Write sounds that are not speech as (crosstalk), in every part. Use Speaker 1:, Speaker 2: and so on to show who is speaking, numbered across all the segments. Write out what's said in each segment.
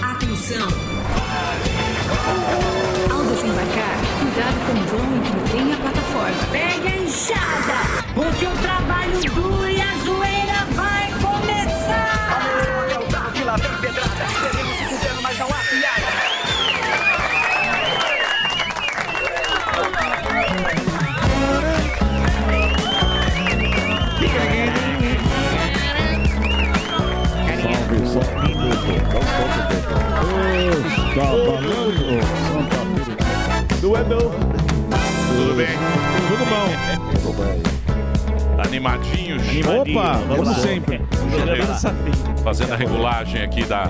Speaker 1: Atenção! Ao desembarcar, cuidado com o vão entre o trem e a plataforma.
Speaker 2: Pega a enxada, porque o trabalho duro e a zoeira vai começar!
Speaker 3: É o carro que lá vem pedrada. Devemos se fudendo, mas não há piada.
Speaker 4: Salve, salve, meu botão, salve,
Speaker 5: tá
Speaker 4: botão. Trabalhando, Santa Pira. Não é não.
Speaker 6: Tudo bem?
Speaker 4: Tudo bom.
Speaker 6: Tudo bem. Animadinhos?
Speaker 4: Opa, como sempre.
Speaker 6: Fazendo a regulagem aqui da,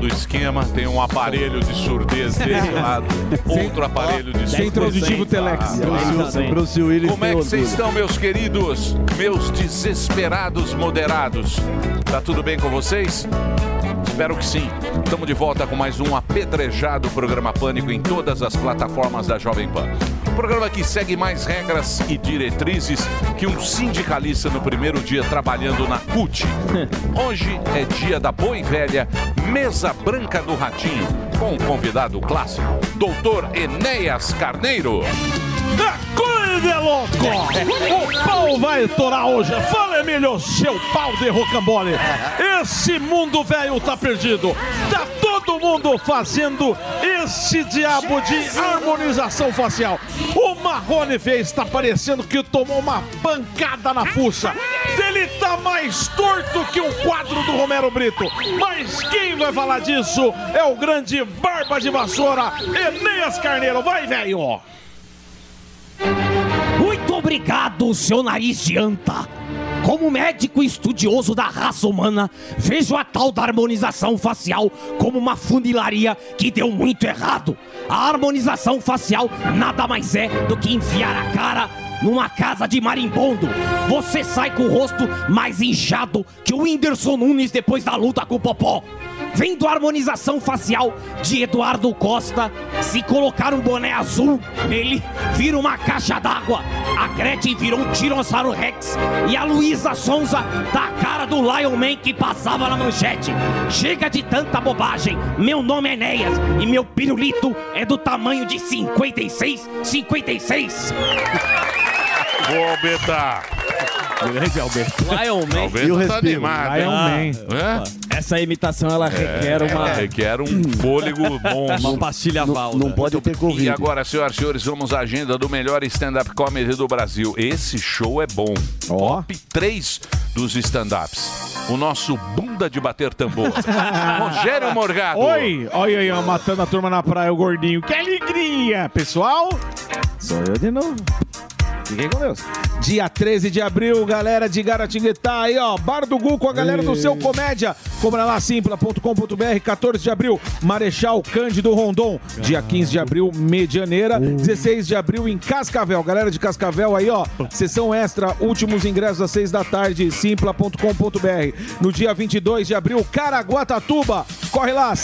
Speaker 6: do esquema. Tem um aparelho de surdez desse
Speaker 7: (laughs)
Speaker 6: lado, outro aparelho de surdez.
Speaker 7: Centro auditivo Telex.
Speaker 6: Ah,
Speaker 7: Bruce-
Speaker 6: exatamente.
Speaker 7: Bruce Willis
Speaker 6: Como é
Speaker 7: tem
Speaker 6: que vocês
Speaker 7: orgulho.
Speaker 6: estão, meus queridos? Meus desesperados moderados. Tá tudo bem com vocês? Espero que sim. Estamos de volta com mais um apedrejado programa Pânico em todas as plataformas da Jovem Pan. Um programa que segue mais regras e diretrizes que um sindicalista no primeiro dia trabalhando na
Speaker 8: (laughs)
Speaker 6: CUT. Hoje é dia da boa e velha Mesa Branca do Ratinho, com o convidado clássico, Doutor Enéas Carneiro.
Speaker 4: Cuida, louco! O pau vai estourar hoje. Fala, Emílio, seu pau de rocambole. Esse mundo velho tá perdido. Tá todo mundo fazendo esse diabo de harmonização facial. O Marrone fez, tá parecendo que tomou uma pancada na fuça. Ele tá mais torto que um quadro do Romero Brito. Mas quem vai falar disso é o grande barba de vassoura, Enéas Carneiro. Vai, velho!
Speaker 9: Muito obrigado, seu nariz de anta. Como médico e estudioso da raça humana, vejo a tal da harmonização facial como uma funilaria que deu muito errado. A harmonização facial nada mais é do que enfiar a cara numa casa de marimbondo. Você sai com o rosto mais inchado que o Whindersson Nunes depois da luta com o Popó. Vendo a harmonização facial de Eduardo Costa, se colocar um boné azul nele, vira uma caixa d'água. A Gretchen virou um Tiranossauro Rex. E a Luísa Sonza dá a cara do Lion Man que passava na manchete. Chega de tanta bobagem. Meu nome é Enéas e meu pirulito é do tamanho de 56, 56.
Speaker 6: Ô, Albeta!
Speaker 8: Grande Alberto.
Speaker 9: Lion Man.
Speaker 6: Alberto
Speaker 8: E o
Speaker 6: tá
Speaker 8: respiro.
Speaker 6: animado, hein?
Speaker 8: Lion Man.
Speaker 6: Hã?
Speaker 8: Essa imitação, ela (laughs) requer uma... Hum.
Speaker 6: é, requer um
Speaker 10: (laughs)
Speaker 8: (laughs)
Speaker 6: fôlego bom.
Speaker 8: Uma pastilha né? valda.
Speaker 6: Não
Speaker 8: pode ter
Speaker 6: E agora, senhoras e senhores, vamos à agenda do melhor stand-up comedy do Brasil. Esse show é bom. Top 3 dos stand-ups. O nosso bunda de bater tambor.
Speaker 8: (laughs)
Speaker 6: Rogério Morgado.
Speaker 7: Ah. Oi, olha aí, ó, matando a turma na praia, o gordinho. Que alegria, pessoal. Sou eu de novo. Fiquem com Deus. Dia 13 de abril, galera de Garatinguetá, aí ó, Bar do Gu com a galera do Seu Comédia. Compra lá, simpla.com.br, 14 de abril, Marechal Cândido Rondon. Dia 15 de abril, Medianeira. 16 de abril, em Cascavel. Galera de Cascavel aí, ó, sessão extra, últimos ingressos às 6 da tarde, simpla.com.br. No dia 22 de abril, Caraguatatuba. Corre lá,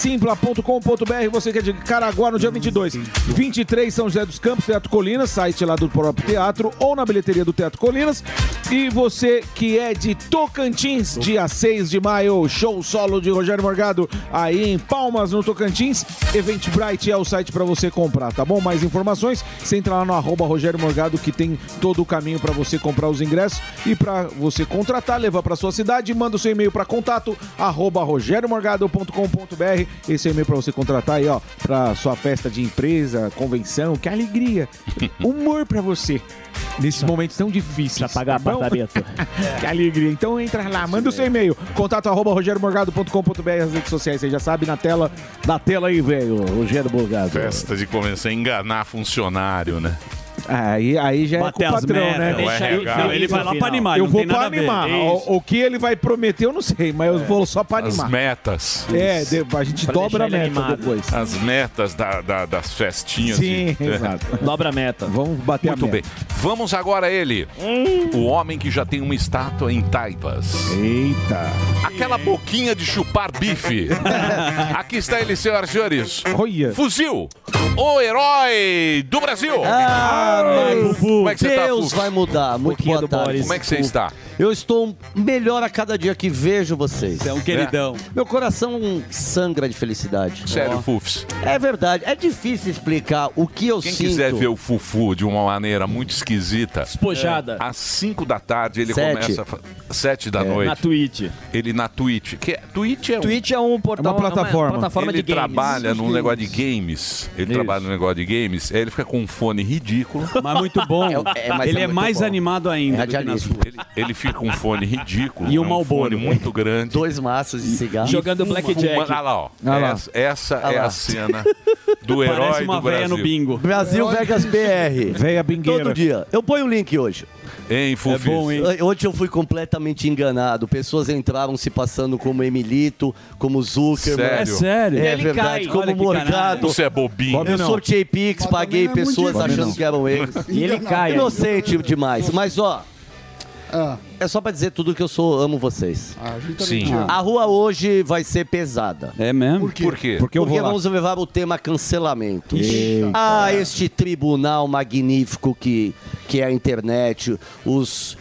Speaker 7: simpla.com.br, você que é de Caraguá, no dia 22. 23, São José dos Campos, Teatro Colinas, site lá do próprio teatro ou na bilheteria do Teatro Colinas. E você que é de Tocantins, dia 6 de maio, show solo de Rogério Morgado aí em Palmas, no Tocantins. Eventbrite é o site para você comprar, tá bom? Mais informações, você entra lá no arroba Rogério Morgado que tem todo o caminho para você comprar os ingressos e para você contratar, levar para sua cidade, manda o seu e-mail para contato arroba rogeriomorgado.com.br. Esse é o e-mail para você contratar aí, ó, para sua festa de empresa, convenção, que (laughs) alegria. Humor para você nesses momentos tão difíceis. Pra pagar tá bom?
Speaker 8: apartamento.
Speaker 7: (laughs) que alegria. Então entra lá, manda o seu e-mail, contato arroba rogeriomorgado.com.br, as redes sociais, você já sabe, na tela, na tela aí, velho, Rogério Morgado.
Speaker 6: Festa de começar a enganar funcionário, né?
Speaker 7: Aí, aí já
Speaker 8: Bater
Speaker 7: é com o
Speaker 8: as
Speaker 7: patrão,
Speaker 8: metas,
Speaker 7: né?
Speaker 8: o Deixa eu RH. feliz Ele vai no lá pra final. animar,
Speaker 7: Eu
Speaker 8: não
Speaker 7: vou
Speaker 8: tem
Speaker 7: pra
Speaker 8: nada a ver. É
Speaker 7: animar.
Speaker 8: Isso.
Speaker 7: O, o que ele vai prometer, eu não sei, mas eu vou só pra
Speaker 6: As
Speaker 7: animar.
Speaker 6: metas.
Speaker 7: É, de- a gente
Speaker 6: Pra
Speaker 7: dobra a
Speaker 6: deixar
Speaker 7: meta
Speaker 6: ele animado.
Speaker 7: depois.
Speaker 6: As metas da- da- das festinhas. (laughs)
Speaker 7: Sim,
Speaker 6: de-
Speaker 7: exato. Dobra a meta. Vamos bater
Speaker 6: Muito
Speaker 7: a meta. Hum.
Speaker 6: bem. Vamos agora a ele. O homem que já tem uma estátua em Taipas.
Speaker 7: Eita.
Speaker 6: Aquela boquinha de chupar
Speaker 7: (laughs)
Speaker 6: bife. Aqui está ele, senhoras e senhores. Fuzil, o herói do Brasil.
Speaker 11: Ah, mas
Speaker 6: Como é que você tá,
Speaker 11: Deus
Speaker 6: Fuzil?
Speaker 11: vai mudar. Muito boa tarde.
Speaker 6: Boris. Como é que você está?
Speaker 11: Eu estou melhor a cada dia que vejo vocês. Você é
Speaker 6: um queridão.
Speaker 11: Meu coração sangra de felicidade.
Speaker 6: Sério, Fufs.
Speaker 11: É verdade. É difícil explicar o que eu
Speaker 6: Quem
Speaker 11: sinto.
Speaker 6: quiser ver o Fufu de uma maneira muito esquisita. É,
Speaker 11: Despojada.
Speaker 6: Às 5 da tarde ele
Speaker 11: Sete.
Speaker 6: começa. 7 da noite.
Speaker 8: Na
Speaker 6: Twitch. Ele na Twitch. Que é, Twitch é um.
Speaker 8: Twitch é um portal- É uma plataforma. é uma plataforma
Speaker 6: ele
Speaker 8: de games.
Speaker 6: trabalha num negócio de games. Ele trabalha num negócio de games. Aí ele fica com um fone ridículo.
Speaker 8: Mas muito bom. ele é, mais animado
Speaker 12: É
Speaker 8: ainda. do que nas ruas.
Speaker 6: Ele, ele fica com um fone ridículo.
Speaker 8: E um
Speaker 6: né?
Speaker 8: Marlboro.
Speaker 6: fone muito grande.
Speaker 11: Dois maços de cigarro.
Speaker 8: Jogando
Speaker 6: Fuma-
Speaker 8: blackjack.
Speaker 6: fuma- Olha lá, ó.
Speaker 11: Olha lá.
Speaker 6: Essa, essa
Speaker 11: Olha
Speaker 6: é a
Speaker 11: lá.
Speaker 6: cena do herói
Speaker 8: Parece uma
Speaker 6: do
Speaker 8: véia
Speaker 6: Brasil.
Speaker 8: no bingo.
Speaker 11: Brasil Vegas
Speaker 6: (laughs)
Speaker 11: BR.
Speaker 7: Veia
Speaker 6: bingueira. É
Speaker 11: Todo dia. Eu ponho o link hoje.
Speaker 6: Hein, Fufis?
Speaker 11: Hoje eu fui completamente enganado. Pessoas entraram se passando como Emilito, como Zuckerman.
Speaker 6: Sério? É sério?
Speaker 11: É
Speaker 6: Ele
Speaker 11: verdade.
Speaker 6: cai.
Speaker 11: Como
Speaker 6: Olha que canalha.
Speaker 11: Morgado.
Speaker 6: Você é bobinho. Come
Speaker 11: Eu
Speaker 6: não.
Speaker 11: sorteei Pix, paguei
Speaker 6: é
Speaker 11: pessoas
Speaker 6: muito
Speaker 11: achando
Speaker 6: difícil.
Speaker 11: que eram eles.
Speaker 6: (laughs) E ele cai Ah. ainda.
Speaker 11: Inocente demais. Mas, ó... É só pra dizer tudo que eu sou, amo vocês.
Speaker 6: Ah, Sim. te ama.
Speaker 11: A rua hoje vai ser pesada.
Speaker 8: É mesmo?
Speaker 6: Por quê? Por quê?
Speaker 11: Porque,
Speaker 6: eu vou lá.
Speaker 11: vamos levar o tema cancelamento.
Speaker 6: Eita.
Speaker 11: Ah, este tribunal magnífico que, que é a internet, os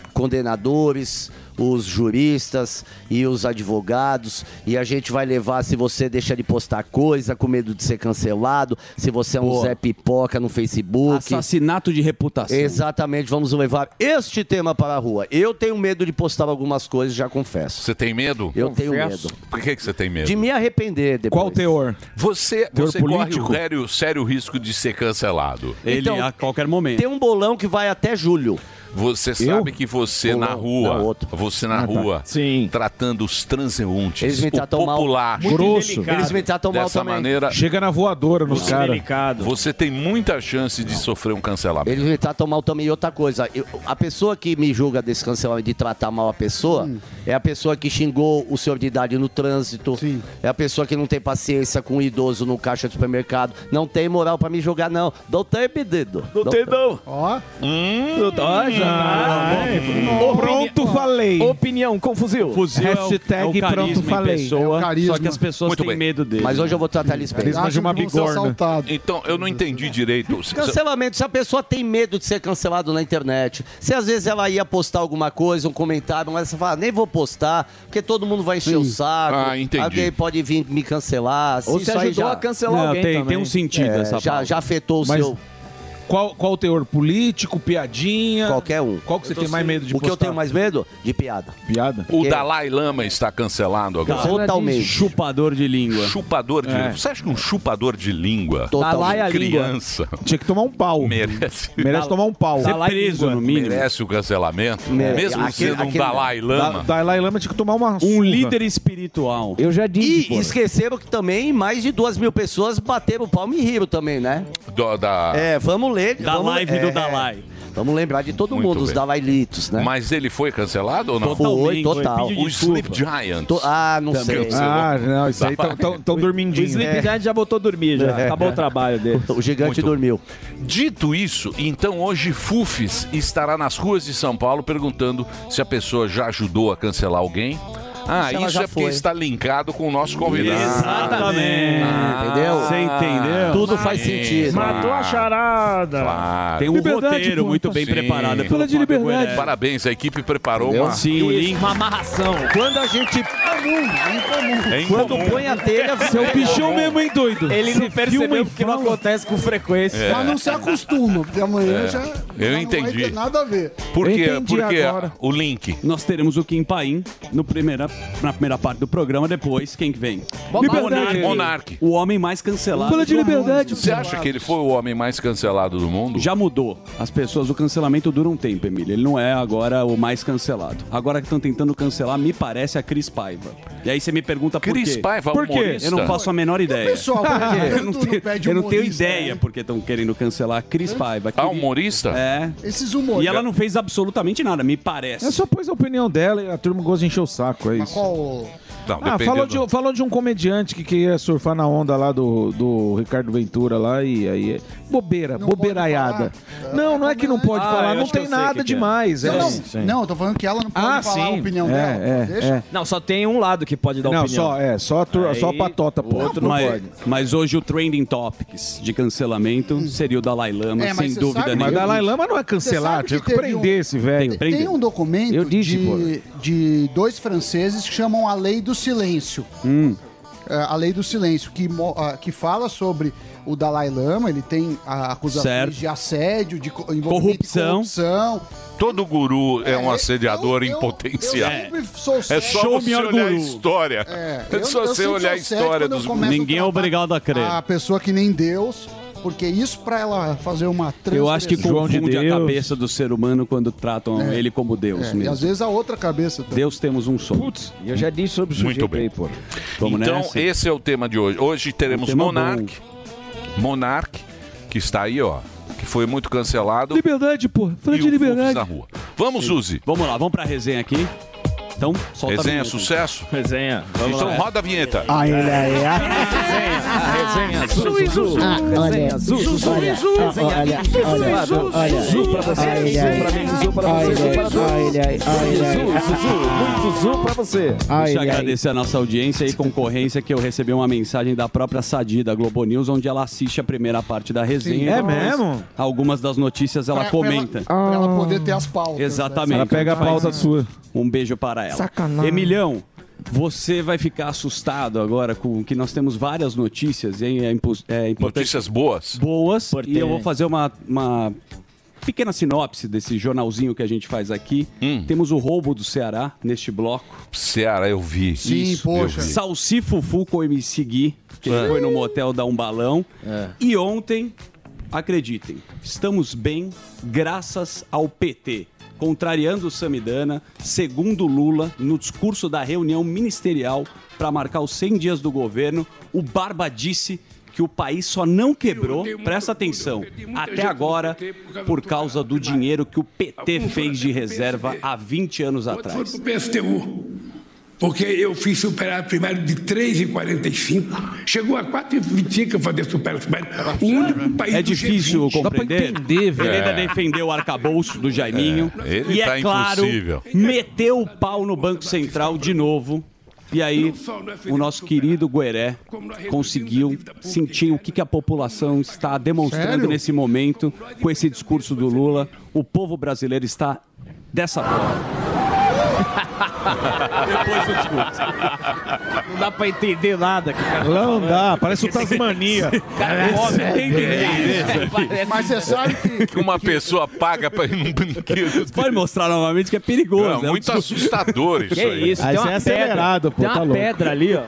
Speaker 11: condenadores, os juristas e os advogados. E a gente vai levar se você deixa de postar coisa com medo de ser cancelado, se você é um
Speaker 8: Boa.
Speaker 11: Zé Pipoca no Facebook.
Speaker 8: Assassinato de reputação.
Speaker 11: Exatamente, vamos levar este tema para a rua. Eu tenho medo de postar algumas coisas, já confesso.
Speaker 6: Você tem medo?
Speaker 11: Eu tenho medo.
Speaker 6: Por que, que você tem medo?
Speaker 11: De me arrepender depois. Qual o
Speaker 7: teor?
Speaker 6: Você,
Speaker 11: Teor
Speaker 6: você corre
Speaker 11: político?
Speaker 6: o sério, sério risco de ser cancelado.
Speaker 11: Então,
Speaker 8: qualquer momento.
Speaker 11: Tem um bolão que vai até julho.
Speaker 6: Você sabe que você na rua, você na rua, tratando os transeuntes,
Speaker 11: Eles me
Speaker 6: o
Speaker 11: tratam mal.
Speaker 6: popular,
Speaker 11: Muito Grosso. delicado. Eles me tratam mal
Speaker 6: Dessa
Speaker 11: também.
Speaker 6: maneira,
Speaker 7: Chega na voadora nos
Speaker 6: Você-
Speaker 7: caras.
Speaker 6: Você tem muita chance de sofrer um cancelamento.
Speaker 11: Eles me tratam mal tá também. E outra coisa, eu- a pessoa que me julga desse cancelamento de tratar mal a pessoa é a pessoa que xingou o senhor de idade no trânsito, é a pessoa que não tem paciência com o idoso no caixa de supermercado. Não tem moral pra me julgar, não. Não tem, pedido. Não, tem,
Speaker 8: não.
Speaker 12: Ó.
Speaker 8: Hum, ó, já. tá.
Speaker 7: Pronto, falei.
Speaker 8: Opinião, com fuzil. Fuzil é o, é o
Speaker 7: Hashtag
Speaker 8: carisma
Speaker 7: pronto,
Speaker 8: em
Speaker 7: falei.
Speaker 6: um
Speaker 8: pessoa,
Speaker 7: É o carisma.
Speaker 8: só que as pessoas
Speaker 7: Muito
Speaker 8: têm
Speaker 7: bem.
Speaker 8: medo dele.
Speaker 11: Mas hoje eu vou tratar eles bem.
Speaker 7: Carisma de uma Acham que vão ser bigorna. assaltados.
Speaker 6: Então, eu não entendi direito. Tipo, Se- se-
Speaker 11: Cancelamento. Se a pessoa tem medo de ser cancelado na internet, se às vezes ela ia postar alguma coisa, um comentário, mas você fala, nem vou postar, porque todo mundo vai encher o saco.
Speaker 6: Ah, entendi.
Speaker 11: Alguém pode vir me cancelar.
Speaker 8: Ou
Speaker 11: se
Speaker 8: você
Speaker 11: isso aí
Speaker 8: ajudou
Speaker 11: já- É,
Speaker 8: a cancelar Não, alguém tem- também. tem um sentido essa
Speaker 11: já,
Speaker 8: pauta.
Speaker 11: já afetou o
Speaker 8: Mas-
Speaker 11: seu...
Speaker 7: É, Qual, qual o teor? Político, piadinha?
Speaker 11: Qualquer um.
Speaker 7: Qual que você
Speaker 11: Eu tô
Speaker 7: tem mais
Speaker 11: sem-
Speaker 7: medo de
Speaker 11: O que eu
Speaker 7: postar?
Speaker 11: tenho mais medo? De piada.
Speaker 7: Piada?
Speaker 6: O Dalai Lama está cancelado agora.
Speaker 11: Totalmente.
Speaker 8: Chupador de língua.
Speaker 6: Chupador de
Speaker 8: É.
Speaker 6: língua. Você acha que um chupador de é língua
Speaker 8: Totalmente. Dalai a língua.
Speaker 6: criança
Speaker 7: Tinha que tomar um pau.
Speaker 6: merece
Speaker 7: Merece tomar um pau.
Speaker 6: Ser
Speaker 7: Dalai
Speaker 6: é preso,
Speaker 7: língua.
Speaker 6: no mínimo. Merece o cancelamento?
Speaker 7: Merece.
Speaker 6: Mesmo
Speaker 7: Aquele-
Speaker 6: sendo um
Speaker 7: aquele-
Speaker 6: Dalai Lama?
Speaker 7: Da- Dalai Lama tinha que tomar uma
Speaker 8: Um líder espiritual.
Speaker 7: Eu já
Speaker 11: e esqueceram que também mais de duas mil pessoas bateram o palmo e riram também, né?
Speaker 6: Do- da...
Speaker 11: É, vamos ler.
Speaker 6: Da
Speaker 11: vamos-
Speaker 6: live do
Speaker 11: é,
Speaker 6: Dalai.
Speaker 11: Vamos lembrar de todo
Speaker 6: Muito
Speaker 11: mundo, os
Speaker 6: bem.
Speaker 11: Dalailitos, né?
Speaker 6: Mas ele foi cancelado ou não?
Speaker 11: Foi, total.
Speaker 6: O Sleep Giant.
Speaker 11: To- Ah, não
Speaker 6: Também.
Speaker 11: sei.
Speaker 6: Ah, não, isso aí tão-
Speaker 7: tão- né? É. tão dormindinho.
Speaker 6: O
Speaker 12: Sleep Giant já botou dormir, já. Acabou o trabalho dele.
Speaker 11: É. (laughs) O gigante dormiu.
Speaker 6: Dito isso, então hoje Fufis estará nas ruas de São Paulo perguntando se a pessoa já ajudou a cancelar alguém. Ah,
Speaker 11: Se ela
Speaker 6: isso
Speaker 11: já
Speaker 6: é porque
Speaker 11: foi.
Speaker 6: está linkado com o nosso convidado.
Speaker 8: Exatamente.
Speaker 6: Ah,
Speaker 11: Entendeu? Você entendeu? Tudo faz
Speaker 6: Ah,
Speaker 11: sentido. Matou a
Speaker 12: charada.
Speaker 6: Claro.
Speaker 8: Tem um Liberdade, roteiro pô,
Speaker 11: tá
Speaker 8: muito bem
Speaker 6: Sim.
Speaker 8: preparado pelo Fala de Fábio liberdade. Guerreiro.
Speaker 6: Parabéns, a equipe preparou uma...
Speaker 8: Sim, o link.
Speaker 12: Uma amarração.
Speaker 11: Quando a gente.
Speaker 6: É incomum.
Speaker 12: Quando põe a
Speaker 6: (laughs)
Speaker 12: telha,
Speaker 6: Você é o bichão
Speaker 12: mesmo,
Speaker 7: hein, doido?
Speaker 12: Ele não percebeu porque não acontece com frequência.
Speaker 6: É. Mas não
Speaker 13: se acostuma, porque amanhã
Speaker 6: É.
Speaker 13: já
Speaker 6: Eu
Speaker 13: não vai
Speaker 6: entendi.
Speaker 13: ter nada a ver.
Speaker 6: Por quê? Por quê? O link.
Speaker 8: Nós teremos o Kim Paim no primeira, na primeira parte do programa. Depois, quem que vem?
Speaker 6: Liberdade.
Speaker 8: Monark. Monark. O homem mais cancelado. do mundo.
Speaker 6: Você acha que ele foi o homem mais cancelado do mundo?
Speaker 8: Já mudou. As pessoas, o cancelamento dura um tempo, Emílio. Ele não é agora o mais cancelado. Agora que estão tentando cancelar, me parece a Cris Paiva. E aí você me pergunta por
Speaker 6: Cris
Speaker 8: quê.
Speaker 6: Paiva,
Speaker 8: por quê?
Speaker 6: humorista.
Speaker 8: Eu não faço a menor ideia.
Speaker 6: pessoal, por
Speaker 8: (laughs)
Speaker 6: quê?
Speaker 8: eu não tenho, eu não tenho ideia porque estão querendo cancelar a Cris Paiva. A
Speaker 6: Ah, humorista?
Speaker 8: É.
Speaker 13: Esses humoristas.
Speaker 8: E ela não fez absolutamente nada, me parece.
Speaker 7: Eu É só pus a opinião dela e a turma gosta de encher o saco, é isso.
Speaker 13: Qual.
Speaker 6: Não,
Speaker 7: Ah, falou de, falou de um comediante que queria surfar na onda lá do, do Ricardo Ventura lá e aí. é Bobeira, bobeiraiada. Não, não é que não pode
Speaker 12: Ah,
Speaker 7: falar,
Speaker 12: eu
Speaker 7: não
Speaker 12: acho que
Speaker 7: tem
Speaker 12: eu sei o que
Speaker 7: nada
Speaker 12: que é.
Speaker 7: demais.
Speaker 12: Não,
Speaker 7: é.
Speaker 12: não,
Speaker 7: Sim.
Speaker 13: Não, eu tô falando que ela não pode
Speaker 7: Ah,
Speaker 13: falar a
Speaker 7: sim.
Speaker 13: opinião
Speaker 7: É,
Speaker 13: dela.
Speaker 7: é,
Speaker 13: Deixa.
Speaker 7: é.
Speaker 12: Não, só tem um lado que pode dar
Speaker 7: Não,
Speaker 12: opinião.
Speaker 7: só- é, só a tur- só a patota, pô.
Speaker 8: Outro
Speaker 7: Não
Speaker 8: mas,
Speaker 7: pode.
Speaker 8: mas hoje o trending topics de cancelamento seria o Dalai Lama,
Speaker 13: É, mas
Speaker 8: sem
Speaker 13: você
Speaker 8: dúvida
Speaker 13: sabe-
Speaker 8: nenhuma.
Speaker 13: Mas Dalai Lama
Speaker 7: não é
Speaker 13: Você
Speaker 7: cancelar,
Speaker 13: sabe
Speaker 7: teve que
Speaker 13: teve
Speaker 7: prender
Speaker 13: um-
Speaker 7: esse velho.
Speaker 13: Tem, tem um documento
Speaker 7: Eu disse,
Speaker 13: de, de dois franceses que chamam a Lei do Silêncio.
Speaker 7: Hum.
Speaker 13: É, A Lei do Silêncio, que, mo- ah, que fala sobre o Dalai Lama, ele tem ah, acusações
Speaker 6: Certo.
Speaker 13: de assédio, de co- envolvimento
Speaker 6: Corrupção.
Speaker 13: de corrupção.
Speaker 6: Todo guru é um assediador em potencial.
Speaker 13: sempre sou
Speaker 6: é
Speaker 13: cético.
Speaker 6: só
Speaker 13: Show
Speaker 6: você
Speaker 13: me
Speaker 6: olhar a
Speaker 13: orgulho.
Speaker 6: história. (laughs)
Speaker 13: É,
Speaker 6: É,
Speaker 13: eu-
Speaker 6: só
Speaker 13: eu
Speaker 6: você
Speaker 13: sempre
Speaker 6: olhar a
Speaker 13: sou cético
Speaker 6: história
Speaker 13: quando eu
Speaker 6: dos
Speaker 13: começo a
Speaker 8: Ninguém é obrigado a crer.
Speaker 13: A pessoa que nem Deus, porque isso pra ela fazer uma
Speaker 8: Eu acho que
Speaker 13: transgressão-
Speaker 8: confunde a cabeça do ser humano quando tratam
Speaker 13: É.
Speaker 8: ele como Deus
Speaker 13: É, e
Speaker 8: mesmo.
Speaker 13: às vezes a outra cabeça também.
Speaker 8: Deus temos um só. Putz,
Speaker 12: eu já disse sobre
Speaker 8: o sujeito Muito
Speaker 6: bem.
Speaker 8: aí,
Speaker 12: pô.
Speaker 8: Vamos
Speaker 6: então,
Speaker 8: nessa?
Speaker 6: esse é o tema de hoje. Hoje teremos
Speaker 8: tema é
Speaker 6: Monark. Monark, que está aí, ó. Que foi muito cancelado.
Speaker 8: Liberdade, pô. Fala
Speaker 6: E de o liberdade. Fofos na rua. Vamos, Suzy.
Speaker 8: Vamos lá, vamos pra resenha aqui. Então, solta a
Speaker 6: Resenha,
Speaker 8: vinheta.
Speaker 6: sucesso.
Speaker 12: Resenha.
Speaker 8: Vamos
Speaker 6: então
Speaker 8: lá.
Speaker 6: roda a vinheta.
Speaker 13: Aí, aí,
Speaker 6: Resenha,
Speaker 14: Zuzu. Ah, olha, Zuzu, olha, olha, olha, Zuzu, olha, Zuzu pra você, Zuzu pra mim, Zuzu pra você, Zuzu pra
Speaker 12: Muito zoom pra você.
Speaker 13: Ah,
Speaker 8: Deixa eu agradecer a nossa audiência e concorrência que eu recebi uma mensagem da própria Sadi, da Globo News, onde ela assiste a primeira parte da resenha.
Speaker 7: Sim, é
Speaker 8: Então,
Speaker 7: mesmo?
Speaker 8: Algumas das notícias ela
Speaker 13: Pra- pra
Speaker 8: comenta.
Speaker 13: Pra ela, pra ela poder ter as pautas. né?
Speaker 8: Exatamente.
Speaker 7: Ela pega a
Speaker 8: Faz
Speaker 7: pauta
Speaker 8: isso.
Speaker 7: sua.
Speaker 8: Um beijo para ela.
Speaker 7: Sacanagem.
Speaker 8: Emilhão, você vai ficar assustado agora com que nós temos várias notícias e é, impo- é importante.
Speaker 6: Notícias boas.
Speaker 8: Boas. E eu vou
Speaker 6: Importante.
Speaker 8: fazer uma, uma pequena sinopse desse jornalzinho que a gente faz aqui. Temos o roubo do Ceará neste bloco.
Speaker 6: Hum. Ceará, eu vi. Isso, eu vi.
Speaker 8: Salsi Fufu com o MC Gui, que
Speaker 6: É.
Speaker 8: foi no motel dar um balão. E ontem, acreditem, estamos bem graças ao PT. Contrariando o Samidana, segundo Lula, no discurso da reunião ministerial para marcar os 100 dias do governo, o Barba disse que o país só não quebrou, presta atenção, até agora, por causa do dinheiro que o PT fez de reserva há 20 anos
Speaker 15: Foi
Speaker 8: atrás.
Speaker 15: pro PSTU. Porque eu fiz superar primário de 3,45, chegou a 4,25 que eu fazia superar primário. O único país
Speaker 8: É
Speaker 15: do
Speaker 8: difícil
Speaker 15: G20.
Speaker 8: compreender.
Speaker 15: velho.
Speaker 8: Ele ainda defendeu o arcabouço do Jaiminho.
Speaker 6: É, ele
Speaker 8: e
Speaker 6: tá
Speaker 8: é claro,
Speaker 6: impossível.
Speaker 8: meteu o pau no Banco Central de novo. E aí, o nosso querido Gueré conseguiu sentir o que, que a população está demonstrando
Speaker 6: Sério?
Speaker 8: nesse momento com esse discurso do Lula. O povo brasileiro está dessa forma. Depois do discurso.
Speaker 12: Não dá pra entender nada que o cara.
Speaker 7: Não dá, parece o Tasmania.
Speaker 12: (laughs) Cara,
Speaker 7: Esse
Speaker 12: homem,
Speaker 7: é
Speaker 12: tem que entender
Speaker 7: doido.
Speaker 12: isso aqui.
Speaker 13: Mas você sabe
Speaker 6: (laughs) Que uma pessoa paga pra ir num brinquedo.
Speaker 8: Pode mostrar novamente que é perigoso.
Speaker 6: Não,
Speaker 8: é um
Speaker 6: muito
Speaker 8: discurso-
Speaker 6: assustador
Speaker 8: (laughs)
Speaker 6: isso
Speaker 8: Que
Speaker 6: aí.
Speaker 8: isso, tem uma
Speaker 13: é
Speaker 8: pedra. Tem
Speaker 13: tá
Speaker 8: uma pedra ali, ó.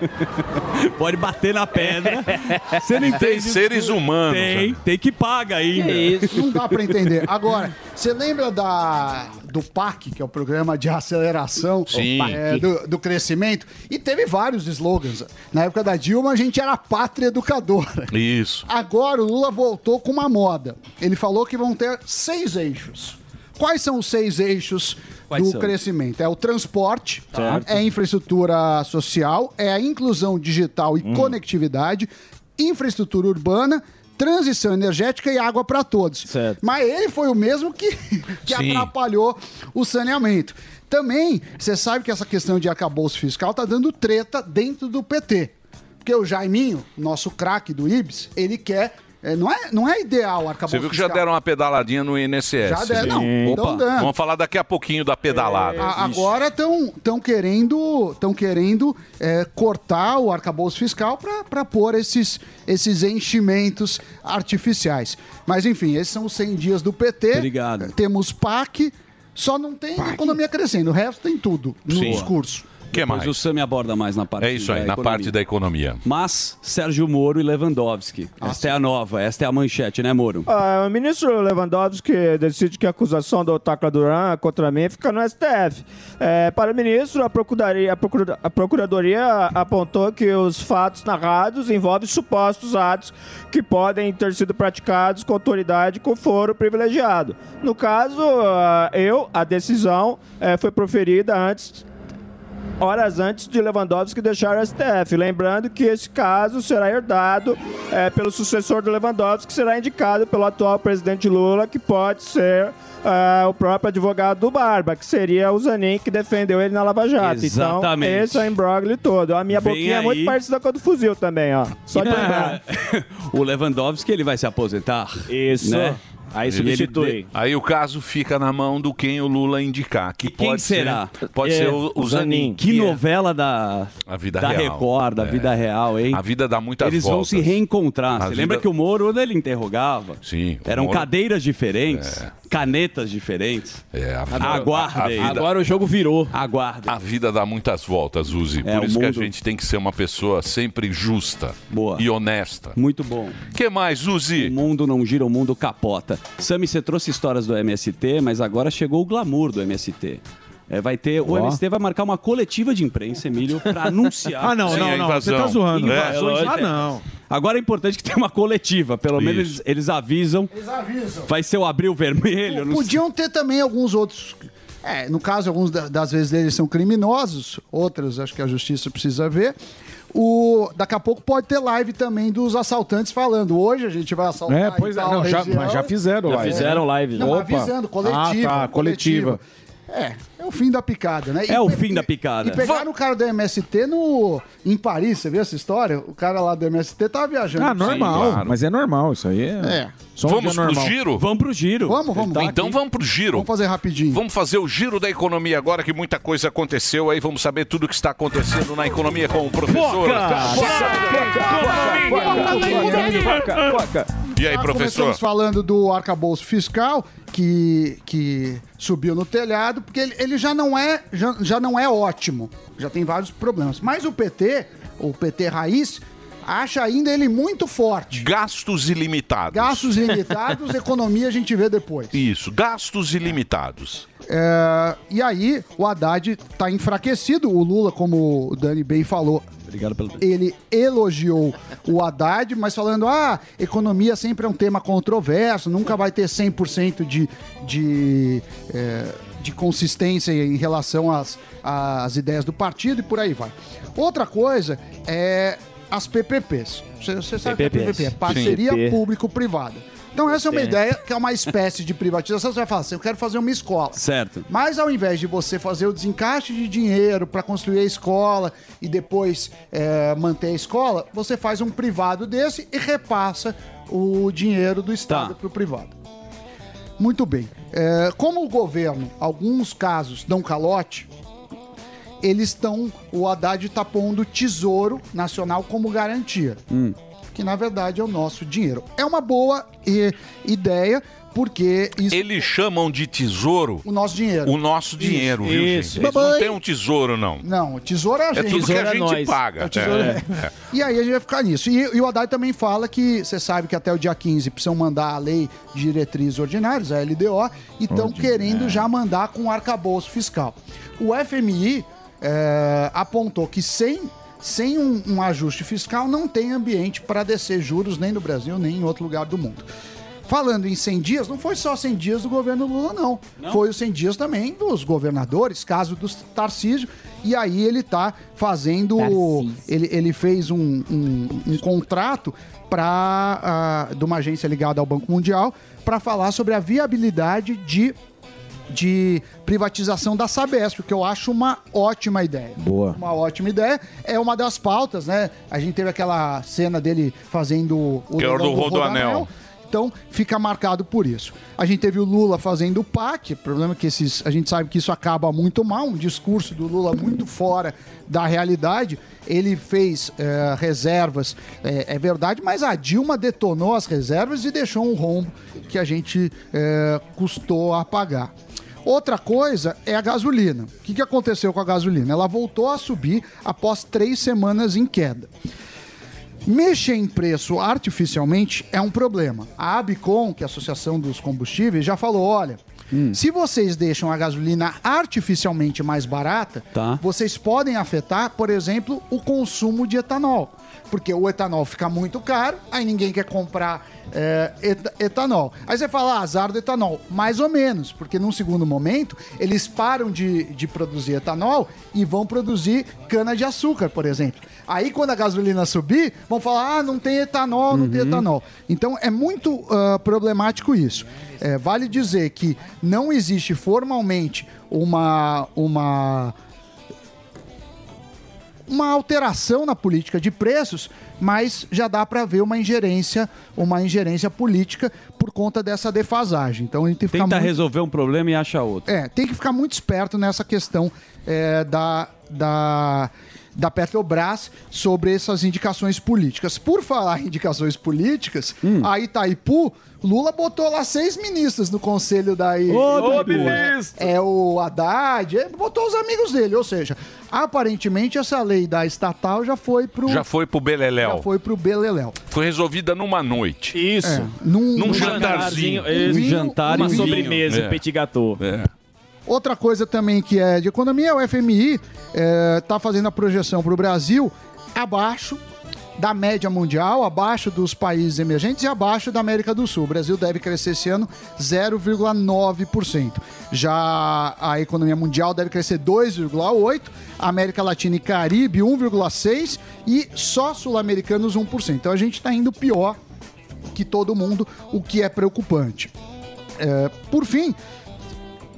Speaker 8: Pode bater na pedra. Você não
Speaker 6: Tem
Speaker 8: entende. o
Speaker 6: seres
Speaker 8: discurso.
Speaker 6: humanos, né?
Speaker 8: Tem, tem que paga ainda.
Speaker 13: Não dá
Speaker 8: (laughs)
Speaker 13: pra entender. Agora, você lembra da, do PAC, que é o programa de aceleração
Speaker 6: Sim.
Speaker 13: é, do, do crescimento? E teve vários slogans. Na época da Dilma, a gente era a pátria educadora.
Speaker 6: Isso.
Speaker 13: Agora o Lula voltou com uma moda. Ele falou que vão ter seis eixos. Quais são os seis eixos
Speaker 16: Quais
Speaker 13: do
Speaker 16: são?
Speaker 13: crescimento? É o transporte,
Speaker 6: Tá.
Speaker 16: Certo.
Speaker 13: é a infraestrutura social, é a inclusão digital
Speaker 16: Hum.
Speaker 13: e conectividade, infraestrutura urbana, transição energética e água para todos. Mas ele foi o
Speaker 16: (laughs)
Speaker 13: mesmo que, que
Speaker 16: Sim.
Speaker 13: atrapalhou o saneamento. Também, você sabe que essa questão de acabouço fiscal tá dando treta dentro do PT. Porque o Jaiminho, nosso craque do Ibis, ele quer. é, não, é, não é ideal o arcabouço
Speaker 6: Você viu que já
Speaker 13: fiscal.
Speaker 6: deram uma pedaladinha no INSS.
Speaker 13: Já deram, não, Sim. tão
Speaker 6: Opa,
Speaker 13: dando.
Speaker 6: vamos falar daqui a pouquinho da pedalada.
Speaker 13: A- É, agora estão querendo, tão querendo é, cortar o arcabouço fiscal para pôr esses, esses enchimentos artificiais. Mas enfim, esses são os 100 dias do PT. Obrigado. Temos PAC, só não tem economia crescendo, o resto tem tudo no
Speaker 8: Sim.
Speaker 13: discurso.
Speaker 6: que
Speaker 8: Depois
Speaker 6: mais?
Speaker 8: o Sami aborda mais na parte
Speaker 6: É isso aí,
Speaker 8: da
Speaker 6: na
Speaker 8: economia.
Speaker 6: parte da economia.
Speaker 8: Mas Sérgio Moro e Lewandowski.
Speaker 6: Ah,
Speaker 8: Esta é a nova, esta é a manchete, né, Moro?
Speaker 16: Ah, o ministro Lewandowski decide que a acusação do Tacla Duran contra mim fica no STF. É, para o ministro, a procuradoria, a, procura- a procuradoria apontou que os fatos narrados envolvem supostos atos que podem ter sido praticados com autoridade com foro privilegiado. No caso, ah, eu, a decisão eh, foi proferida antes horas antes de Lewandowski deixar o STF. Lembrando que esse caso será herdado eh, pelo sucessor do Lewandowski, que será indicado pelo atual presidente Lula, que pode ser ah, o próprio advogado do Barba, que seria o Zanin, que defendeu ele na Lava Jato.
Speaker 8: Exatamente.
Speaker 16: Então, esse é o imbróglio todo. A minha
Speaker 8: Vem
Speaker 16: boquinha é
Speaker 8: aí.
Speaker 16: muito parecida com a do fuzil também, ó. Só
Speaker 8: (laughs)
Speaker 16: de lembrar.
Speaker 8: O Lewandowski, ele vai se aposentar. né?
Speaker 16: Isso.
Speaker 8: Aí
Speaker 6: Ele- Aí o caso fica na mão do quem o Lula indicar. Que
Speaker 8: Quem
Speaker 6: pode
Speaker 8: será? É,
Speaker 6: Ser, pode ser o, o Zanin. é.
Speaker 8: Que novela da,
Speaker 6: A vida
Speaker 8: da
Speaker 6: real.
Speaker 8: Record, da
Speaker 6: É.
Speaker 8: vida real, hein?
Speaker 6: A vida dá muitas
Speaker 8: Eles vão
Speaker 6: voltas.
Speaker 8: se reencontrar.
Speaker 6: A
Speaker 8: Você lembra
Speaker 6: vida-
Speaker 8: que o Moro, quando ele interrogava,
Speaker 6: Sim, o
Speaker 8: eram
Speaker 6: Moro-
Speaker 8: cadeiras diferentes, canetas diferentes.
Speaker 6: É, a vida-
Speaker 8: Aguardem.
Speaker 6: a- a vida- Agora
Speaker 8: o jogo virou. Aguardem.
Speaker 6: A vida dá muitas voltas, Uzi.
Speaker 8: É,
Speaker 6: Por
Speaker 8: o
Speaker 6: isso que a
Speaker 8: mundo-
Speaker 6: gente tem que ser uma pessoa sempre justa e honesta.
Speaker 8: Muito bom.
Speaker 6: que mais, Uzi?
Speaker 8: O mundo não gira, o mundo capota. Sami, você trouxe histórias do MST, mas agora chegou o glamour do MST. É, vai ter, O
Speaker 4: Ó.
Speaker 8: MST vai marcar uma coletiva de imprensa, Emílio,
Speaker 4: (laughs)
Speaker 8: para anunciar. é.
Speaker 4: Ah, não, Sim, não, a não, invasão. você tá zoando. Invasões, ah, não.
Speaker 8: Agora é importante que tenha uma coletiva. Pelo menos eles, eles avisam.
Speaker 13: Eles avisam.
Speaker 8: Vai ser o abril vermelho. não sei.
Speaker 13: Podiam ter também alguns outros. É, no caso, alguns da- das vezes deles são criminosos, outras acho que a justiça precisa ver. O, daqui a pouco pode ter live também dos assaltantes falando. Hoje a gente vai assaltar.
Speaker 7: É, pois é. Não, já- mas já fizeram Já live. fizeram live, já.
Speaker 13: Não,
Speaker 7: Opa.
Speaker 13: avisando, coletiva.
Speaker 7: Ah, tá, coletiva.
Speaker 13: É, é o fim da picada, né? E
Speaker 8: É o
Speaker 13: pe-
Speaker 8: fim da
Speaker 13: e-
Speaker 8: picada.
Speaker 13: E pegaram o cara do MST no, em Paris, você viu essa história? O cara lá do MST tava viajando.
Speaker 7: Ah, normal. Mas é normal, isso aí é.
Speaker 13: É.
Speaker 7: Só um dia normal.
Speaker 8: Vamos pro giro. Tá
Speaker 13: Vamos, vamos.
Speaker 6: então vamos pro giro. Vamos
Speaker 13: fazer rapidinho.
Speaker 6: Vamos fazer o giro da economia agora que muita coisa aconteceu aí. Vamos saber tudo o que está acontecendo na economia com o professor. E aí,
Speaker 13: Já
Speaker 6: professor?
Speaker 13: Começamos falando do arcabouço fiscal que, que subiu no telhado, porque ele, ele já, não é, já, já não é ótimo. Já tem vários problemas. Mas o PT, o PT raiz, acha ainda ele muito forte.
Speaker 6: Gastos ilimitados.
Speaker 13: Gastos limitados, economia a gente vê depois.
Speaker 6: Isso, gastos ilimitados.
Speaker 13: É, e aí, o Haddad tá enfraquecido. O Lula, como o Dani bem falou.
Speaker 8: Obrigado pelo
Speaker 13: Ele elogiou o Haddad, mas falando: ah, economia sempre é um tema controverso, nunca vai ter 100% de, de, é, de consistência em relação às, às ideias do partido e por aí vai. Outra coisa é as PPPs. Você, você sabe o que é
Speaker 12: PPPs.
Speaker 13: PPP? É
Speaker 12: Sim.
Speaker 13: parceria
Speaker 12: PP.
Speaker 13: público-privada. Então, essa é uma
Speaker 12: Tem.
Speaker 13: ideia que é uma espécie de privatização. Você vai falar assim: eu quero fazer uma escola.
Speaker 8: Certo.
Speaker 13: Mas ao invés de você fazer o desencaixe de dinheiro para construir a escola e depois é, manter a escola, você faz um privado desse e repassa o dinheiro do Estado para o privado. Muito bem. É, como o governo, alguns casos, dão calote, eles estão. O Haddad está pondo o Tesouro Nacional como garantia
Speaker 11: Hum.
Speaker 13: que na verdade é o nosso dinheiro. É uma boa eh, ideia, porque isso
Speaker 6: Eles chamam de tesouro
Speaker 13: o nosso dinheiro.
Speaker 6: o nosso dinheiro, viu,
Speaker 13: Isso.
Speaker 6: gente? Eles não
Speaker 13: Babãe.
Speaker 6: tem um tesouro, não.
Speaker 13: Não, o tesouro é a
Speaker 6: É
Speaker 13: gente.
Speaker 6: tudo que a gente paga.
Speaker 13: É o tesouro é.
Speaker 6: É.
Speaker 13: E aí a gente vai ficar nisso. E, e o Haddad também fala que você sabe que até o dia 15 precisam mandar a lei de diretrizes ordinárias, a LDO, e estão querendo já mandar com o arcabouço fiscal. O FMI eh, apontou que sem, sem um, um ajuste fiscal não tem ambiente para descer juros nem no Brasil, nem em outro lugar do mundo. Falando em 100 dias, não foi só 100 dias do governo Lula, não. Foi os 100 dias também dos governadores, caso do Tarcísio. E aí ele tá fazendo. Ele, ele fez um, um- um contrato pra, ah, de uma agência ligada ao Banco Mundial para falar sobre a viabilidade de, de privatização da Sabesp, que eu acho uma ótima ideia.
Speaker 7: Boa.
Speaker 13: Uma ótima ideia. É uma das pautas, né? A gente teve aquela cena dele fazendo o
Speaker 6: Que era
Speaker 13: leilão
Speaker 6: do Rodoanel.
Speaker 13: Então fica marcado por isso. A gente teve o Lula fazendo o PAC, o problema é que esses, a gente sabe que isso acaba muito mal, um discurso do Lula muito fora da realidade. Ele fez eh, reservas, eh, é verdade, mas a Dilma detonou as reservas e deixou um rombo que a gente eh, custou a pagar. Outra coisa é a gasolina. O que, que aconteceu com a gasolina? Ela voltou a subir após três semanas em queda. Mexer em preço artificialmente é um problema. A Abicom, que é a Associação dos Combustíveis, já falou: olha, se vocês deixam a gasolina artificialmente mais barata, vocês podem afetar, por exemplo, o consumo de etanol. Porque o etanol fica muito caro, aí ninguém quer comprar é, et- etanol. Aí você fala, ah, azar do etanol. Mais ou menos, porque num segundo momento, eles param de, de produzir etanol e vão produzir cana-de-açúcar, por exemplo. Aí quando a gasolina subir, vão falar, ah, não tem etanol, não tem etanol. Então é muito ah, problemático isso. É, vale dizer que não existe formalmente uma... uma uma alteração na política de preços, mas já dá para ver uma ingerência, uma ingerência política por conta dessa defasagem. Então a gente tem que ficar
Speaker 8: Tenta
Speaker 13: muito,
Speaker 8: resolver um problema e acha outro.
Speaker 13: é, tem que ficar muito esperto nessa questão é, da, da, da Petrobras sobre essas indicações políticas. Por falar em indicações políticas, a Itaipu, Lula botou lá seis ministros no conselho da I-
Speaker 14: Ô,
Speaker 13: Itaipu. É o Haddad, é, botou os amigos dele, ou seja, aparentemente essa lei da estatal já foi pro
Speaker 6: é. Já foi pro Beleléu.
Speaker 13: já foi pro Beleléu.
Speaker 6: Foi resolvida numa noite.
Speaker 13: Isso. É, num-
Speaker 6: Num, num
Speaker 13: num
Speaker 6: jantarzinho.
Speaker 13: jantarzinho, isso. Um jantar e
Speaker 6: Uma
Speaker 13: vinho.
Speaker 6: sobremesa,
Speaker 13: É.
Speaker 6: um petit gâteau.
Speaker 13: Outra coisa também que é de economia, o FMI está é, tá fazendo a projeção para o Brasil abaixo da média mundial, abaixo dos países emergentes e abaixo da América do Sul. O Brasil deve crescer esse ano 0,9%. Já a economia mundial deve crescer 2,8%, América Latina e Caribe 1,6% e só sul-americanos 1%. Então a gente está indo pior que todo mundo, o que é preocupante. É, por fim,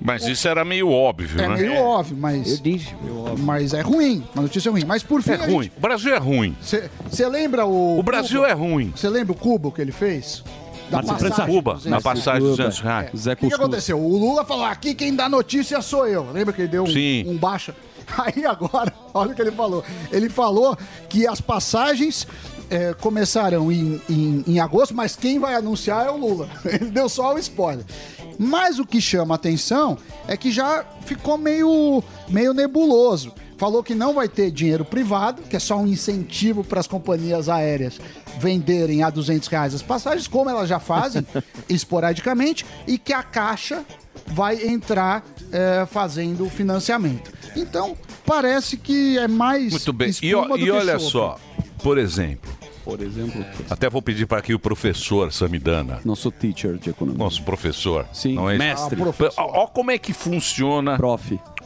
Speaker 6: Mas isso era meio óbvio,
Speaker 13: é
Speaker 6: né?
Speaker 13: meio óbvio, mas.
Speaker 6: Eu
Speaker 13: disse, Mas é ruim. Uma notícia ruim. Mas por fim.
Speaker 6: É ruim. O Brasil é ruim.
Speaker 13: Você lembra o. O
Speaker 6: Brasil é ruim.
Speaker 13: Você lembra o Cubo que ele fez? passagem
Speaker 6: Cuba,
Speaker 13: dos
Speaker 6: na
Speaker 13: Anjos.
Speaker 6: passagem dos Anjos.
Speaker 13: É.
Speaker 8: é
Speaker 13: O que, que aconteceu? O Lula falou: aqui quem dá notícia sou eu. Lembra que ele deu
Speaker 6: Sim.
Speaker 13: um, um baixa? (laughs) Aí agora, (laughs) olha o que ele falou. Ele falou que as passagens eh, começarão em, em, em agosto, mas quem vai anunciar é o Lula. (laughs) Ele deu só o spoiler. Mas o que chama atenção é que já ficou meio, meio nebuloso. Falou que não vai ter dinheiro privado, que é só um incentivo para as companhias aéreas venderem a 200 reais as passagens, como elas já (laughs) fazem esporadicamente, e que a Caixa vai entrar eh, fazendo o financiamento. Então, parece que é mais.
Speaker 6: Muito bem. E,
Speaker 13: espuma do
Speaker 6: ó- e
Speaker 13: que
Speaker 6: olha
Speaker 13: sopa.
Speaker 6: só, por exemplo.
Speaker 8: Por exemplo,
Speaker 6: Até vou pedir para que o professor Samidana.
Speaker 8: Nosso teacher de economia.
Speaker 6: Nosso professor.
Speaker 8: Sim,
Speaker 6: não é isso?
Speaker 8: mestre.
Speaker 6: Ah, professor. Ó, ó como é que funciona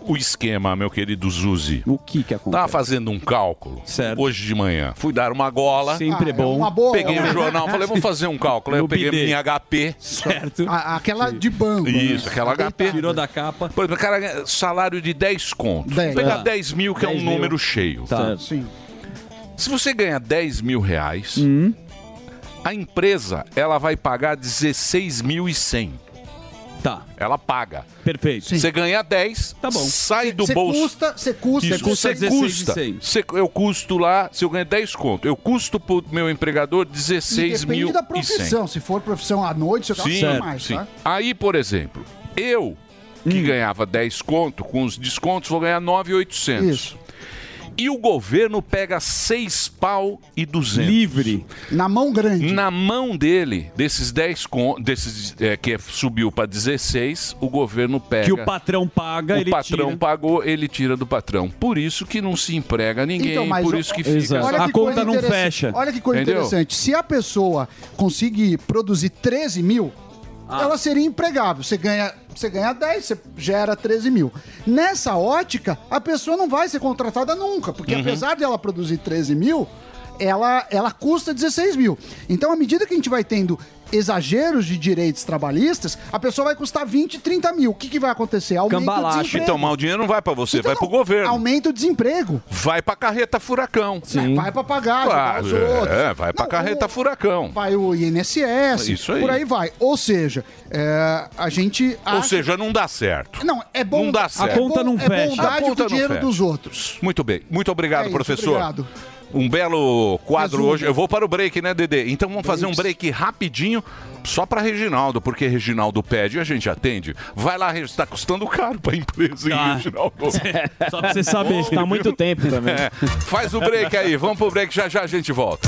Speaker 6: o esquema, meu querido Zuzi.
Speaker 8: O que que acontece?
Speaker 6: Tava fazendo um cálculo hoje de manhã. Fui dar uma gola.
Speaker 8: Sempre Ah, é bom. uma boa.
Speaker 6: Peguei o jornal, falei, vamos fazer um cálculo. Aí eu
Speaker 8: No
Speaker 6: peguei
Speaker 8: bidê.
Speaker 6: minha HP.
Speaker 8: Certo.
Speaker 13: A- aquela de banco. né?
Speaker 6: Isso, aquela HP.
Speaker 8: Tirou da capa.
Speaker 6: Por exemplo, cara, salário de 10 conto.
Speaker 8: Dez.
Speaker 6: Pega
Speaker 13: Ah,
Speaker 8: Tá.
Speaker 6: 10 mil, que é
Speaker 8: 10
Speaker 6: um
Speaker 8: mil.
Speaker 6: número cheio.
Speaker 8: Tá.
Speaker 13: Sim.
Speaker 6: Se você ganha 10 mil reais,
Speaker 13: Hum.
Speaker 6: a empresa ela vai pagar 16.100.
Speaker 8: Tá.
Speaker 6: Ela paga.
Speaker 8: Perfeito.
Speaker 6: Você ganha 10,
Speaker 13: Tá bom.
Speaker 6: sai do
Speaker 13: Cê
Speaker 6: bolso.
Speaker 13: custa- cê custa-
Speaker 6: Isso,
Speaker 13: cê custa
Speaker 6: cê
Speaker 13: 16.100.
Speaker 6: Cê- eu custo lá, se eu ganho 10 conto, eu custo pro meu empregador
Speaker 13: E
Speaker 6: 16
Speaker 13: Depende
Speaker 6: mil
Speaker 13: da profissão. Se for profissão à noite, você
Speaker 6: Sim,
Speaker 13: gasta mais,
Speaker 6: sim.
Speaker 13: tá? Hum.
Speaker 6: Aí, por exemplo, eu que ganhava 10 conto, com os descontos vou ganhar 9,800. Isso. E o governo pega 6 pau e 200.
Speaker 8: Livre.
Speaker 13: Na mão grande.
Speaker 6: Na mão dele, desses 10 con- desses é, que subiu para 16, o governo pega.
Speaker 8: Que o patrão paga,
Speaker 6: O
Speaker 8: ele
Speaker 6: patrão
Speaker 8: tira.
Speaker 6: pagou, ele tira do patrão. Por isso que não se emprega ninguém,
Speaker 13: Então, mas
Speaker 6: por
Speaker 13: o-
Speaker 6: isso que
Speaker 13: olha
Speaker 6: fica.
Speaker 13: que coisa interessante. Olha que coisa
Speaker 6: Entendeu?
Speaker 13: interessante. Se a pessoa conseguir produzir 13 mil,
Speaker 6: Ah.
Speaker 13: ela seria empregável. Você ganha, você ganha 10, você gera 13 mil. Nessa ótica, a pessoa não vai ser contratada nunca, porque
Speaker 14: Uhum.
Speaker 13: apesar dela produzir 13 mil, ela, ela custa 16 mil. Então, à medida que a gente vai tendo exageros de direitos trabalhistas, a pessoa vai custar 20, 30 mil. O que, que vai acontecer? Aumenta o desemprego. Então,
Speaker 6: Então, mas o dinheiro não vai para você, vai para o governo.
Speaker 13: Aumenta o desemprego. É,
Speaker 6: Vai para carreta furacão.
Speaker 13: Vai pra pagar, ajudar
Speaker 6: Claro,
Speaker 13: os outros.
Speaker 6: é, vai para
Speaker 13: Não,
Speaker 6: carreta furacão.
Speaker 13: Vai o INSS,
Speaker 6: Isso aí.
Speaker 13: por aí vai. Ou seja, é, a gente
Speaker 6: Ou
Speaker 13: acha-
Speaker 6: seja, não dá certo.
Speaker 13: Não, é bom-
Speaker 6: Não dá
Speaker 13: a
Speaker 6: certo.
Speaker 13: conta não É fecha. bondade
Speaker 6: A
Speaker 13: com
Speaker 6: conta
Speaker 13: o dinheiro
Speaker 6: fecha.
Speaker 13: dos outros.
Speaker 6: Muito bem. Muito
Speaker 13: É
Speaker 6: obrigado,
Speaker 13: isso,
Speaker 6: professor.
Speaker 13: obrigado.
Speaker 6: Um belo quadro hoje. Eu vou para o break, né, Dedê? Então vamos fazer um break rapidinho só para Reginaldo, porque Reginaldo pede e a gente atende. Vai lá, Reginaldo. Está custando caro para a empresa, hein,
Speaker 17: (laughs)
Speaker 6: Reginaldo?
Speaker 17: Ah. Só pra você saber, tá há muito tempo também.
Speaker 6: (laughs) É. Faz o break aí. Vamos pro break. Já já a gente volta.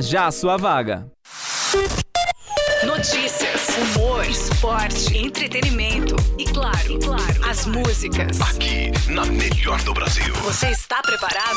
Speaker 17: já a sua vaga.
Speaker 18: Notícias, humor, esporte, entretenimento e claro, e claro, as músicas. Aqui
Speaker 6: na melhor do Brasil.
Speaker 18: Você está preparado?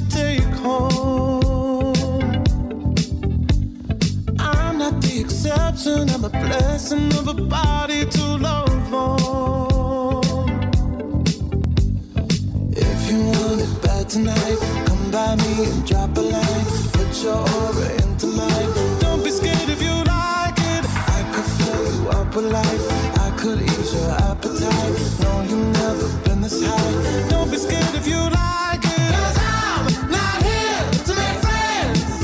Speaker 19: take home. I'm not the exception, I'm a blessing of a body to love on. If you want it bad tonight, come by me and drop a line. Put your aura into mine. Don't be scared if you like it. I could fill you up with life. I could ease your appetite. No, you've never been this high. Don't be scared if you like it. Cause I'm not here to make friends.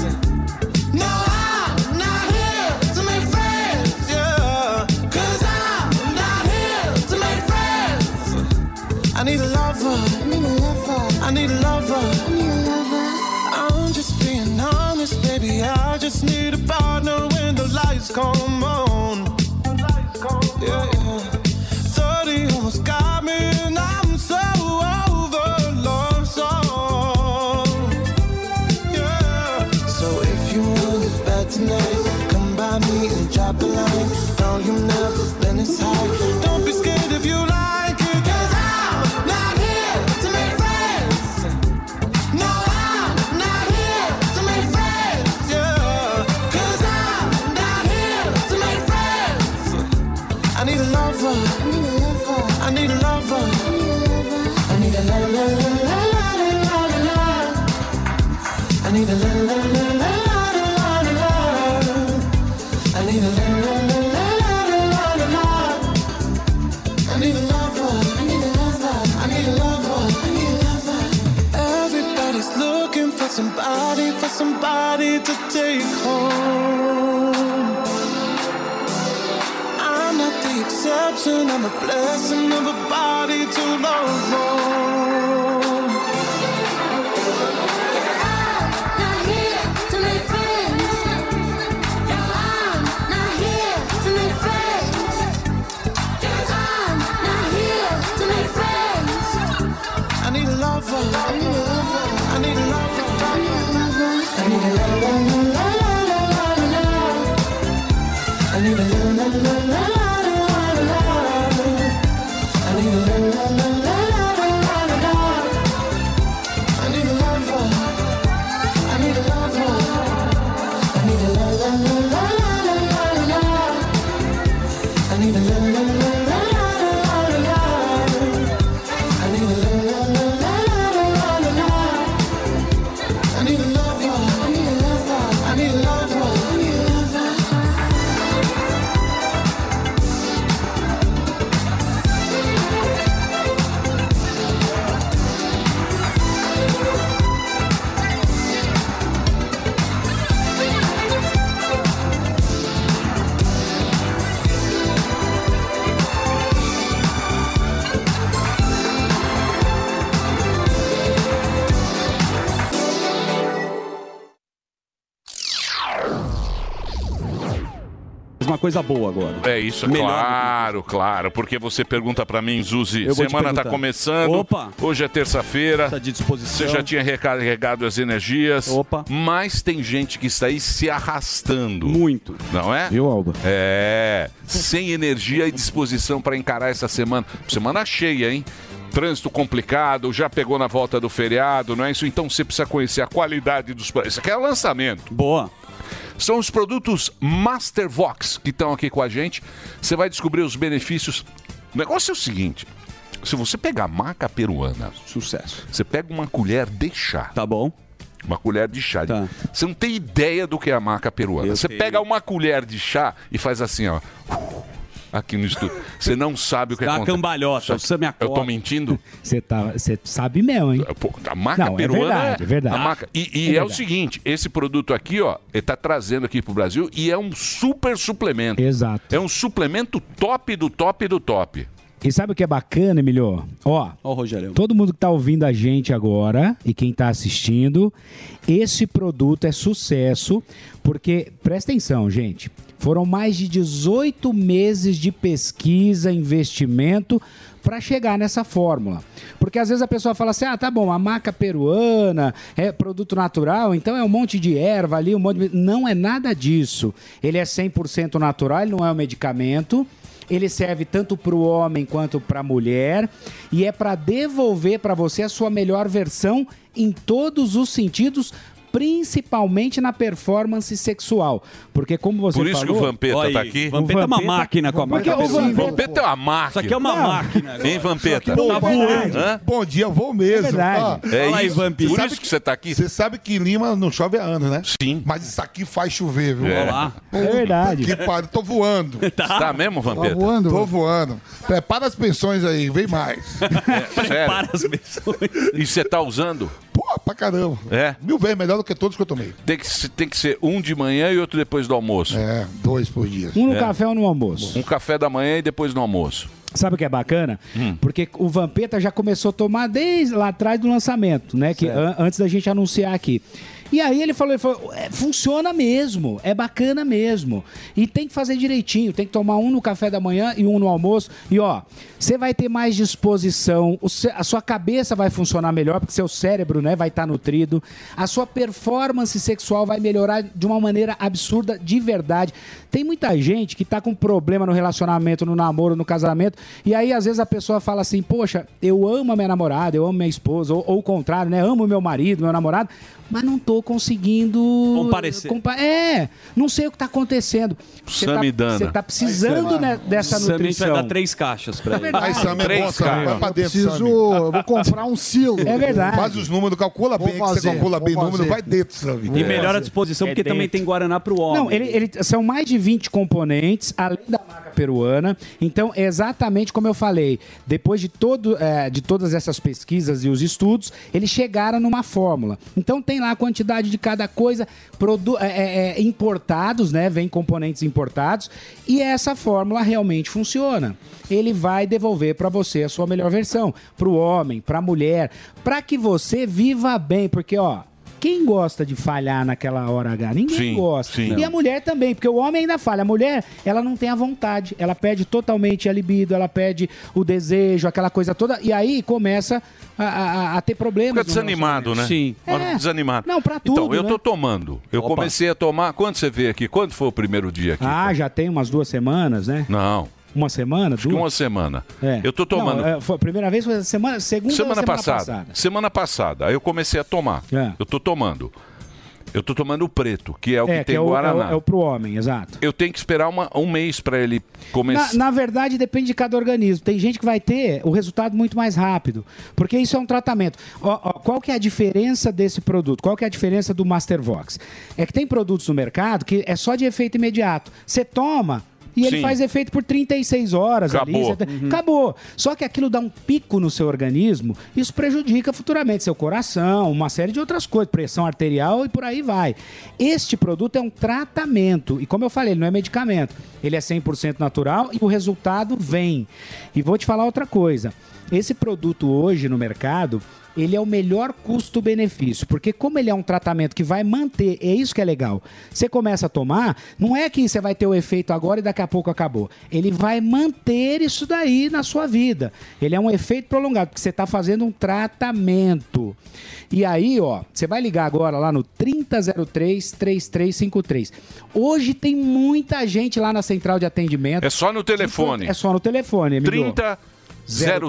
Speaker 19: No, I'm not here to make friends. Yeah. Cause I'm not here to make friends. I need a lover. I need a lover. I need a lover. I need a lover. I'm just being honest, baby. I just need a partner when the lights come on. Yeah, yeah. 30 almost got me, and I'm so over love song. Yeah. So if you want it bad tonight, come by me and drop a line. No, you've never been this high. Don't be scared if you like it. Cause I'm not here to make friends. No, I'm not here to make friends. Yeah. Cause I'm not here to make friends. I need a lover. I need a lover. I need a lover. I need a la la la la la la la la la. I need a la la la la la la la la la. I need a la la la la la la la la la. I need a lover. I need a lover. I need a lover. I need a lover. Everybody's looking for somebody, for somebody to take home. I'm not the exception, I'm a blessing of a body to love on.
Speaker 20: Not here to make friends. No, I'm not here to make friends. 'Cause I'm not here to make friends.
Speaker 19: I need a lover. I need a lover. I need a lover. I need a lover. I need a lover. I need a la la la la la la la la.
Speaker 8: uma coisa boa agora.
Speaker 6: É isso,
Speaker 8: Melhor
Speaker 6: claro, claro. Porque você pergunta pra mim, Zuzi,
Speaker 8: Eu vou te
Speaker 6: semana tá
Speaker 8: perguntar.
Speaker 6: começando.
Speaker 8: Opa.
Speaker 6: Hoje é terça-feira.
Speaker 8: Tá de disposição.
Speaker 6: Você já tinha recarregado as energias.
Speaker 8: Opa.
Speaker 6: Mas tem gente que está aí se arrastando.
Speaker 8: Muito.
Speaker 6: Não é?
Speaker 21: Viu, Alba?
Speaker 6: É. Sem energia e disposição pra encarar essa semana. Semana cheia, hein? Trânsito complicado, já pegou na volta do feriado, não é isso? Então você precisa conhecer a qualidade dos produtos. Isso aqui é lançamento.
Speaker 8: Boa.
Speaker 6: São os produtos Mastervox que estão aqui com a gente. Você vai descobrir os benefícios. O negócio é o seguinte: se você pegar maca peruana,
Speaker 8: sucesso.
Speaker 6: Você pega uma colher de chá.
Speaker 8: Tá bom. Tá.
Speaker 6: Uma colher de chá. Você não tem ideia do que é a maca peruana. você
Speaker 8: tenho.
Speaker 6: pega uma colher de chá e faz assim, ó. Aqui no estúdio. Você não sabe o que
Speaker 8: Dá
Speaker 6: acontece.
Speaker 8: cambalhota,
Speaker 6: Só que
Speaker 8: você me
Speaker 6: Eu tô
Speaker 8: acorda.
Speaker 6: mentindo?
Speaker 22: Você tá, você sabe mesmo, hein?
Speaker 6: A maca
Speaker 22: Não, é
Speaker 6: peruana.
Speaker 22: verdade, é verdade.
Speaker 6: a maca- E, e
Speaker 22: É
Speaker 6: é, o
Speaker 22: verdade.
Speaker 6: seguinte: esse produto aqui, ó, ele tá trazendo aqui pro Brasil e é um super suplemento.
Speaker 22: Exato.
Speaker 6: É um suplemento top do top do top.
Speaker 22: E sabe o que é bacana, Emilio? Ó,
Speaker 8: Ó, o Rogério.
Speaker 22: todo mundo que tá ouvindo a gente agora e quem tá assistindo, esse produto é sucesso, porque, presta atenção, gente, foram mais de 18 meses de pesquisa, investimento para chegar nessa fórmula. Porque às vezes a pessoa fala assim: ah, tá bom, a maca peruana é produto natural, então é um monte de erva ali, um monte de. Não é nada disso. Ele é 100% natural, ele não é um medicamento. Ele serve tanto para o homem quanto para a mulher e é para devolver para você a sua melhor versão em todos os sentidos, principalmente na performance sexual. Porque como você
Speaker 6: Por isso
Speaker 22: falou,
Speaker 6: que o Vampeta
Speaker 22: Olha
Speaker 6: tá
Speaker 22: aí,
Speaker 6: aqui.
Speaker 22: o Vampeta- é Porque o
Speaker 6: Vampeta,
Speaker 22: Vampeta-
Speaker 6: é uma máquina.
Speaker 22: Isso aqui é uma Não.
Speaker 8: máquina.
Speaker 6: Hein, Vampeta?
Speaker 22: é
Speaker 13: Bom,
Speaker 6: Tá
Speaker 13: bom,
Speaker 6: voando. Hã?
Speaker 13: Bom dia, eu vou mesmo.
Speaker 6: É verdade. É
Speaker 13: Fala aí,
Speaker 6: isso.
Speaker 13: Vampiro.
Speaker 6: Por
Speaker 13: Sabe
Speaker 6: isso que você tá aqui.
Speaker 13: Você sabe que em Lima não chove há anos, né?
Speaker 6: Sim.
Speaker 13: Mas isso aqui faz chover, viu?
Speaker 6: É. Olha lá.
Speaker 13: Puta
Speaker 6: É verdade.
Speaker 13: Que pariu, tô voando.
Speaker 6: Tá. Tá mesmo, Vampeta?
Speaker 13: Tô voando? Tô voando. Prepara as pensões aí, vem mais.
Speaker 6: Prepara as
Speaker 8: menções.
Speaker 6: É, E você tá usando?
Speaker 13: Pô, pra caramba.
Speaker 6: É.
Speaker 13: Mil vezes melhor do que todos que eu tomei.
Speaker 6: Tem que, se- tem que ser um de manhã e outro depois do almoço. É.
Speaker 13: É, dois por dia.
Speaker 22: Um no café ou no almoço.
Speaker 6: Um café da manhã e depois no almoço.
Speaker 22: Sabe o que é bacana? Porque o Vampeta já começou a tomar desde lá atrás do lançamento, né? Que an- antes da gente anunciar aqui. E aí ele falou, ele falou, "É, funciona mesmo, é bacana mesmo. E tem que fazer direitinho, tem que tomar um no café da manhã e um no almoço. E ó, você vai ter mais disposição, o cé- a sua cabeça vai funcionar melhor, porque seu cérebro né, vai estar nutrido, a sua performance sexual vai melhorar de uma maneira absurda de verdade. Tem muita gente que tá com problema no relacionamento, no namoro, no casamento, e aí às vezes a pessoa fala assim: Poxa, eu amo a minha namorada, eu amo minha esposa, ou, ou o contrário, né? Amo meu marido, meu namorado, mas não tô conseguindo.
Speaker 8: Comparecer.
Speaker 22: compa- é, não sei o que tá acontecendo. Você tá,
Speaker 8: Samidana.
Speaker 22: você tá precisando né, dessa
Speaker 8: Sammy
Speaker 22: nutrição.
Speaker 8: vai dar três caixas pra ele.
Speaker 13: Aí, Sam, é bom, Sam. Vai pra dentro,
Speaker 23: Preciso-
Speaker 13: Sam.
Speaker 23: Eu vou comprar um silo.
Speaker 13: É verdade. Faz os números, calcula
Speaker 23: Vou
Speaker 13: bem, que você
Speaker 23: fazer,
Speaker 13: calcula
Speaker 23: vou
Speaker 13: bem o número,
Speaker 23: fazer.
Speaker 13: vai dentro, Sam.
Speaker 8: E melhora a disposição,
Speaker 22: É
Speaker 8: porque também
Speaker 22: dentro.
Speaker 8: tem Guaraná pro homem.
Speaker 22: Não, ele, ele- são mais de 20 componentes, além da marca peruana. Então, é exatamente como eu falei, depois de, todo, eh, de todas essas pesquisas e os estudos, eles chegaram numa fórmula. Então, tem lá a quantidade de cada coisa, produ- eh, eh, eh, importados, né? Vem componentes importados. E essa fórmula realmente funciona. Ele vai devolver para você a sua melhor versão. Para o homem, para a mulher, para que você viva bem. Porque, ó... Quem gosta de falhar naquela hora H? Ninguém
Speaker 6: Sim,
Speaker 22: gosta.
Speaker 6: sim.
Speaker 22: E a mulher também, porque o homem ainda falha. A mulher, ela não tem a vontade. Ela perde totalmente a libido, ela perde o desejo, aquela coisa toda. E aí começa a, a- a- a ter problemas.
Speaker 6: Fica
Speaker 22: no
Speaker 6: desanimado, né?
Speaker 22: um Sim.
Speaker 6: Olha,
Speaker 22: É.
Speaker 6: Desanimado.
Speaker 22: Não, pra
Speaker 6: Então,
Speaker 22: tudo,
Speaker 6: eu
Speaker 22: né?
Speaker 6: tô tomando. Eu
Speaker 22: Opa.
Speaker 6: comecei a tomar. Quando você veio aqui? Quando foi o primeiro dia aqui?
Speaker 22: Ah, já tem umas duas semanas, né?
Speaker 6: Não.
Speaker 22: Uma semana?
Speaker 6: Acho que uma semana.
Speaker 22: É.
Speaker 6: Eu tô tomando.
Speaker 22: Não, é, foi a primeira vez foi semana, segunda ou
Speaker 6: semana,
Speaker 22: semana É.
Speaker 6: passada. Semana passada. Aí eu comecei a tomar. Eu tô tomando. Eu tô tomando o preto, que é o que
Speaker 22: É, que
Speaker 6: tem
Speaker 22: é o, é, o,
Speaker 6: Guaraná.
Speaker 22: é o pro homem, exato.
Speaker 6: Eu tenho que esperar uma- um mês pra ele começar.
Speaker 22: Na, na verdade, depende de cada organismo. Tem gente que vai ter o resultado muito mais rápido, porque isso é um tratamento. Ó, ó, qual que é a diferença desse produto? Qual que é a diferença do Mastervox? É que tem produtos no mercado que é só de efeito imediato. Você toma, e ele
Speaker 6: Sim.
Speaker 22: faz efeito por 36 horas ali.
Speaker 6: Acabou.
Speaker 22: você tá-
Speaker 6: Uhum.
Speaker 22: Acabou. Só que aquilo dá um pico no seu organismo, isso prejudica futuramente seu coração, uma série de outras coisas, pressão arterial e por aí vai. Este produto é um tratamento. E como eu falei, ele não é medicamento. Ele é 100% natural e o resultado vem. E vou te falar outra coisa. Esse produto hoje no mercado, ele é o melhor custo-benefício, porque como ele é um tratamento que vai manter, é isso que é legal. Você começa a tomar, não é que você vai ter o efeito agora e daqui a pouco acabou. Ele vai manter isso daí na sua vida. Ele é um efeito prolongado, porque você está fazendo um tratamento. E aí, ó, você vai ligar agora lá no 3003-3353. Hoje tem muita gente lá na central de atendimento.
Speaker 6: É só no telefone.
Speaker 22: É só no telefone, Emilio.
Speaker 6: 30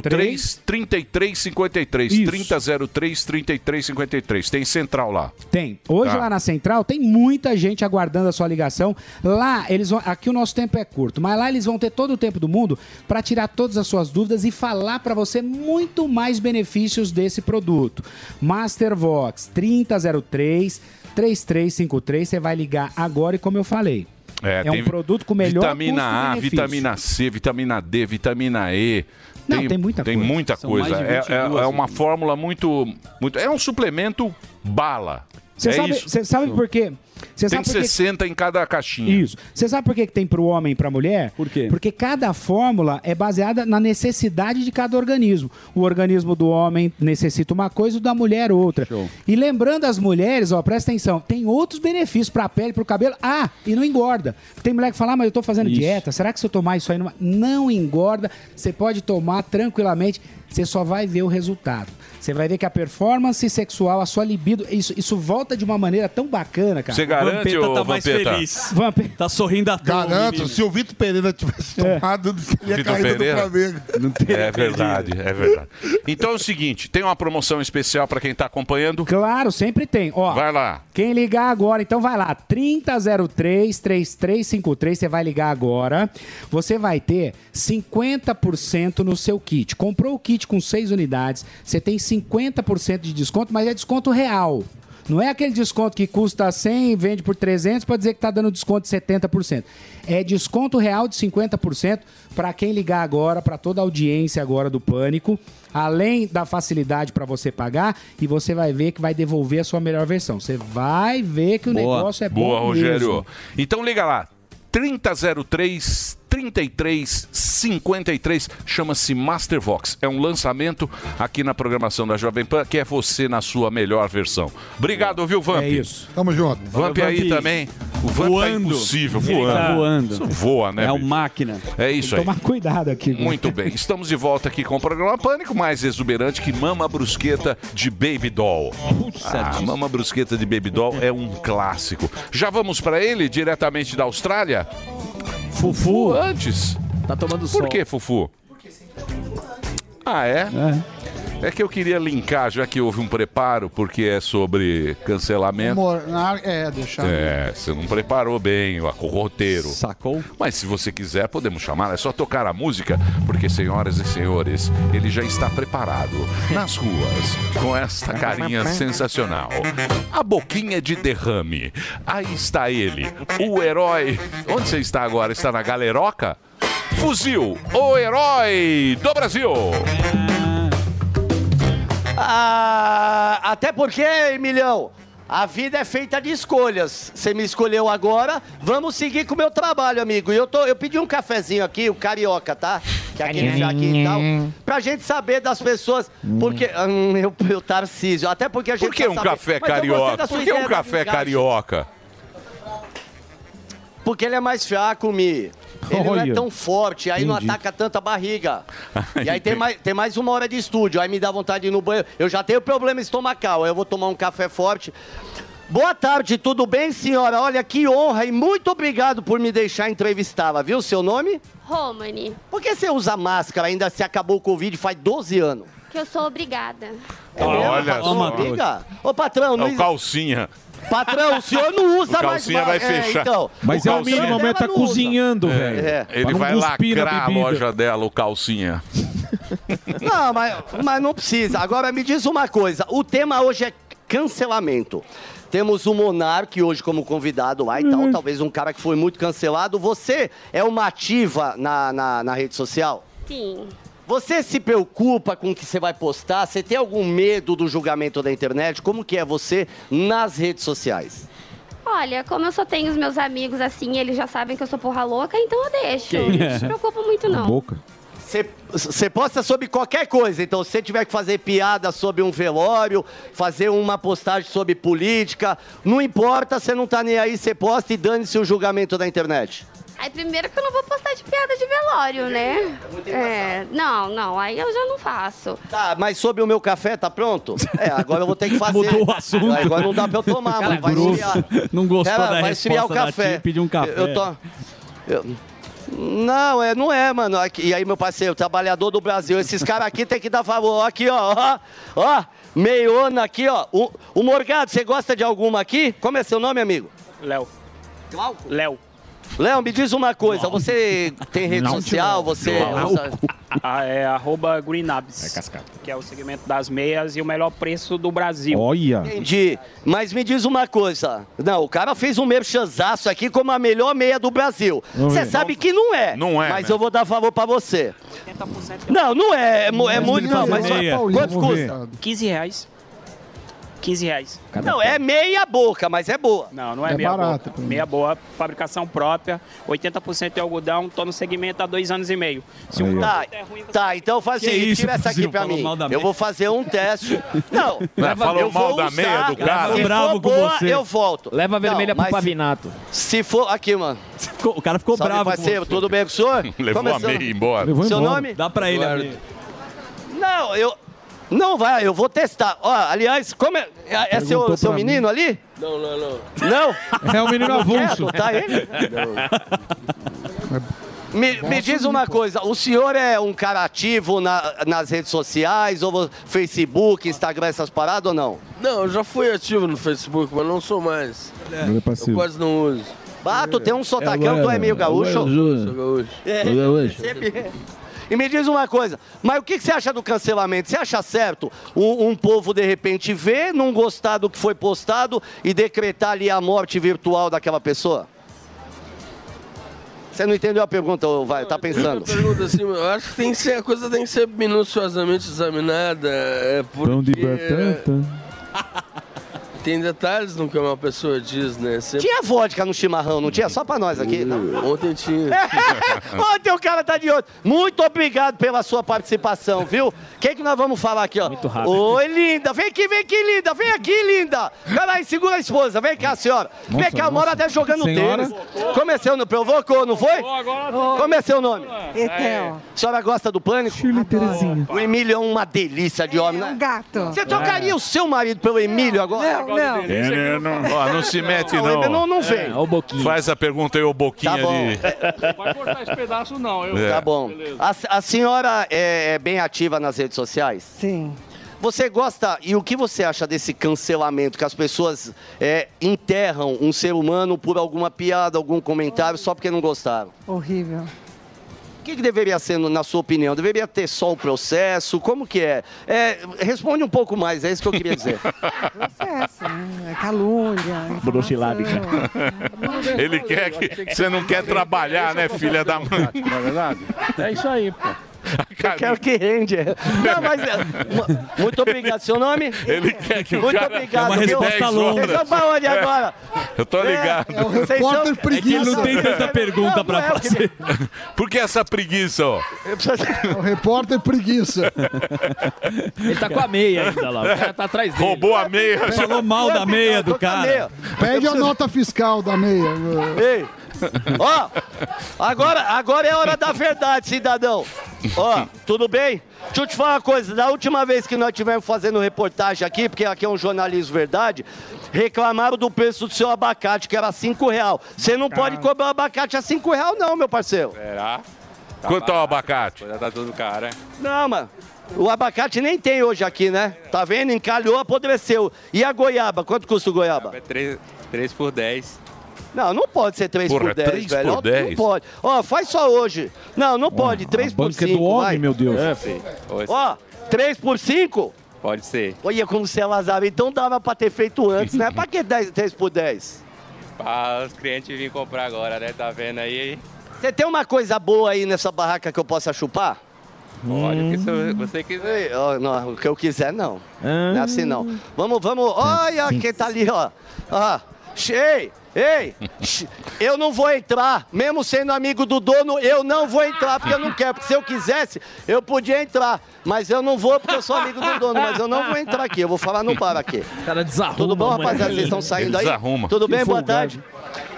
Speaker 6: 03 33 53 30 03 33 53 tem central lá
Speaker 22: Tem. Hoje
Speaker 6: Tá.
Speaker 22: lá na central tem muita gente aguardando a sua ligação. Lá eles vão, aqui o nosso tempo é curto, mas lá eles vão ter todo o tempo do mundo para tirar todas as suas dúvidas e falar para você muito mais benefícios desse produto. Mastervox 3003 3353, você vai ligar agora e como eu falei, é, um
Speaker 6: tem
Speaker 22: produto com melhor
Speaker 6: vitamina A,
Speaker 22: custo-benefício.
Speaker 6: vitamina C, vitamina D, vitamina E. Não, tem, muita tem coisa. Muita
Speaker 22: São mais
Speaker 6: coisa.
Speaker 22: de
Speaker 6: É,
Speaker 22: 22,
Speaker 6: é- é uma fórmula muito, muito. É um suplemento bala.
Speaker 22: Você
Speaker 6: é
Speaker 22: sabe,
Speaker 6: isso.
Speaker 22: você sabe por quê? Você
Speaker 6: tem
Speaker 22: sabe por quê?
Speaker 6: 60 em cada caixinha.
Speaker 22: Isso. Você sabe por que, que tem para o homem e para a mulher? Por quê? Porque cada fórmula é baseada na necessidade de cada organismo. O organismo do homem necessita uma coisa, o da mulher outra. E lembrando as mulheres, ó, presta atenção, tem outros benefícios para a pele, para o cabelo. Ah, e não engorda. Tem mulher que fala, ah, mas eu tô fazendo
Speaker 17: Isso.
Speaker 22: dieta, será que se eu tomar isso aí? Não, vai?" não engorda, você pode tomar tranquilamente, você só vai ver o resultado. Você vai ver que a performance sexual, a sua libido, isso, isso volta de uma maneira tão bacana, cara.
Speaker 6: Você garante,
Speaker 22: Vampeta
Speaker 6: ô
Speaker 22: tá mais
Speaker 6: Vampeta?
Speaker 22: feliz. Vampeta.
Speaker 24: Tá sorrindo à toa.
Speaker 18: Garanto, se o Vitor Pereira tivesse
Speaker 22: É.
Speaker 18: tomado, ele ia
Speaker 6: Vitor
Speaker 18: cair do
Speaker 6: Pereira?
Speaker 18: Flamengo.
Speaker 6: É verdade, é verdade. Então é o seguinte, tem uma promoção especial para quem está acompanhando.
Speaker 22: Claro, sempre tem. Ó,
Speaker 6: Vai lá.
Speaker 22: Quem ligar agora, então vai lá, 3003-3353, você vai ligar agora. Você vai ter 50% no seu kit. Comprou o kit com 6 unidades, você tem 50% de desconto, mas é desconto real. Não é aquele desconto que custa 100 e vende por 300 para dizer que está dando desconto de 70%. É desconto real de 50% para quem ligar agora, para toda a audiência agora do Pânico. Além da facilidade para você pagar, e você vai ver que vai devolver a sua melhor versão. Você vai ver que o negócio é
Speaker 6: Boa,
Speaker 22: bom
Speaker 6: Rogério.
Speaker 22: mesmo.
Speaker 6: Então liga lá. 3003 3353 chama-se Mastervox. É um lançamento aqui na programação da Jovem Pan, que é você na sua melhor versão. Obrigado, viu, Vamp? É isso.
Speaker 18: Tamo junto.
Speaker 6: Vamp aí também. O Vamp tá impossível,
Speaker 24: Ele
Speaker 6: voando.
Speaker 24: tá voando.
Speaker 6: Isso voa, né?
Speaker 24: É uma
Speaker 6: bicho?
Speaker 24: máquina.
Speaker 6: É isso aí.
Speaker 22: Tomar cuidado aqui. né?
Speaker 6: Muito bem, estamos de volta aqui com o programa Pânico, mais exuberante que Mama Brusqueta de Baby Doll. Ah, Mama Brusqueta de Baby Doll é um clássico. Já vamos para ele, diretamente da Austrália? Fufu. Antes.
Speaker 7: Tá tomando
Speaker 6: Por
Speaker 7: sol.
Speaker 6: que, Fufu? Ah, é? É. que eu queria linkar, já que houve um preparo, porque é sobre cancelamento.
Speaker 13: Humor, na- é, deixar.
Speaker 6: É, você não preparou bem o o roteiro.
Speaker 24: Sacou?
Speaker 6: Mas se você quiser, podemos chamar. É só tocar a música, porque, senhoras e senhores, ele já está preparado nas ruas com esta carinha sensacional. A boquinha de derrame. Aí está ele, o herói. Onde você está agora? Está na galeroca? Fuzil, o herói do Brasil.
Speaker 11: Ah, até porque, Emilhão, a vida é feita de escolhas. Você me escolheu agora, vamos seguir com o meu trabalho, amigo. E eu, tô, eu pedi um cafezinho aqui, o carioca, tá? Que é aquele já aqui e tal. Pra gente saber das pessoas. Porque. Hum, eu, eu Tarcísio. Até porque a gente.
Speaker 6: Por que um café carioca? Por que um café carioca?
Speaker 11: Porque ele é mais fraco, Mi. Ele não é
Speaker 6: Olha.
Speaker 11: tão forte, aí não
Speaker 6: Entendi.
Speaker 11: ataca tanta
Speaker 6: (laughs)
Speaker 11: barriga. e aí tem mais, tem mais uma hora de estúdio, aí me dá vontade de ir no banheiro. Eu já tenho problema estomacal, aí eu vou tomar um café forte. Boa tarde, tudo bem, senhora? Olha, que honra e muito obrigado por me deixar entrevistá-la, viu? Seu nome?
Speaker 1: Romani,
Speaker 11: Por que você usa máscara ainda se acabou o Covid faz 12 anos?
Speaker 1: que eu sou obrigada.
Speaker 6: Ah, Olha
Speaker 11: Ô,
Speaker 6: só.
Speaker 11: amiga. Ô, patrão,
Speaker 6: É
Speaker 11: não
Speaker 6: o calcinha.
Speaker 11: Patrão, o senhor não usa
Speaker 6: (laughs)
Speaker 11: mais
Speaker 6: O calcinha vai
Speaker 11: máscara.
Speaker 6: fechar.
Speaker 11: então,
Speaker 6: Mas
Speaker 11: o
Speaker 6: é o
Speaker 11: calcinha
Speaker 6: mínimo,
Speaker 11: dela
Speaker 6: a mulher tá
Speaker 11: não usa.
Speaker 6: cozinhando,
Speaker 11: velho. É.
Speaker 6: Ele
Speaker 11: Pra não
Speaker 6: vai
Speaker 11: cuspir na
Speaker 6: lacrar a
Speaker 11: bebida.
Speaker 6: loja dela, o calcinha.
Speaker 11: Não, mas, mas não precisa. Agora me diz uma coisa: o tema hoje é cancelamento. Temos o Monark hoje como convidado lá e tal, talvez um cara que foi muito cancelado. Você é uma ativa na, na, na rede social?
Speaker 1: Sim.
Speaker 11: Você se preocupa com o que você vai postar? Você tem algum medo do julgamento da internet? Como que é você nas redes sociais?
Speaker 1: Olha, como eu só tenho os meus amigos assim, eles já sabem que eu sou porra louca, então eu deixo.
Speaker 11: Que
Speaker 1: não
Speaker 11: isso?
Speaker 1: se preocupo muito, não.
Speaker 11: Você- Você posta sobre qualquer coisa, então se você tiver que fazer piada sobre um velório, fazer uma postagem sobre política, não importa, você não tá nem aí, você posta e dane-se o julgamento da internet.
Speaker 1: Aí primeiro que eu não vou postar de piada de velório, né? É, não, não, aí eu já não faço.
Speaker 11: Tá, mas sobre o meu café, tá pronto? É, agora eu vou
Speaker 14: (laughs)
Speaker 11: ter que fazer.
Speaker 1: Mudou o assunto.
Speaker 11: Agora não dá pra eu tomar,
Speaker 14: Cara,
Speaker 11: mas vai
Speaker 14: grosso.
Speaker 11: esfriar.
Speaker 14: Não gostou
Speaker 11: Cara,
Speaker 14: da
Speaker 11: vai esfriar o
Speaker 14: resposta da
Speaker 11: café.
Speaker 14: tia, pediu um café.
Speaker 11: Eu, eu tô... eu- Não, é, não é, mano. Aqui- e aí, meu parceiro, trabalhador do Brasil, esses caras aqui tem que dar favor. Ó, aqui, ó, ó, ó, meiona aqui, ó. O, o Morgado, você gosta de alguma aqui? Como é seu nome, amigo?
Speaker 3: Léo. Léo.
Speaker 11: Léo, me diz uma coisa, você tem rede
Speaker 3: Não.
Speaker 11: social, você...
Speaker 3: Não.
Speaker 11: usa-
Speaker 3: Ah, é arroba Greenabs. É cascata. Que é o segmento das meias e o melhor preço do Brasil.
Speaker 11: Entendi. Mas me diz uma coisa. Não, o cara fez um merchanzaço aqui como a melhor meia do Brasil.
Speaker 14: Não
Speaker 11: Você
Speaker 14: é.
Speaker 11: sabe que não é. Não
Speaker 14: é,
Speaker 11: Mas
Speaker 14: né?
Speaker 11: eu vou dar favor pra você. Não, não é. É, mu- é muito.
Speaker 3: meia,
Speaker 11: mas
Speaker 3: meia.
Speaker 11: quanto
Speaker 3: Vamos ver.
Speaker 11: custa?
Speaker 3: 15 reais. 15 reais.
Speaker 11: Não, é meia boca, mas é boa.
Speaker 3: Não, não é,
Speaker 11: É
Speaker 3: meia
Speaker 11: barato,
Speaker 3: boa. Meia boa, fabricação própria, 80% de algodão, tô no segmento há dois anos e meio. Se um
Speaker 11: Tá,
Speaker 3: produto é ruim, você-
Speaker 11: tá, então faz o
Speaker 3: Que
Speaker 11: seguinte,
Speaker 3: isso,
Speaker 11: tira essa aqui
Speaker 3: Brasil,
Speaker 11: pra
Speaker 3: falou
Speaker 11: mim.
Speaker 3: mal da
Speaker 11: Eu
Speaker 3: meia.
Speaker 11: vou fazer um
Speaker 6: (laughs)
Speaker 11: teste. Não,
Speaker 6: Não, falou
Speaker 11: eu
Speaker 6: mal
Speaker 11: vou
Speaker 6: da
Speaker 11: usar,
Speaker 6: meia do cara.
Speaker 11: Se
Speaker 6: Bravo
Speaker 11: for
Speaker 6: com
Speaker 11: boa,
Speaker 6: você.
Speaker 11: eu volto.
Speaker 12: Leva a
Speaker 11: Não,
Speaker 12: vermelha pro
Speaker 11: mas se-
Speaker 12: Pavinato.
Speaker 11: Se for. Aqui, mano.
Speaker 12: o cara ficou
Speaker 11: Salve,
Speaker 12: bravo com
Speaker 11: parceiro,
Speaker 12: você.
Speaker 11: tudo bem com o senhor?
Speaker 6: (laughs) Levou
Speaker 11: Como é
Speaker 6: a
Speaker 11: seu-
Speaker 6: meia embora. Levou
Speaker 11: Seu
Speaker 6: embora.
Speaker 11: nome?
Speaker 6: Dá pra ele a meia.
Speaker 11: Não, eu. Não vai, eu vou testar. Ó, aliás, como é. É, é seu,
Speaker 14: Perguntou
Speaker 11: seu
Speaker 14: pra mim.
Speaker 11: menino ali?
Speaker 14: Não, não, não.
Speaker 11: Não?
Speaker 14: É o menino
Speaker 11: Não
Speaker 14: avulso.
Speaker 11: quer adotar ele? Me, me diz uma coisa, o senhor é um cara ativo na- nas redes sociais, ou vo- Facebook, Instagram, essas paradas ou não?
Speaker 25: Não, eu já fui ativo no Facebook, mas não sou mais.
Speaker 11: Agora é
Speaker 25: Eu
Speaker 11: passivo.
Speaker 25: quase não uso.
Speaker 11: Bato, tem um sotacão, tu é meio gaúcho?
Speaker 25: Sou gaúcho.
Speaker 11: É. Sempre- E me diz uma coisa, mas o que que você acha do cancelamento? Você acha certo um, um povo, de repente, ver, não gostar do que foi postado e decretar ali a morte virtual daquela pessoa? Você não entendeu a pergunta, ô, vai, tá pensando?
Speaker 25: Pergunta assim, eu acho que, tem que ser, a coisa tem que ser minuciosamente examinada. É
Speaker 14: Pão de
Speaker 25: porque
Speaker 14: batata.
Speaker 25: tem detalhes no que uma pessoa diz, né? Sempre...
Speaker 11: Tinha vodka no chimarrão, não tinha? Só pra nós aqui.
Speaker 25: Hum. Ontem tinha.
Speaker 11: (laughs) Ontem o cara tá de outro. Muito obrigado pela sua participação, viu? O que, que nós vamos falar aqui, ó? Muito rápido. Oi, linda. Vem aqui, vem aqui, linda. Vem aqui, linda. Caralho, segura a esposa. Vem cá, senhora. vem
Speaker 14: Nossa,
Speaker 11: cá, uma hora
Speaker 14: nossa.
Speaker 11: até jogando
Speaker 14: Senhora?
Speaker 11: tênis. Comecei no... Provocou, não foi? Como é seu nome? É.
Speaker 2: Etel.
Speaker 11: A senhora gosta do pânico? O Emílio é uma delícia de homem, né?
Speaker 2: um gato.
Speaker 11: Você
Speaker 14: É.
Speaker 11: trocaria o seu marido pelo Emílio agora?
Speaker 2: Não, não.
Speaker 6: É, né, não, ó, não se mete, não.
Speaker 11: ele não- não vem.
Speaker 6: É, ó o Boquinha. Faz a pergunta aí, o Boquinha
Speaker 11: Tá bom.
Speaker 6: ali.
Speaker 3: Vai cortar esse pedaço, não.
Speaker 6: É.
Speaker 3: Eu...
Speaker 11: Tá bom. A, a senhora é, é bem ativa nas redes sociais?
Speaker 2: Sim.
Speaker 11: Você gosta, e o que você acha desse cancelamento, que as pessoas é, enterram um ser humano por alguma piada, algum comentário, só porque não gostaram?
Speaker 2: Horrível.
Speaker 11: O que, que deveria ser, no- na sua opinião? Deveria ter só o processo? Como que é? É, Responde um pouco mais, é isso que eu queria dizer.
Speaker 2: (laughs) Processo, né? É calúnia.
Speaker 11: Monossilábica.
Speaker 6: Ele quer que. Você não quer trabalhar, né, filha da mãe?
Speaker 25: Não é verdade?
Speaker 11: É isso aí, pô. Eu quero que rende. Não, mas, é, mu- muito obrigado. Seu nome?
Speaker 6: Ele quer que o
Speaker 11: Muito
Speaker 6: cara-
Speaker 11: obrigado.
Speaker 6: É uma
Speaker 11: viu?
Speaker 6: resposta
Speaker 11: Vocês
Speaker 6: longa.
Speaker 11: vão pra onde
Speaker 6: É.
Speaker 11: agora?
Speaker 6: Eu tô ligado.
Speaker 11: é o repórter É que preguiça.
Speaker 2: não tem
Speaker 11: é
Speaker 2: tanta
Speaker 6: pergunta
Speaker 11: pra fazer.
Speaker 6: Por que essa preguiça, ó?
Speaker 11: É
Speaker 13: o repórter preguiça.
Speaker 6: Ele
Speaker 2: tá com a meia ainda lá, o cara tá atrás dele.
Speaker 6: Roubou a meia.
Speaker 2: Falou mal da meia do
Speaker 11: cara.
Speaker 13: Pede a nota fiscal da meia.
Speaker 11: Ei, ó, agora, agora é a hora da verdade, cidadão. Ó, tudo bem? Deixa eu te falar uma coisa, da última vez que nós tivemos fazendo reportagem aqui, porque aqui é um jornalismo verdade, reclamaram do preço do seu abacate, que era 5 real. Você não pode
Speaker 25: Ah.
Speaker 11: cobrar o abacate a 5 real não, meu parceiro.
Speaker 6: Será?
Speaker 26: Tá
Speaker 6: Quanto é o abacate? Coisa da do cara,
Speaker 11: Não, mano. O abacate nem tem hoje aqui, né? Tá vendo? Encalhou, apodreceu. E a goiaba? Quanto custa o goiaba?
Speaker 26: É 3, por 10.
Speaker 11: Não, não pode ser 3
Speaker 26: Porra,
Speaker 11: por 10,
Speaker 26: três
Speaker 11: velho.
Speaker 26: por
Speaker 11: Não- Não
Speaker 26: 10?
Speaker 11: pode. Ó, faz só hoje. Não, não pode. 3 por 5.
Speaker 7: banca é do homem,
Speaker 11: vai.
Speaker 7: meu Deus.
Speaker 11: Ó, 3 por 5?
Speaker 26: Pode ser.
Speaker 11: Olha como você é lazaro. Então dava pra ter feito antes, né? Pra que 10, 10 por 10?
Speaker 26: Ah, os clientes vêm comprar agora, né? Tá vendo aí?
Speaker 11: Você tem uma coisa boa aí nessa barraca que eu possa chupar?
Speaker 26: Olha, o que você- você quiser.
Speaker 11: Ei, ó, não, o que eu quiser, não.
Speaker 22: Ah.
Speaker 11: Não é assim, não. Vamos, vamos. Olha quem tá ali, ó. Ah, ei, ei. xi, Eu não vou entrar. Mesmo sendo amigo do dono, eu não vou entrar, porque eu não quero. Porque se eu quisesse, eu podia entrar. Mas eu não vou, porque eu sou amigo do dono. Mas eu não vou entrar aqui. Eu vou falar no bar aqui.
Speaker 22: cara desarruma.
Speaker 11: Tudo bom,
Speaker 22: mano.
Speaker 11: rapaziada? Vocês estão
Speaker 22: Ele
Speaker 11: saindo aí?
Speaker 22: desarruma.
Speaker 11: Tudo
Speaker 22: Que
Speaker 11: bem? Boa
Speaker 22: folgado.
Speaker 11: tarde.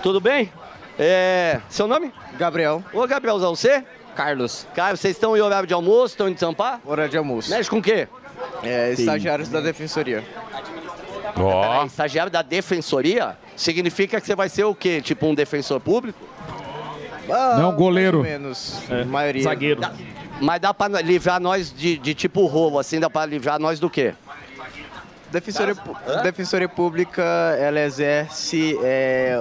Speaker 11: Tudo bem? É, seu nome? Gabriel. Ô, Gabrielzão, você? Carlos. Carlos, vocês estão em horário de almoço? Estão indo trampar? Horário de almoço. Mexe com o quê? É,
Speaker 9: estagiários da defensoria.
Speaker 11: Peraí, estagiário da defensoria? Significa que você vai ser o quê? Tipo um defensor público?
Speaker 9: Não, goleiro.
Speaker 11: Ah, Mais ou
Speaker 9: menos. É, maioria. zagueiro.
Speaker 11: Dá- mas dá pra no- livrar nós de, de tipo rolo, assim, dá pra livrar nós do quê?
Speaker 9: Defensoria, pu- defensoria pública, ela exerce é,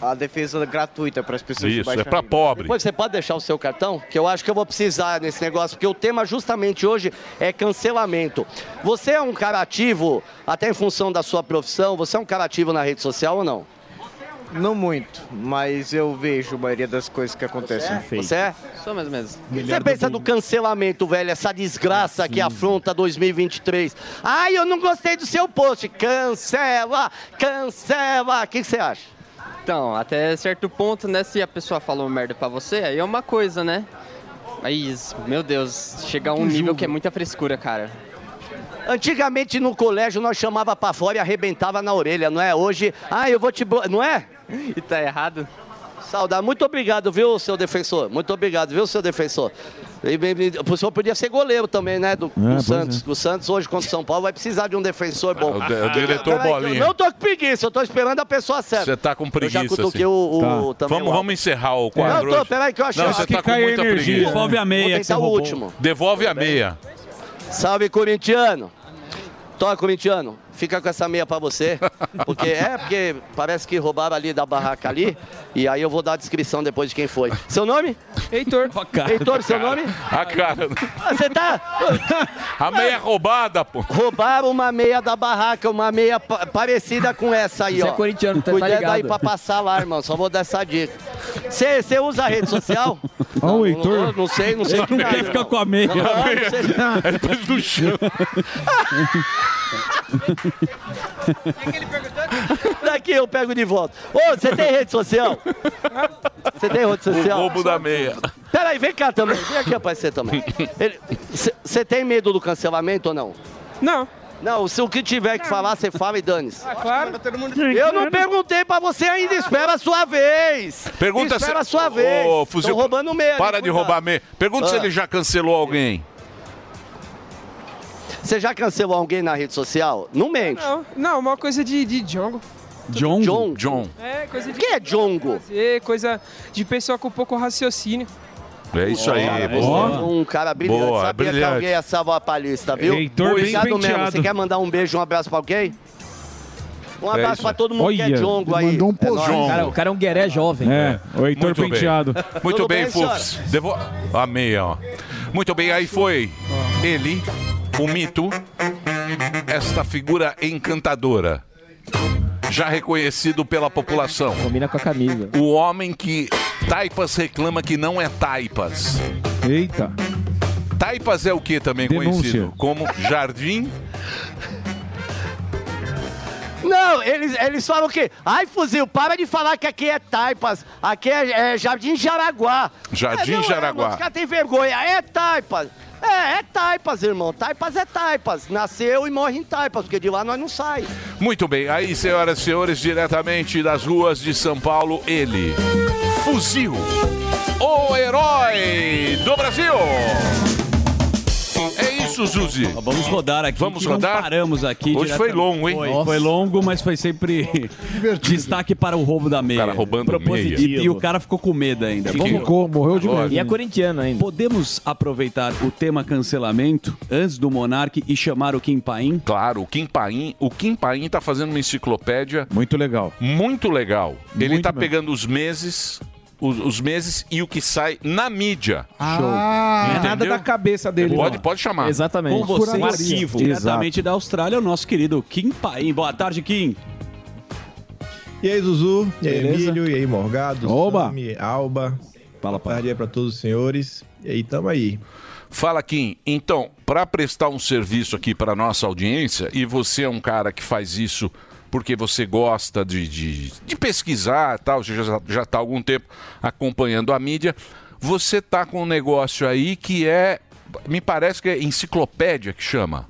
Speaker 9: a defesa gratuita para as pessoas de baixa renda.
Speaker 11: Depois você pode deixar o seu cartão? Que eu acho que eu vou precisar nesse negócio, porque o tema justamente hoje é cancelamento. Você é um cara ativo, até em função da sua profissão, você é um cara ativo na rede social ou não?
Speaker 9: Não muito, mas eu vejo a maioria das coisas que acontecem.
Speaker 11: Você é? Você é?
Speaker 9: Só mais ou menos.
Speaker 11: O que você pensa do cancelamento, velho? Essa desgraça que afronta 2023. Ai, eu não gostei do seu post. Cancela, cancela. O que que você acha?
Speaker 15: Então, até certo ponto, né? Se a pessoa falou merda pra você, aí é uma coisa, né? Mas, meu Deus, chega a um nível que é muita frescura, cara.
Speaker 11: Antigamente no colégio nós chamava pra fora e arrebentava na orelha, não é? Hoje, ah, eu vou te. blo- Não é? E tá errado? Saudade. Muito obrigado, viu, seu defensor? Muito obrigado, viu, seu defensor? E, e, e, o senhor podia ser goleiro também, né? Do, do
Speaker 6: É,
Speaker 9: pois
Speaker 11: Santos. O Santos hoje contra o São Paulo vai precisar de um defensor bom.
Speaker 6: É, o de- o diretor
Speaker 11: Peraí, que
Speaker 6: Bolinha.
Speaker 11: Eu não tô com preguiça, eu tô esperando a pessoa certa.
Speaker 6: Você tá com preguiça,
Speaker 11: Eu já cutuquei
Speaker 6: assim.
Speaker 11: o, o-
Speaker 6: Tá.
Speaker 11: também
Speaker 6: Vamos,
Speaker 11: o-
Speaker 6: vamos encerrar o
Speaker 11: Não,
Speaker 6: quadro
Speaker 11: eu tô,
Speaker 6: hoje.
Speaker 11: peraí que eu achei.
Speaker 6: Não, você tá com muita preguiça.
Speaker 11: Vou tentar o último.
Speaker 6: Devolve a meia.
Speaker 11: Salve, corintiano! Toca, corintiano, fica com essa meia pra você. Porque é, porque parece que roubaram ali da barraca ali. E aí eu vou dar a descrição depois de quem foi. Seu nome? Heitor. Heitor, seu nome?
Speaker 6: A cara. né?
Speaker 11: Ah, Você tá.
Speaker 6: (laughs) A meia roubada, pô.
Speaker 11: Roubaram uma meia da barraca, uma meia pa- parecida com essa aí,
Speaker 9: Você
Speaker 11: ó.
Speaker 9: é corintiano, tá- tá
Speaker 11: Cuidado aí
Speaker 9: ligado.
Speaker 11: pra passar lá, irmão. Só vou dar essa dica. Você usa a rede
Speaker 9: (laughs)
Speaker 11: social?
Speaker 9: Olha o
Speaker 11: Heitor. Não, não sei, não sei. de
Speaker 9: Ele
Speaker 11: nada,
Speaker 9: quer
Speaker 11: irmão.
Speaker 9: ficar com a meia.
Speaker 11: Não, não sei de nada.
Speaker 6: Depois do chão.
Speaker 11: Daqui eu pego de volta. Ô, você tem rede social? Você tem rede social?
Speaker 6: O roubo da meia.
Speaker 11: Peraí, vem cá também. Vem aqui aparecer também. Você tem medo do cancelamento ou não? Não. Não, se o que tiver que falar, você fala e dane-se.
Speaker 9: claro.
Speaker 11: Eu não perguntei pra você ainda, espera a sua vez.
Speaker 6: Pergunta
Speaker 11: espera a sua vez.
Speaker 6: Ô,
Speaker 11: Estão roubando meia. né?
Speaker 6: Para de roubar meia. Pergunta se
Speaker 11: Ah.
Speaker 6: ele já cancelou alguém.
Speaker 11: Você já cancelou alguém na rede social? Não mente.
Speaker 16: Não, não, uma coisa de, de jongo.
Speaker 6: John?
Speaker 11: John.
Speaker 6: John.
Speaker 16: É, coisa de.
Speaker 11: que é jongo?
Speaker 16: É, coisa de pessoa com pouco raciocínio.
Speaker 6: É isso aí.
Speaker 11: Cara, você
Speaker 6: boa.
Speaker 11: é um cara brilhante.
Speaker 6: Boa,
Speaker 11: Sabia que é
Speaker 6: brilhante.
Speaker 11: alguém ia salvar a palista, viu?
Speaker 6: Heitor bem
Speaker 11: Obrigado mesmo.
Speaker 6: penteado.
Speaker 11: Você quer mandar um beijo, um abraço pra alguém? Um
Speaker 9: É
Speaker 11: abraço
Speaker 9: isso.
Speaker 11: pra todo mundo que é
Speaker 9: Olha,
Speaker 11: jongo aí.
Speaker 9: mandou um
Speaker 11: É nóis.
Speaker 9: O cara, o cara é um gueré jovem. É, o
Speaker 6: Heitor Muito bem. Penteado. Muito
Speaker 9: Tudo
Speaker 6: bem,
Speaker 9: bem,
Speaker 6: Fufs. Devo... A meia, ó. Muito bem, aí foi ele, o mito, esta figura encantadora, já reconhecido pela população.
Speaker 9: Combina com a camisa.
Speaker 6: O homem que Taipas reclama que não é Taipas.
Speaker 9: Eita.
Speaker 6: Taipas é o que também
Speaker 9: Denúncia.
Speaker 6: conhecido? Como Jardim
Speaker 11: Não, eles, eles falam o quê? Ai, fuzil, para de falar que aqui é Taipas. Aqui é, é Jardim Jaraguá.
Speaker 6: Jardim
Speaker 11: é, não,
Speaker 6: Jaraguá.
Speaker 11: É, os caras têm vergonha. É Taipas. É, é Taipas, irmão. Taipas é Taipas. Nasceu e morre em Taipas, porque de lá nós não sai.
Speaker 6: Muito bem, aí, senhoras e senhores, diretamente das ruas de São Paulo, ele, Fuzil, o herói do Brasil. É isso, Zuzi.
Speaker 8: Vamos rodar aqui.
Speaker 6: É. Vamos
Speaker 8: que não
Speaker 6: rodar?
Speaker 8: paramos aqui.
Speaker 6: Hoje
Speaker 8: diretamente.
Speaker 6: foi longo, hein?
Speaker 8: Foi,
Speaker 6: Nossa.
Speaker 8: foi longo, mas foi sempre destaque para o roubo da meia. O cara
Speaker 6: roubando
Speaker 8: meia. E, e o cara ficou com medo ainda.
Speaker 9: Ficou, ficou, morreu de medo. E é
Speaker 8: corintiano ainda. Podemos aproveitar o tema cancelamento antes do Monark e chamar o Kim Paim?
Speaker 6: Claro, o Kim Paim, o Kim Paim tá fazendo uma enciclopédia
Speaker 9: Muito legal.
Speaker 6: muito legal. Ele tá pegando os meses os, os meses e o que sai na mídia.
Speaker 7: Ah, não é nada da cabeça dele.
Speaker 6: Pode,
Speaker 7: não.
Speaker 6: pode chamar.
Speaker 8: Com você, um arquivo
Speaker 6: Exatamente.
Speaker 8: diretamente da Austrália, o nosso querido Kim Paim. Boa tarde, Kim.
Speaker 4: E aí, Zuzu? E aí,
Speaker 8: Beleza?
Speaker 4: Emílio? E aí, Morgado? Oba! Alba. Fala, Boa tarde aí pra todos os senhores. E aí, tamo aí.
Speaker 6: Fala, Kim. Então, para prestar um serviço aqui para nossa audiência, e você é um cara que faz isso porque você gosta de, de, de pesquisar e tal, você já- já está há algum tempo acompanhando a mídia, você tá com um negócio aí que é, me parece que é enciclopédia que chama.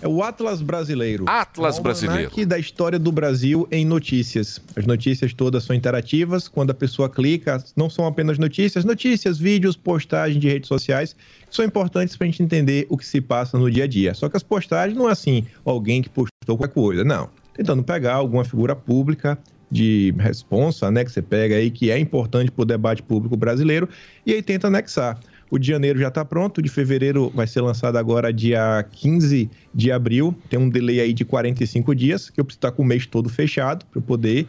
Speaker 4: É o Atlas Brasileiro.
Speaker 6: Atlas
Speaker 4: Um
Speaker 6: Brasileiro.
Speaker 4: almanaque da história do Brasil em notícias. As notícias todas são interativas. Quando a pessoa clica, não são apenas notícias, notícias, vídeos, postagens de redes sociais que são importantes para a gente entender o que se passa no dia a dia. Só que as postagens não é assim, alguém que postou qualquer coisa. Não. Tentando pegar alguma figura pública de responsa, né, que você pega aí, que é importante para o debate público brasileiro, e aí tenta anexar. O de janeiro já está pronto, o de fevereiro vai ser lançado agora dia 15 de abril. Tem um delay aí de 45 dias, que eu preciso estar com o mês todo fechado para eu poder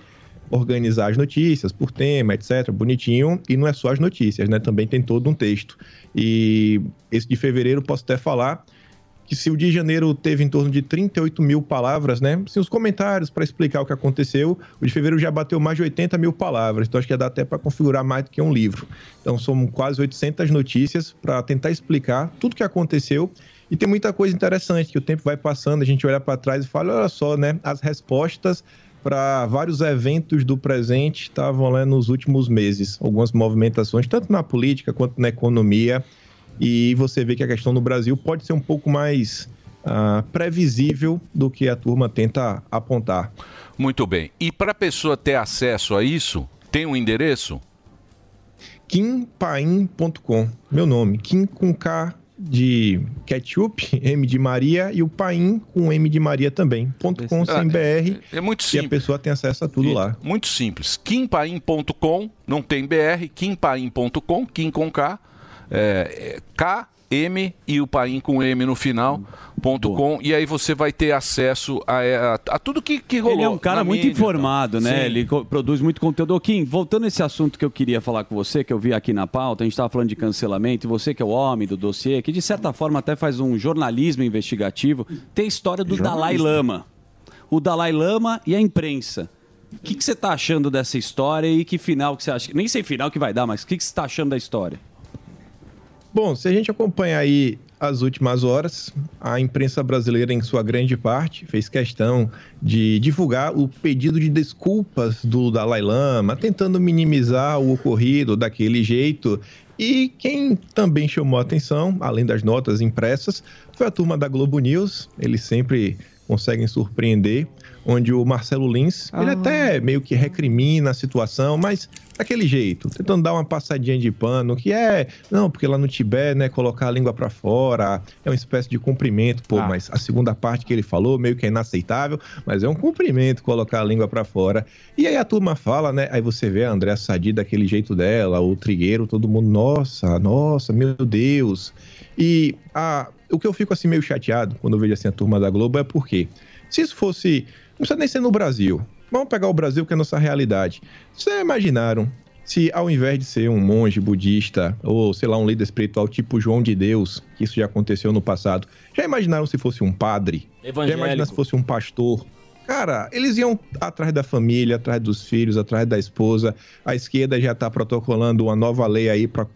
Speaker 4: organizar as notícias por tema, etc, bonitinho, e não é só as notícias, né? Também tem todo um texto. E esse de fevereiro eu posso até falar que se o de janeiro teve em torno de 38 mil palavras, né? Assim, os comentários para explicar o que aconteceu, o de fevereiro já bateu mais de 80 mil palavras, então acho que ia dar até para configurar mais do que um livro. Então são quase 800 notícias para tentar explicar tudo o que aconteceu. E tem muita coisa interessante que o tempo vai passando, a gente olha para trás e fala, olha só, né? As respostas para vários eventos do presente estavam lá nos últimos meses, algumas movimentações, tanto na política quanto na economia e você vê que a questão no Brasil pode ser um pouco mais ah, previsível do que a turma tenta apontar.
Speaker 6: Muito bem. E para a pessoa ter acesso a isso, tem um endereço?
Speaker 4: Kimpaim.com, meu nome, Kim com K de ketchup, M de Maria e o Paim com M de Maria também, ponto com, sem BR,
Speaker 6: É muito
Speaker 4: e a pessoa tem acesso a tudo lá.
Speaker 6: Muito simples. Kimpaim.com, não tem BR, kimpaim.com, Kim com K, é, é, K, M e o Paim com M no final, ponto com, e aí você vai ter acesso a, é, a- a tudo que, que rolou.
Speaker 8: Ele é um cara
Speaker 6: na
Speaker 8: muito
Speaker 6: mídia,
Speaker 8: informado, né?
Speaker 6: Sim.
Speaker 8: Ele co- produz muito conteúdo. Ô, Kim, voltando a esse assunto que eu queria falar com você, que eu vi aqui na pauta, a gente estava falando de cancelamento, e você que é o homem do dossiê, que de certa forma até faz um jornalismo investigativo, tem a história do Dalai Lama. O Dalai Lama e a imprensa. O que, que você está achando dessa história e que final que você acha? Nem sei final que vai dar, mas o que, que você está achando da história?
Speaker 4: Bom, se a gente acompanhar aí as últimas horas, a imprensa brasileira, em sua grande parte, fez questão de divulgar o pedido de desculpas do Dalai Lama, tentando minimizar o ocorrido daquele jeito. E quem também chamou a atenção, além das notas impressas, foi a turma da Globo News. Eles sempre conseguem surpreender, onde o Marcelo Lins, ele até meio que recrimina a situação, mas daquele jeito, tentando dar uma passadinha de pano, que é, não, porque lá no Tibete, né, colocar a língua pra fora, é uma espécie de cumprimento, pô, mas a segunda parte que ele falou meio que é inaceitável, mas é um cumprimento colocar a língua pra fora. E aí a turma fala, né, aí você vê a Andréa Sadi daquele jeito dela, o Trigueiro, todo mundo, nossa, nossa, meu Deus. E a o que eu fico assim meio chateado quando eu vejo assim a turma da Globo é porque se isso fosse, não precisa nem ser no Brasil. Vamos pegar o Brasil que é a nossa realidade. Vocês imaginaram se ao invés de ser um monge budista ou sei lá um líder espiritual tipo João de Deus, que isso já aconteceu no passado, já imaginaram se fosse um padre? Já imaginaram se
Speaker 10: Evangélico.
Speaker 4: fosse um pastor? Cara, eles iam atrás da família, atrás dos filhos, atrás da esposa. A esquerda já está protocolando uma nova lei aí para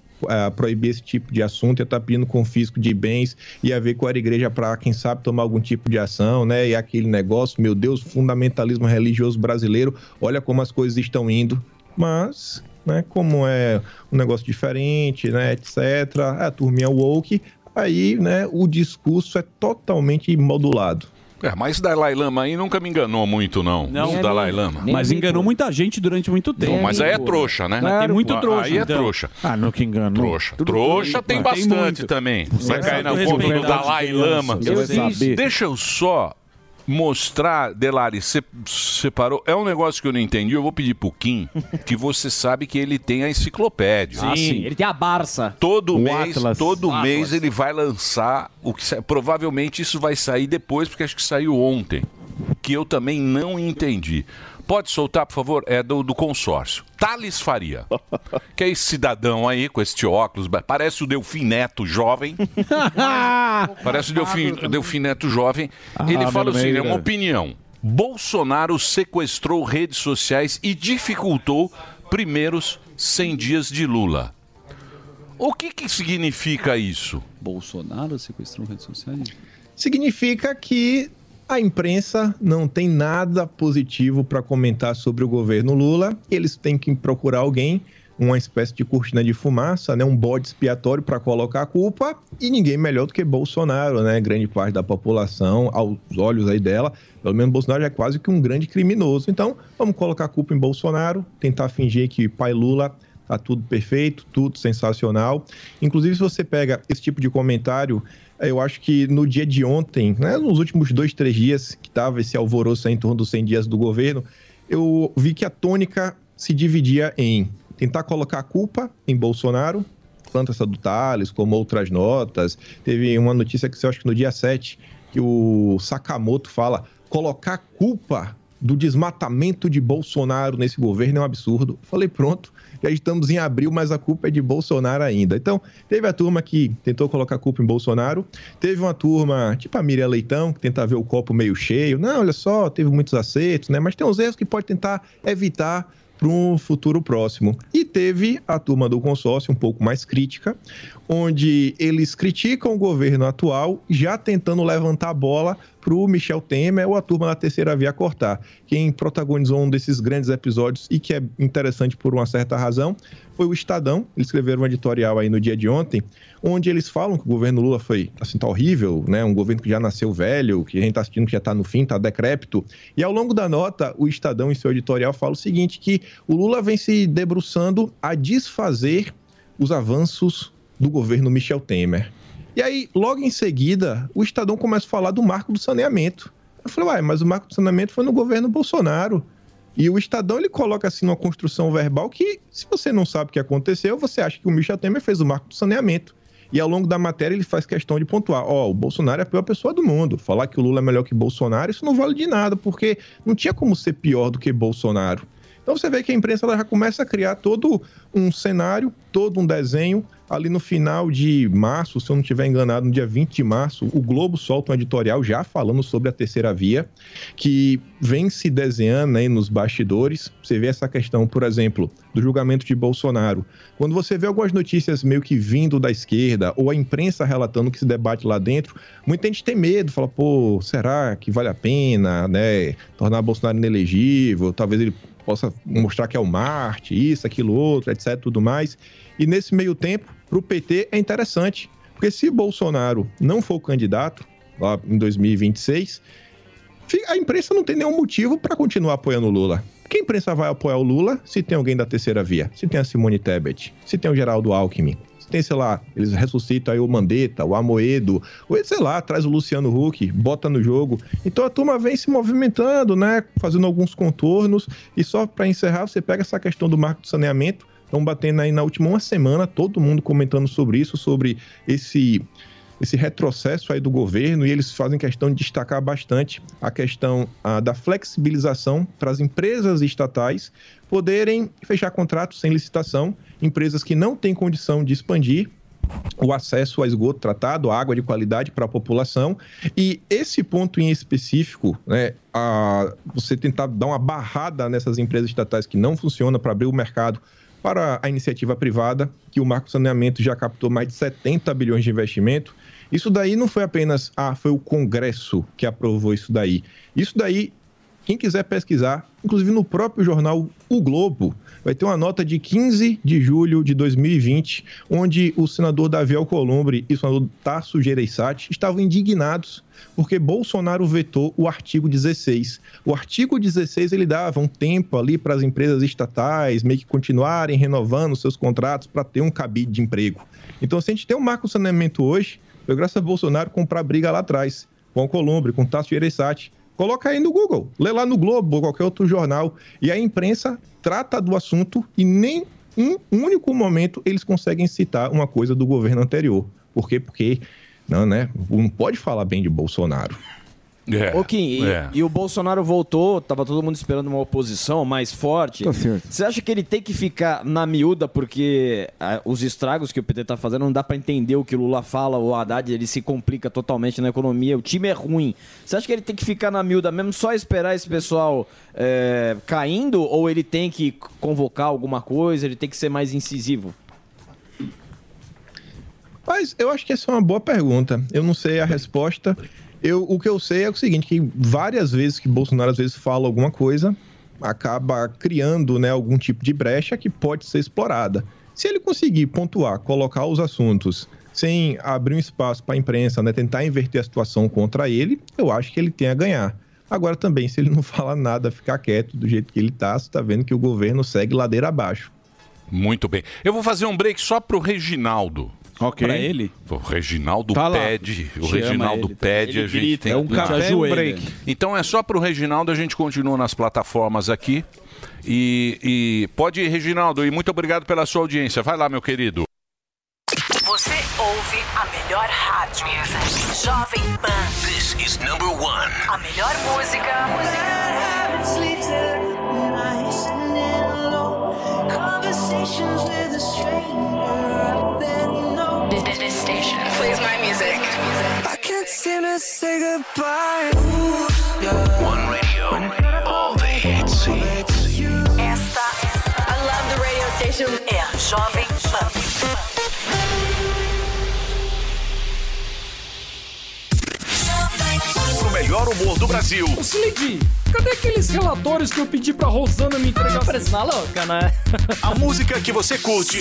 Speaker 4: proibir esse tipo de assunto, ia estar pedindo confisco de bens, ia ver com a igreja para, quem sabe, tomar algum tipo de ação, né? E aquele negócio, meu Deus, fundamentalismo religioso brasileiro, olha como as coisas estão indo. Mas, né, como é um negócio diferente, né, etc., a turminha woke, aí, né, o discurso é totalmente modulado.
Speaker 6: É, mas Dalai Lama aí nunca me enganou muito, não.
Speaker 4: Não.
Speaker 6: o Dalai Lama.
Speaker 8: mas enganou muita gente durante muito tempo.
Speaker 6: Não, mas aí é trouxa, né?
Speaker 8: Mas tem muito
Speaker 6: Ah,
Speaker 8: trouxa.
Speaker 6: Aí é
Speaker 8: então.
Speaker 6: trouxa.
Speaker 7: Ah, não que engano.
Speaker 6: Trouxa. trouxa
Speaker 7: bem,
Speaker 6: tem
Speaker 7: cara. Tem
Speaker 6: bastante
Speaker 7: muito.
Speaker 6: também.
Speaker 7: Você
Speaker 6: Vai
Speaker 7: vai
Speaker 6: cair na
Speaker 7: saber
Speaker 6: conta do
Speaker 7: respeitar as
Speaker 6: Dalai
Speaker 7: crianças,
Speaker 6: Lama.
Speaker 7: você vai saber.
Speaker 6: Deixa eu só mostrar, Delari, você separou. É um negócio que eu não entendi. Eu vou pedir pro Kim, que você sabe que ele tem a enciclopédia.
Speaker 10: Ah, Sim, ele tem a Barça.
Speaker 6: Todo
Speaker 10: O
Speaker 6: mês,
Speaker 10: Atlas.
Speaker 6: todo
Speaker 10: Atlas.
Speaker 6: mês ele vai lançar o que sa- provavelmente isso vai sair depois, porque acho que saiu ontem, que eu também não entendi. Pode soltar, por favor? É do, do consórcio. Thales Faria. Que é esse cidadão aí, com este óculos. ba- Parece o Delfim Neto jovem. parece o Delfim, Delfim Neto jovem.
Speaker 7: Ah,
Speaker 6: Ele fala
Speaker 7: meu
Speaker 6: assim:
Speaker 7: meio,
Speaker 6: é uma
Speaker 7: cara.
Speaker 6: opinião. Bolsonaro sequestrou redes sociais e dificultou primeiros 100 dias de Lula. O que, que significa isso?
Speaker 8: Bolsonaro sequestrou redes sociais?
Speaker 4: significa que a imprensa não tem nada positivo para comentar sobre o governo Lula. Eles têm que procurar alguém, uma espécie de cortina de fumaça, né? um bode expiatório para colocar a culpa. E ninguém melhor do que Bolsonaro, né? Grande parte da população, aos olhos aí dela, pelo menos Bolsonaro já é quase que um grande criminoso. Então, vamos colocar a culpa em Bolsonaro, tentar fingir que pai Lula Tá tudo perfeito, tudo sensacional. Inclusive, se você pega esse tipo de comentário, eh, eu acho que no dia de ontem, né, nos últimos dois, três dias que tava esse alvoroço aí em torno dos 100 dias do governo, eu vi que a tônica se dividia em tentar colocar a culpa em Bolsonaro, tanto essa do Thales como outras notas. Teve uma notícia que eu acho que no dia 7, que o Sakamoto fala colocar a culpa do desmatamento de Bolsonaro nesse governo é um absurdo. Falei, pronto, já estamos em abril, mas a culpa é de Bolsonaro ainda. Então, teve a turma que tentou colocar a culpa em Bolsonaro, teve uma turma, tipo a Miriam Leitão, que tenta ver o copo meio cheio. Não, olha só, teve muitos acertos, né? Mas tem uns erros que pode tentar evitar para um futuro próximo. E teve a turma do consórcio um pouco mais crítica, onde eles criticam o governo atual, já tentando levantar a bola para o Michel Temer ou a turma da terceira via cortar. Quem protagonizou um desses grandes episódios e que é interessante por uma certa razão foi o Estadão. Eles escreveram um editorial aí no dia de ontem, onde eles falam que o governo Lula foi assim tá horrível, né? Um governo que já nasceu velho, que a gente está assistindo que já está no fim, está decrépito. E ao longo da nota, o Estadão em seu editorial fala o seguinte que o Lula vem se debruçando a desfazer os avanços do governo Michel Temer. E aí, logo em seguida, o Estadão começa a falar do marco do saneamento. Eu falei, uai, mas o marco do saneamento foi no governo Bolsonaro. E o Estadão ele coloca assim uma construção verbal que, se você não sabe o que aconteceu, você acha que o Michel Temer fez o marco do saneamento. E ao longo da matéria ele faz questão de pontuar: ó, o Bolsonaro é a pior pessoa do mundo. Falar que o Lula é melhor que Bolsonaro, isso não vale de nada, porque não tinha como ser pior do que Bolsonaro. Então você vê que a imprensa ela já começa a criar todo um cenário, todo um desenho. Ali no final de março, se eu não estiver enganado, no dia 20 de março, o Globo solta um editorial já falando sobre a terceira via, que vem se desenhando aí nos bastidores. Você vê essa questão, por exemplo, do julgamento de Bolsonaro. Quando você vê algumas notícias meio que vindo da esquerda, ou a imprensa relatando o que se debate lá dentro, muita gente tem medo, fala, pô, será que vale a pena, né? Tornar Bolsonaro inelegível, talvez ele possa mostrar que é o Marte, isso, aquilo, outro, etc, tudo mais. E nesse meio tempo, para o PT é interessante, porque se Bolsonaro não for candidato lá em 2026, fi- a imprensa não tem nenhum motivo para continuar apoiando o Lula. Que imprensa vai apoiar o Lula se tem alguém da terceira via? Se tem a Simone Tebet, se tem o Geraldo Alckmin, se tem, sei lá, eles ressuscitam aí o Mandetta, o Amoedo, ou sei lá, traz o Luciano Huck, bota no jogo. Então a turma vem se movimentando, né? Fazendo alguns contornos. E só para encerrar, você pega essa questão do marco do saneamento. Estão batendo aí na última uma semana, todo mundo comentando sobre isso, sobre esse esse retrocesso aí do governo e eles fazem questão de destacar bastante a questão ah, da flexibilização para as empresas estatais poderem fechar contratos sem licitação, empresas que não têm condição de expandir o acesso a esgoto tratado, a água de qualidade para a população. E esse ponto em específico, né, a- você tentar dar uma barrada nessas empresas estatais que não funcionam para abrir o mercado para a iniciativa privada, que o Marco do Saneamento já captou mais de 70 bilhões de investimento. Isso daí não foi apenas, ah, foi o Congresso que aprovou isso daí. Isso daí quem quiser pesquisar, inclusive no próprio jornal O Globo, vai ter uma nota de 15 de julho de 2020, onde o senador Davi Alcolumbre e o senador Tasso Gereissati estavam indignados porque Bolsonaro vetou o artigo 16. O artigo 16 ele dava um tempo ali para as empresas estatais meio que continuarem renovando seus contratos para ter um cabide de emprego. Então, se a gente tem um marco de saneamento hoje, foi graças a Bolsonaro comprar briga lá atrás, com Alcolumbre, com Tasso Gereissati, Coloca aí no Google, lê lá no Globo ou qualquer outro jornal. E a imprensa trata do assunto e nem um único momento eles conseguem citar uma coisa do governo anterior. Por quê? Porque não, né? Não pode falar bem de Bolsonaro.
Speaker 6: É,
Speaker 10: Ô, Kim, e,
Speaker 6: é.
Speaker 10: e o Bolsonaro voltou, tava todo mundo esperando uma oposição mais forte.
Speaker 6: Tá certo.
Speaker 10: Você acha que ele tem que ficar na miúda porque ah, os estragos que o PT tá fazendo não dá pra entender o que o Lula fala, o Haddad, ele se complica totalmente na economia, o time é ruim. Você acha que ele tem que ficar na miúda mesmo, só esperar esse pessoal eh, caindo? Ou ele tem que convocar alguma coisa, ele tem que ser mais incisivo?
Speaker 4: Mas eu acho que essa é uma boa pergunta. Eu não sei a resposta. Eu, o que eu sei é o seguinte, que várias vezes que Bolsonaro às vezes fala alguma coisa, acaba criando né, algum tipo de brecha que pode ser explorada. Se ele conseguir pontuar, colocar os assuntos sem abrir um espaço para a imprensa, né, tentar inverter a situação contra ele, eu acho que ele tem a ganhar. Agora também, se ele não (laughs) falar nada, ficar quieto do jeito que ele está, você está vendo que o governo segue ladeira abaixo.
Speaker 6: Muito bem. Eu vou fazer um break só pro Reginaldo.
Speaker 7: Ok.
Speaker 6: Pra ele? O Reginaldo
Speaker 7: Tá lá.
Speaker 6: pede. O
Speaker 7: Chama
Speaker 6: Reginaldo
Speaker 7: ele também.
Speaker 6: pede.
Speaker 7: Ele
Speaker 6: a gente
Speaker 7: grita,
Speaker 6: tem
Speaker 7: é um
Speaker 6: que-
Speaker 7: café e um
Speaker 6: Ajoelha.
Speaker 7: break.
Speaker 6: Então é só pro Reginaldo. A gente continua nas plataformas aqui. E, e pode ir, Reginaldo. E muito obrigado pela sua audiência. Vai lá, meu querido.
Speaker 18: Você ouve a melhor rádio. Jovem Pan. This is number one. A melhor música.
Speaker 27: Plays my music. I can't seem to say goodbye. Ooh, yeah. One radio, all the hits.
Speaker 18: Esta. I love the radio station. É a Jovem Pan.
Speaker 17: O melhor humor do Brasil.
Speaker 18: Se ligue, cadê aqueles relatórios que eu pedi pra Rosana me entregar? assim? Parece uma louca, né?
Speaker 17: A música que você curte.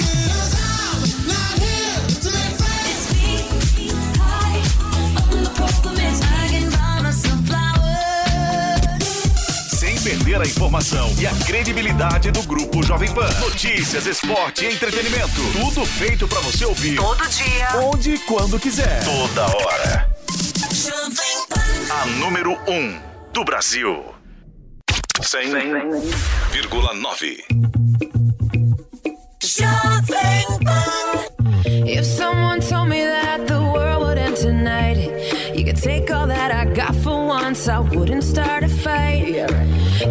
Speaker 17: Sem perder a informação e a credibilidade do grupo Jovem Pan. Notícias, esporte e entretenimento. Tudo feito pra você ouvir.
Speaker 18: Todo dia.
Speaker 17: Onde e quando quiser. Toda hora. A número 1 um do Brasil. 100,9.
Speaker 27: If someone told me that the world would end tonight, you could take all that I got for once, I wouldn't start a fight.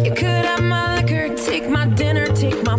Speaker 27: You could have my liquor, take my dinner, take my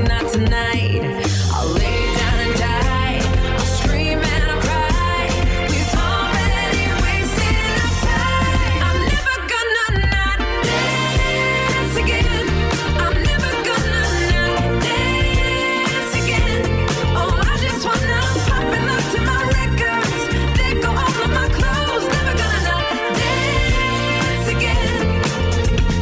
Speaker 27: not tonight. I'll lay down and die. I'll scream and I'll cry. We've already wasted our time. I'm never gonna not dance again. I'm never gonna not dance again. Oh, I just wanna pop and look to my records. They go all of my clothes. Never gonna not dance again.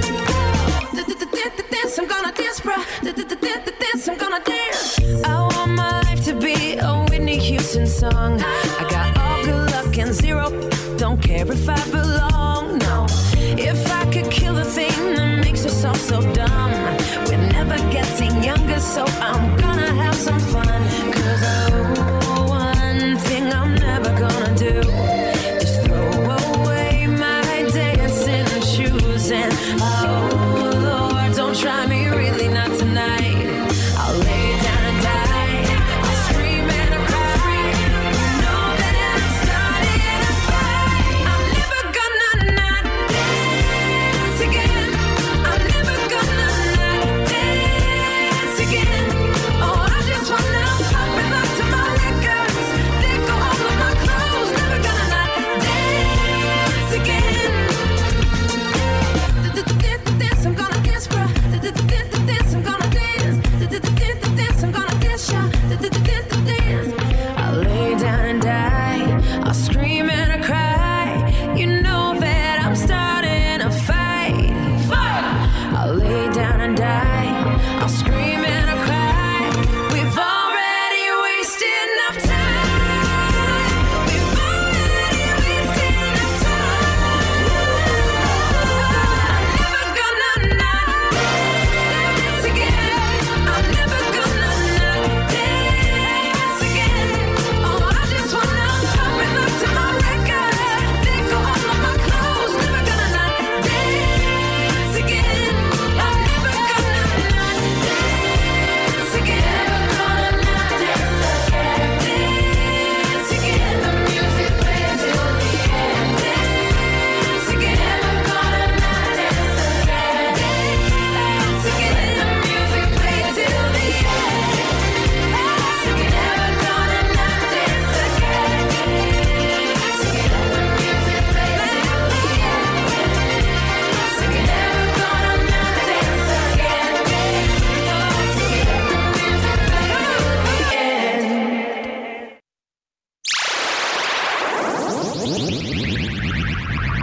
Speaker 27: Dance, I'm gonna dance, bruh. Dance, I'm gonna dance. I want my life to be a Whitney Houston song. I got all good luck and zero. Don't care if I belong, no. If I could kill the thing that makes us all so dumb. We're never getting younger, so I'm gonna have some fun. Cause oh, one thing I'm never gonna do is throw away my dancing shoes. And oh, Lord, don't try me, really not tonight. I'll lay down and die. I'll scream and I'll cry. You know that I'm starting a fight. I'm never gonna not dance again. I'm never gonna not dance again. Oh, I just wanna pop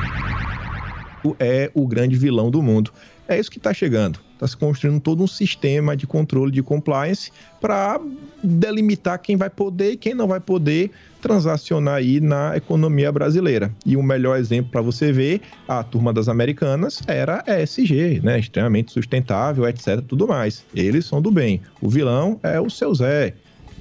Speaker 4: Bolsonaro é o grande vilão do mundo. É isso que está chegando. Está se construindo todo um sistema de controle de compliance para delimitar quem vai poder e quem não vai poder transacionar aí na economia brasileira. E o melhor exemplo para você ver, a turma das americanas era ESG, né? Extremamente sustentável, etc. Tudo mais. Eles são do bem. O vilão é o seu Zé.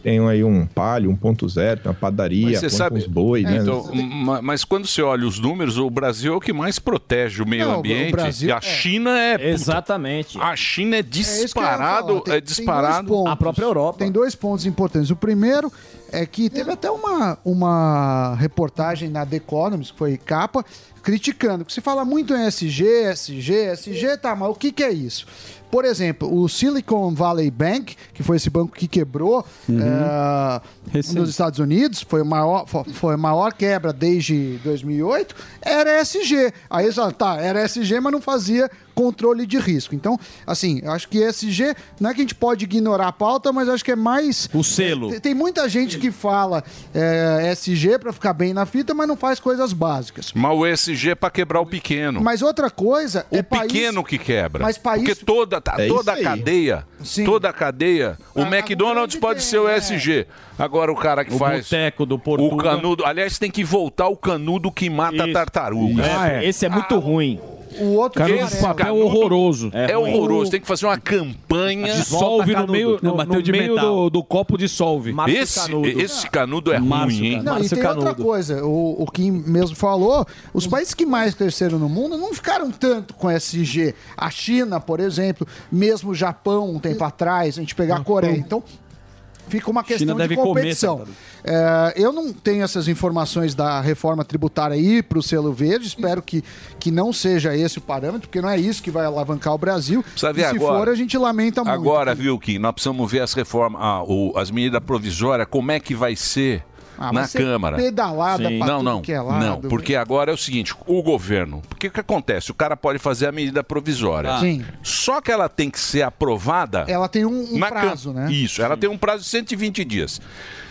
Speaker 4: Tem aí um palio 1.0, tem uma padaria,
Speaker 6: Mas você
Speaker 4: planta
Speaker 6: sabe,
Speaker 4: uns boi, né?
Speaker 6: Então, ma- mas quando você olha os números, o Brasil é o que mais protege o meio
Speaker 4: Não, o
Speaker 6: ambiente.
Speaker 4: Brasil-
Speaker 6: e a China é, exatamente. A China é disparado, é, disparado.
Speaker 13: a própria Europa. Tem dois pontos importantes. O primeiro é que teve até uma, uma reportagem na The Economist, que foi capa, criticando, que se fala muito em SG, SG, SG, tá, mas o que, que é isso? Por exemplo, o Silicon Valley Bank, que foi esse banco que quebrou eh, nos Estados Unidos, foi a maior, fo- foi a maior quebra desde 2008, era SG. Aí já tá, era SG, mas não fazia controle de risco. Então, assim, eu acho que SG, não é que a gente pode ignorar a pauta, mas acho que é mais...
Speaker 10: O selo.
Speaker 13: Tem- Tem muita gente que fala eh, SG pra ficar bem na fita, mas não faz coisas básicas.
Speaker 6: Mas o ESG é para quebrar o pequeno.
Speaker 13: Mas outra coisa
Speaker 6: o
Speaker 13: é país...
Speaker 6: pequeno que quebra.
Speaker 13: Mas país-
Speaker 6: Porque toda, tá-
Speaker 13: É
Speaker 6: toda
Speaker 13: isso
Speaker 6: a
Speaker 13: aí.
Speaker 6: cadeia, toda a cadeia, o McDonald's pode ser o SG. Agora o cara que
Speaker 8: O
Speaker 6: faz
Speaker 8: boteco do
Speaker 6: o canudo, aliás, tem que voltar o canudo que mata a tartaruga. Ah,
Speaker 10: Esse é muito ruim.
Speaker 13: O outro
Speaker 10: Canudo de papel horroroso.
Speaker 6: É,
Speaker 10: ruim.
Speaker 6: horroroso, tem que fazer uma campanha.
Speaker 10: Dissolve no meio, no, no meio do,
Speaker 8: do copo dissolve.
Speaker 6: Esse canudo, esse canudo é ruim, hein?
Speaker 13: Não, e tem outra coisa, o, o Kim mesmo falou,
Speaker 6: Hum.
Speaker 13: os países que mais cresceram no mundo não ficaram tanto com SG. A China, por exemplo, mesmo o Japão um
Speaker 6: Hum.
Speaker 13: tempo atrás, a gente pegar a Coreia. Então, fica uma questão
Speaker 8: deve
Speaker 13: de
Speaker 8: comer,
Speaker 13: competição. É, eu não tenho essas informações da reforma tributária aí para o selo verde, espero que, que não seja esse o parâmetro, porque não é isso que vai alavancar o Brasil.
Speaker 6: Precisa ver
Speaker 13: e se
Speaker 6: agora.
Speaker 13: for, a gente lamenta muito.
Speaker 6: Agora, viu, Kim, nós precisamos ver as reformas, ah, o- as medidas provisórias, como é que vai ser
Speaker 13: Ah, vai
Speaker 6: na
Speaker 13: ser
Speaker 6: Câmara.
Speaker 13: pedalada pra
Speaker 6: não,
Speaker 13: tudo
Speaker 6: não,
Speaker 13: que é lado,
Speaker 6: não, porque agora é o seguinte, o governo, o que que acontece? O cara pode fazer a medida provisória.
Speaker 13: Ah. Sim.
Speaker 6: Só que ela tem que ser aprovada...
Speaker 13: Ela tem um, um
Speaker 6: na
Speaker 13: prazo,
Speaker 6: Câmara.
Speaker 13: né?
Speaker 6: Isso, ela tem um prazo de 120 dias.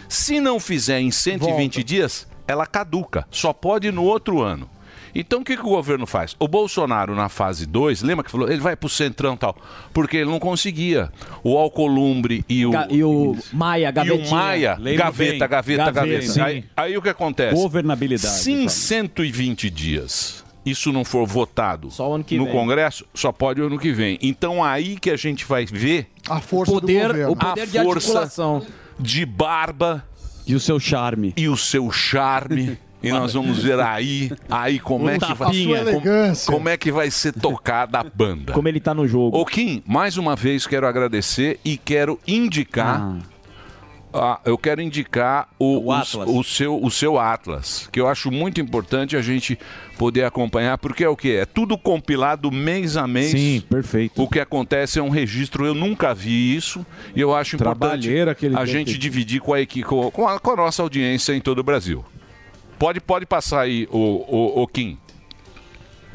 Speaker 6: Se não fizer em 120 dias, ela caduca. Só pode no outro ano. Então o que, que o governo faz? O Bolsonaro na fase 2, lembra que falou, ele vai pro centrão e tal, porque ele não conseguia. O Alcolumbre e o
Speaker 10: Ga- e o Maia, gavetinha.
Speaker 6: e o Maia,
Speaker 10: Lembro
Speaker 6: gaveta,
Speaker 10: bem.
Speaker 6: gaveta,
Speaker 10: Gaveta,
Speaker 6: gaveta.
Speaker 10: sim.
Speaker 6: Aí, aí o que acontece?
Speaker 8: Governabilidade,
Speaker 6: Se em 120 dias isso não for votado no
Speaker 8: vem.
Speaker 6: Congresso, só pode o ano que vem. Então aí que a gente vai ver
Speaker 13: a força
Speaker 6: poder,
Speaker 10: do governo.
Speaker 6: o poder
Speaker 10: A
Speaker 6: de
Speaker 10: força
Speaker 6: articulação. de barba
Speaker 8: e o seu charme.
Speaker 6: E o seu (laughs) charme. E nós vamos ver aí, aí como
Speaker 10: Um
Speaker 6: é que vai,
Speaker 10: tapinha. A sua
Speaker 6: como, como é que vai ser tocada a banda.
Speaker 10: Como ele tá no jogo.
Speaker 6: Ô Kim, mais uma vez quero agradecer e quero indicar. ah, eu quero indicar o, o,
Speaker 8: Atlas.
Speaker 6: o seu, o seu Atlas, que eu acho muito importante a gente poder acompanhar, porque é o que? É tudo compilado mês a mês. Sim,
Speaker 8: perfeito.
Speaker 6: O que acontece é um registro, eu nunca vi isso, e eu acho importante
Speaker 8: Trabalheira que ele
Speaker 6: a
Speaker 8: deve
Speaker 6: gente
Speaker 8: ter.
Speaker 6: dividir com a, equi- com, com a, com a nossa audiência em todo o Brasil. Pode, pode passar aí, o, o, o Kim.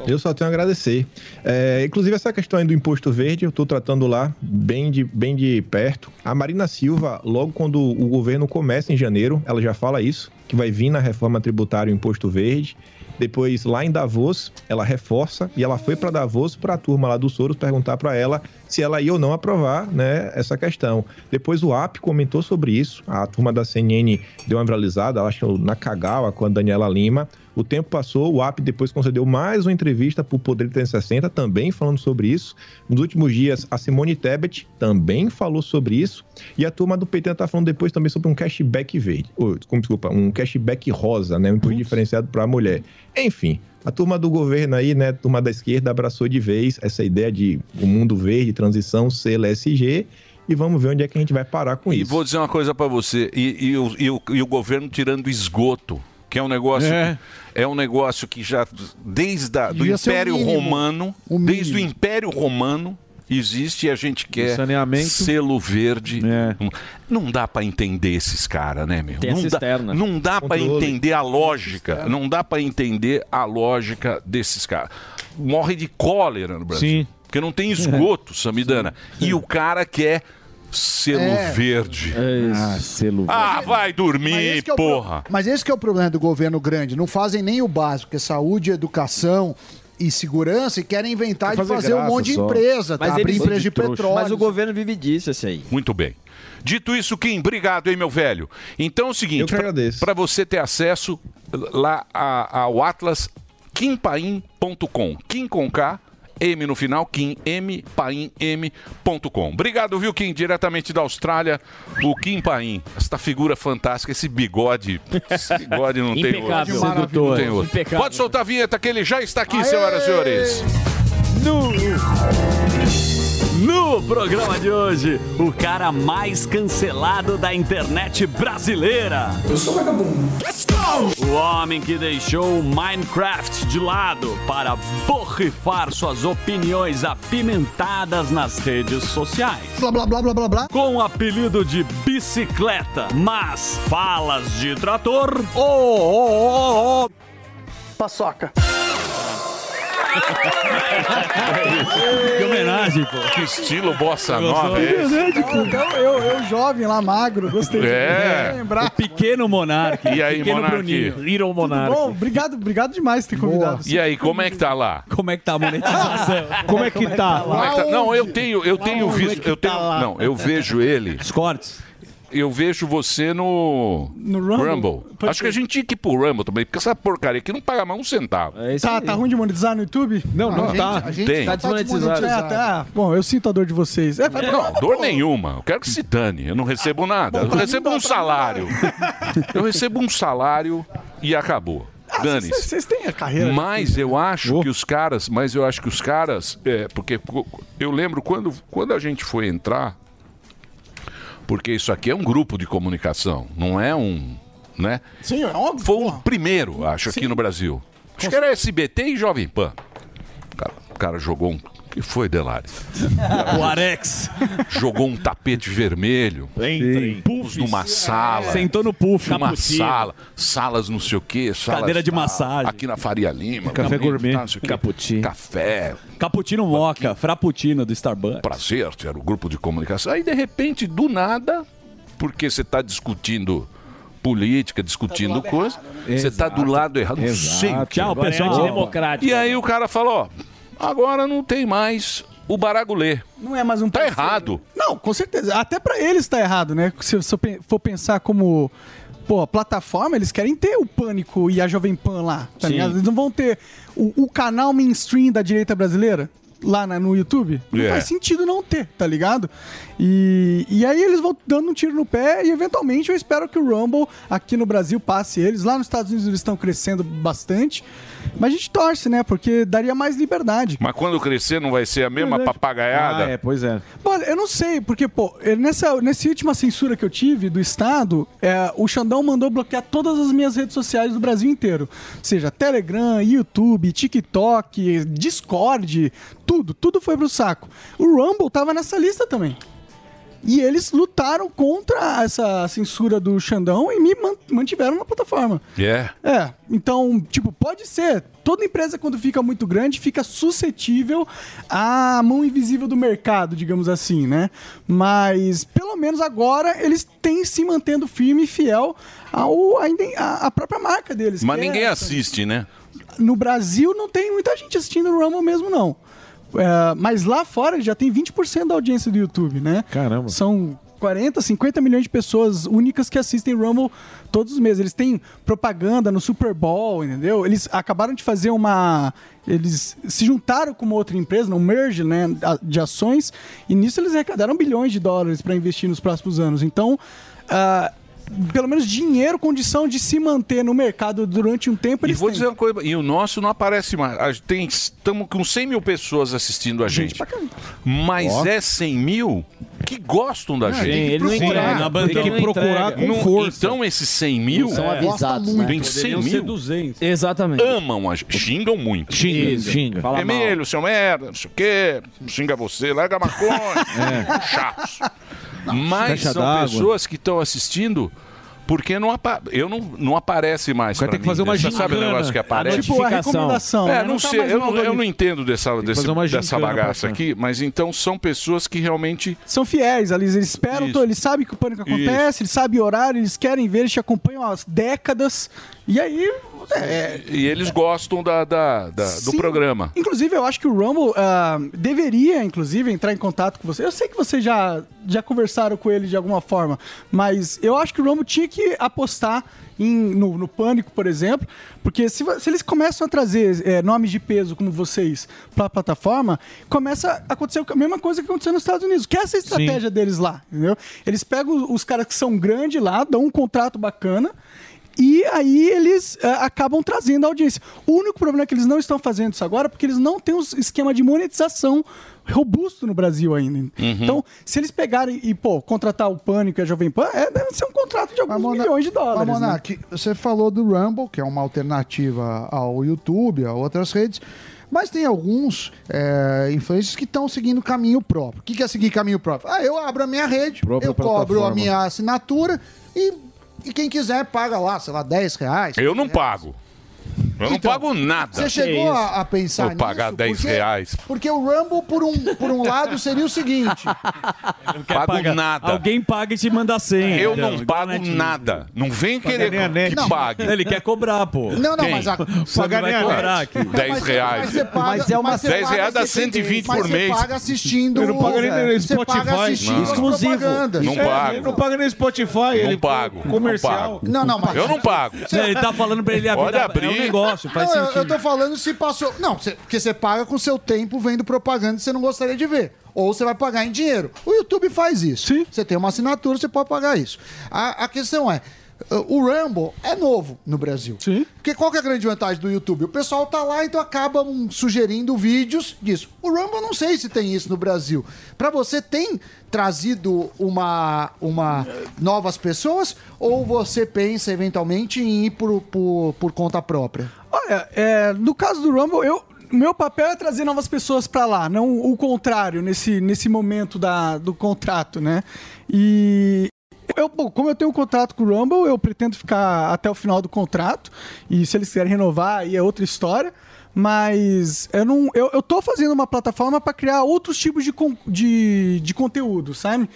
Speaker 4: Eu só tenho a agradecer. É, inclusive, essa questão aí do imposto verde, eu estou tratando lá bem de, bem de perto. A Marina Silva, logo quando o governo começa em janeiro, ela já fala isso, que vai vir na reforma tributária o imposto verde. Depois, lá em Davos, ela reforça e ela foi para Davos para a turma lá do Soros perguntar para ela se ela ia ou não aprovar né, essa questão. Depois, o AP comentou sobre isso, a turma da CNN deu uma viralizada, acho na Kagawa com a Daniela Lima. O tempo passou, o AP depois concedeu mais uma entrevista para o Poder 360, também falando sobre isso. Nos últimos dias, a Simone Tebet também falou sobre isso. E a turma do PT está falando depois também sobre um cashback verde. Ou, como, desculpa, um cashback rosa, né? Um imposto diferenciado para a mulher. Enfim, a turma do governo aí, né? A turma da esquerda abraçou de vez essa ideia de o mundo verde, transição, selo SG. E vamos ver onde é que a gente vai parar com
Speaker 6: E
Speaker 4: isso.
Speaker 6: vou dizer uma coisa pra você, e, e o, e o- e o governo tirando esgoto, que é um negócio,
Speaker 4: É.
Speaker 6: é um negócio que já desde a, do
Speaker 4: Devia ser o
Speaker 6: Império
Speaker 4: mínimo.
Speaker 6: Romano, desde o Império Romano existe e a gente quer
Speaker 8: saneamento.
Speaker 6: selo verde. Não- Não dá pra entender esses caras, né, meu?
Speaker 8: Tem
Speaker 6: não,
Speaker 8: essa
Speaker 6: dá,
Speaker 8: externa.
Speaker 6: não dá pra
Speaker 8: Controle.
Speaker 6: entender a lógica, não dá pra entender a lógica desses caras. Morre de cólera no Brasil.
Speaker 8: Sim.
Speaker 6: Porque não tem esgoto, Samidana. E o cara quer selo
Speaker 13: É.
Speaker 6: verde.
Speaker 10: Ah, selo
Speaker 6: Ah, vai
Speaker 13: Mas
Speaker 6: dormir,
Speaker 13: esse que é o pro-
Speaker 6: porra.
Speaker 13: Mas esse que é o problema do governo grande. Não fazem nem o básico, que é saúde, educação,
Speaker 28: e segurança e querem inventar de
Speaker 13: Fazer
Speaker 28: fazer um
Speaker 13: graça
Speaker 28: monte de
Speaker 13: só.
Speaker 28: empresa,
Speaker 13: Mas
Speaker 28: tá? abrir
Speaker 13: eles-
Speaker 28: empresa de
Speaker 13: trouxa.
Speaker 28: petróleo.
Speaker 13: Mas o governo vive disso, esse aí.
Speaker 6: Muito bem. Dito isso, Kim, obrigado, hein, meu velho. Então é o seguinte, para você ter acesso lá a- ao Atlas kimpaim.com. Kim com K, M no final, Kim M, Paim M.com. Obrigado, viu, Kim? Diretamente da Austrália, o Kim Paim. Esta figura fantástica, esse bigode. Esse bigode não tem
Speaker 18: Impecável.
Speaker 6: outro. Não tem
Speaker 18: Sedutor.
Speaker 6: outro.
Speaker 18: Impecável.
Speaker 6: Pode soltar a vinheta que ele já está aqui, senhoras e senhores.
Speaker 8: No programa de hoje, o cara mais cancelado da internet brasileira. Eu sou vagabundo. Let's go! O homem que deixou o Minecraft de lado para borrifar suas opiniões apimentadas nas redes sociais.
Speaker 28: Blá, blá, blá, blá, blá, blá.
Speaker 8: Com o apelido de bicicleta, mas falas de trator. Oh, oh, oh, oh. Paçoca.
Speaker 6: Que homenagem, pô. Que estilo bossa nova é esse?
Speaker 28: Verdade, cara. Então, eu, eu jovem lá, magro, gostei
Speaker 6: É.
Speaker 28: de lembrar.
Speaker 8: Pequeno Monarque.
Speaker 6: E aí,
Speaker 8: Pequeno
Speaker 6: Monarque?
Speaker 8: Bruninho.
Speaker 13: Little
Speaker 28: Bom, obrigado, obrigado demais por ter convidado.
Speaker 6: E aí, como é que tá lá?
Speaker 8: Como é que tá a monetização?
Speaker 13: Como é que tá? é
Speaker 6: Como é que tá? Não, eu tenho, eu tenho visto, eu tenho, não, eu vejo ele. Os
Speaker 8: cortes.
Speaker 6: Eu vejo você no,
Speaker 28: No Rumble? Pode
Speaker 6: Acho que a gente tinha que ir pro Rumble também, porque essa porcaria aqui não paga mais um centavo.
Speaker 28: Tá, tá ruim de monetizar no YouTube? Não,
Speaker 6: não tá. Tem. Tá desmonetizado.
Speaker 28: É, tá. Bom, eu sinto a dor de vocês. É, vai pra-
Speaker 13: Tá
Speaker 6: Não, dor nenhuma. Eu quero que se dane. Eu não recebo nada. Eu recebo um salário. Eu recebo um salário e acabou.
Speaker 13: Ah,
Speaker 6: Dane-se.
Speaker 28: Vocês têm a carreira. né?
Speaker 6: Mas eu acho que os caras, mas eu acho que os caras, é, porque co- eu lembro quando, quando a gente foi entrar, porque isso aqui é um grupo de comunicação, não é um, né?
Speaker 28: Sim, é óbvio.
Speaker 6: Foi o primeiro, acho, aqui no Brasil. Acho que era SBT e Jovem Pan. O cara, o cara jogou um... que foi, Delari?
Speaker 8: (laughs) O Arex.
Speaker 6: Jogou um tapete vermelho.
Speaker 8: Sim.
Speaker 6: Puffs numa sala.
Speaker 8: Sentou no puff.
Speaker 6: Numa
Speaker 8: Cappuccino.
Speaker 6: sala. Salas não sei o quê. salas-
Speaker 8: Cadeira de massagem.
Speaker 6: Aqui na Faria Lima.
Speaker 8: Café
Speaker 6: Não,
Speaker 8: gourmet.
Speaker 6: tá, não sei o quê.
Speaker 8: Cappuccino.
Speaker 6: Café.
Speaker 8: Cappuccino Moca, Frappuccino do Starbucks.
Speaker 6: Prazer, era o grupo de comunicação. Aí, de repente, do nada, porque você está discutindo política,
Speaker 8: Tá
Speaker 6: discutindo coisa,
Speaker 8: né?
Speaker 6: você está do lado errado. Não sei o que.
Speaker 8: Tchau, Agora é pessoal. antidemocrático.
Speaker 6: E aí o cara falou, ó, agora não tem mais o baragulê.
Speaker 8: Não é mais um
Speaker 6: Tá errado.
Speaker 28: Não, com certeza. Até pra eles tá errado, né? Se você pe- for pensar como. Pô, plataforma, eles querem ter o Pânico e a Jovem Pan lá, tá
Speaker 8: Sim.
Speaker 28: ligado? Eles não vão ter o, o canal mainstream da direita brasileira lá na- no YouTube? Não
Speaker 8: É.
Speaker 28: faz sentido não ter, tá ligado? E, e aí eles vão dando um tiro no pé e eventualmente eu espero que o Rumble aqui no Brasil passe eles. Lá nos Estados Unidos eles estão crescendo bastante, mas a gente torce, né? Porque daria mais liberdade.
Speaker 6: Mas quando crescer não vai ser a mesma papagaiada?
Speaker 28: Ah, é,
Speaker 6: pois é.
Speaker 28: Mano, eu não sei, porque, pô, é nessa, nessa última censura que eu tive do Estado, é, o Xandão mandou bloquear todas as minhas redes sociais do Brasil inteiro. Ou seja, Telegram, YouTube, TikTok, Discord, tudo, tudo foi pro saco. O Rumble tava nessa lista também. E eles lutaram contra essa censura do Xandão e me man- mantiveram na plataforma.
Speaker 6: É.
Speaker 28: É, então, tipo, pode ser. Toda empresa, quando fica muito grande, fica suscetível à mão invisível do mercado, digamos assim, né? Mas, pelo menos agora, eles têm se mantendo firme e fiel ao, à iden- à, à própria marca deles.
Speaker 6: Mas
Speaker 28: que é
Speaker 6: ninguém
Speaker 28: essa.
Speaker 6: assiste, né?
Speaker 28: No Brasil, não tem muita gente assistindo no Rumble mesmo, não. É, mas lá fora, já tem 20% da audiência do YouTube, né? Caramba. São 40, 50 milhões de pessoas únicas que assistem Rumble todos os meses. Eles têm propaganda no Super Bowl, entendeu? Eles acabaram de fazer uma... Eles se juntaram com uma outra empresa, um merge né, a- de ações, e nisso eles arrecadaram bilhões de dólares para investir nos próximos anos. Então... ah, pelo menos dinheiro, condição de se manter no mercado durante um tempo,
Speaker 6: E
Speaker 28: eles
Speaker 6: vou
Speaker 28: têm.
Speaker 6: dizer uma coisa, e o nosso não aparece mais. Estamos com 100 mil pessoas assistindo a gente. mas
Speaker 8: Ó.
Speaker 6: é 100 mil que gostam da
Speaker 8: É,
Speaker 6: gente.
Speaker 8: tem que Ele não procurar, entrega,
Speaker 6: Não,
Speaker 8: tem que
Speaker 6: não
Speaker 8: procurar
Speaker 6: entrega.
Speaker 8: com
Speaker 6: Não,
Speaker 8: força.
Speaker 6: Então esses 100 mil
Speaker 8: Não são avisados, né?
Speaker 6: Tem
Speaker 8: Poderiam
Speaker 6: 100
Speaker 8: ser
Speaker 6: mil.
Speaker 8: 200.
Speaker 6: Exatamente. Amam a gente. Xingam muito.
Speaker 8: Xinga, Isso. xinga. Fala
Speaker 6: É meio, seu merda, não sei o quê. Xinga você, larga a
Speaker 8: (laughs)
Speaker 6: maconha.
Speaker 8: É.
Speaker 6: Chatos. Mas
Speaker 8: Caixa
Speaker 6: são
Speaker 8: d'água.
Speaker 6: pessoas que estão assistindo porque não, apa eu não, não aparece mais.
Speaker 8: Vai
Speaker 6: pra
Speaker 8: ter que
Speaker 6: mim.
Speaker 8: fazer uma
Speaker 6: Você Sabe o
Speaker 8: gincana,
Speaker 6: negócio que
Speaker 8: a
Speaker 6: aparece?
Speaker 8: notificação. Tipo a recomendação,
Speaker 6: É,
Speaker 8: né?
Speaker 6: não,
Speaker 8: Não tá
Speaker 6: sei,
Speaker 8: mais
Speaker 6: eu
Speaker 8: no
Speaker 6: não, eu não
Speaker 8: algoritmo.
Speaker 6: entendo dessa, desse-
Speaker 8: fazer uma
Speaker 6: dessa
Speaker 8: gincana pra
Speaker 6: bagaça
Speaker 8: cá.
Speaker 6: aqui, mas então são pessoas que realmente
Speaker 28: São fiéis, ali, eles esperam,
Speaker 6: Isso.
Speaker 28: eles sabem que o pânico acontece, eles sabem o horário, eles querem ver, eles te acompanham há décadas. E aí é,
Speaker 6: E eles gostam da, da- da- do
Speaker 28: Sim.
Speaker 6: programa.
Speaker 28: Inclusive, eu acho que o Rumble ah, deveria, inclusive, entrar em contato com você. Eu sei que vocês já, já conversaram com ele de alguma forma, mas eu acho que o Rumble tinha que apostar em- no, no Pânico, por exemplo, porque se, vo- se eles começam a trazer eh, nomes de peso como vocês para a plataforma, começa a acontecer a mesma coisa que aconteceu nos Estados Unidos, que é essa estratégia deles lá, entendeu? Eles pegam os caras que são grandes lá, dão um contrato bacana e aí eles eh, acabam trazendo a audiência. O único problema é que eles não estão fazendo isso agora é porque eles não têm um esquema de monetização robusto no Brasil ainda. Então, se eles pegarem e, pô, contratar o Pânico e a Jovem Pan, é, deve ser um contrato de alguns milhões de dólares.
Speaker 13: Mas,
Speaker 28: né?
Speaker 13: Monark, você falou do Rumble, que é uma alternativa ao YouTube, a outras redes, mas tem alguns é, influencers que estão seguindo caminho próprio. O que, que é seguir caminho próprio? Ah, eu abro a minha rede,
Speaker 29: Própria
Speaker 13: eu cobro a
Speaker 29: plataforma.
Speaker 13: minha assinatura e, e quem quiser paga lá, sei lá, 10 reais.
Speaker 6: Eu não pago. Eu não pago nada.
Speaker 13: Você chegou a, a pensar
Speaker 6: Vou
Speaker 13: nisso?
Speaker 6: pagar 10 reais.
Speaker 13: Porque o Rumble, por um, por um lado, seria o seguinte...
Speaker 6: pago nada.
Speaker 8: Alguém paga e te manda a senha.
Speaker 6: Eu
Speaker 8: então,
Speaker 6: não
Speaker 8: igual
Speaker 6: pago
Speaker 8: a Netinho.
Speaker 6: nada. Não vem
Speaker 8: Pagar
Speaker 6: querer
Speaker 8: nem a net.
Speaker 6: que
Speaker 8: Não.
Speaker 6: pague.
Speaker 8: Ele quer cobrar, pô.
Speaker 13: Não, não,
Speaker 6: Quem?
Speaker 13: mas a-
Speaker 8: Você
Speaker 13: Pagar
Speaker 8: vai
Speaker 13: nem a
Speaker 8: cobrar
Speaker 13: net.
Speaker 8: aqui.
Speaker 6: 10 reais.
Speaker 13: Mas você paga,
Speaker 8: Mas é uma-
Speaker 13: mas você
Speaker 6: 10 reais
Speaker 13: paga
Speaker 6: dá
Speaker 13: assistindo-
Speaker 6: 120
Speaker 13: mas
Speaker 6: por
Speaker 13: você
Speaker 6: mês.
Speaker 13: paga assistindo.
Speaker 6: Eu não pago nem no
Speaker 13: Você
Speaker 6: Spotify.
Speaker 13: paga assistindo
Speaker 6: Não.
Speaker 13: as
Speaker 6: Exclusivo.
Speaker 13: propagandas.
Speaker 6: Não pago. Ele não
Speaker 13: paga nem Spotify.
Speaker 6: Não pago.
Speaker 13: comercial.
Speaker 6: Não,
Speaker 13: Não,
Speaker 6: não,
Speaker 13: não,
Speaker 6: pago.
Speaker 13: mas-
Speaker 6: Eu não pago.
Speaker 13: Não, ele tá
Speaker 8: falando pra ele, a
Speaker 6: Pode
Speaker 8: vida- é
Speaker 6: abrir.
Speaker 8: um negócio,
Speaker 13: Não, eu, eu tô falando se passou. Não, você- porque você paga com seu tempo vendo propaganda que você não gostaria de ver. Ou você vai pagar em dinheiro. O YouTube faz isso. Você tem uma assinatura, você pode pagar isso. A, a questão é. uh, O Rumble é novo no Brasil. Sim. Porque qual que é a grande vantagem do YouTube? O pessoal tá lá, então acaba hum, sugerindo vídeos disso. O Rumble eu não sei se tem isso no Brasil. Pra você tem trazido uma, uma novas pessoas ou você pensa eventualmente em ir por, por, por conta própria?
Speaker 28: Olha, é, no caso do Rumble, eu, meu papel é trazer novas pessoas pra lá, não o contrário nesse, nesse momento da, do contrato, né? E eu, bom, como eu tenho um contrato com o Rumble, eu pretendo ficar até o final do contrato. E se eles quiserem renovar, aí é outra história. Mas eu não. Eu, eu tô fazendo uma plataforma pra criar outros tipos de, con- de, de conteúdo, sabe?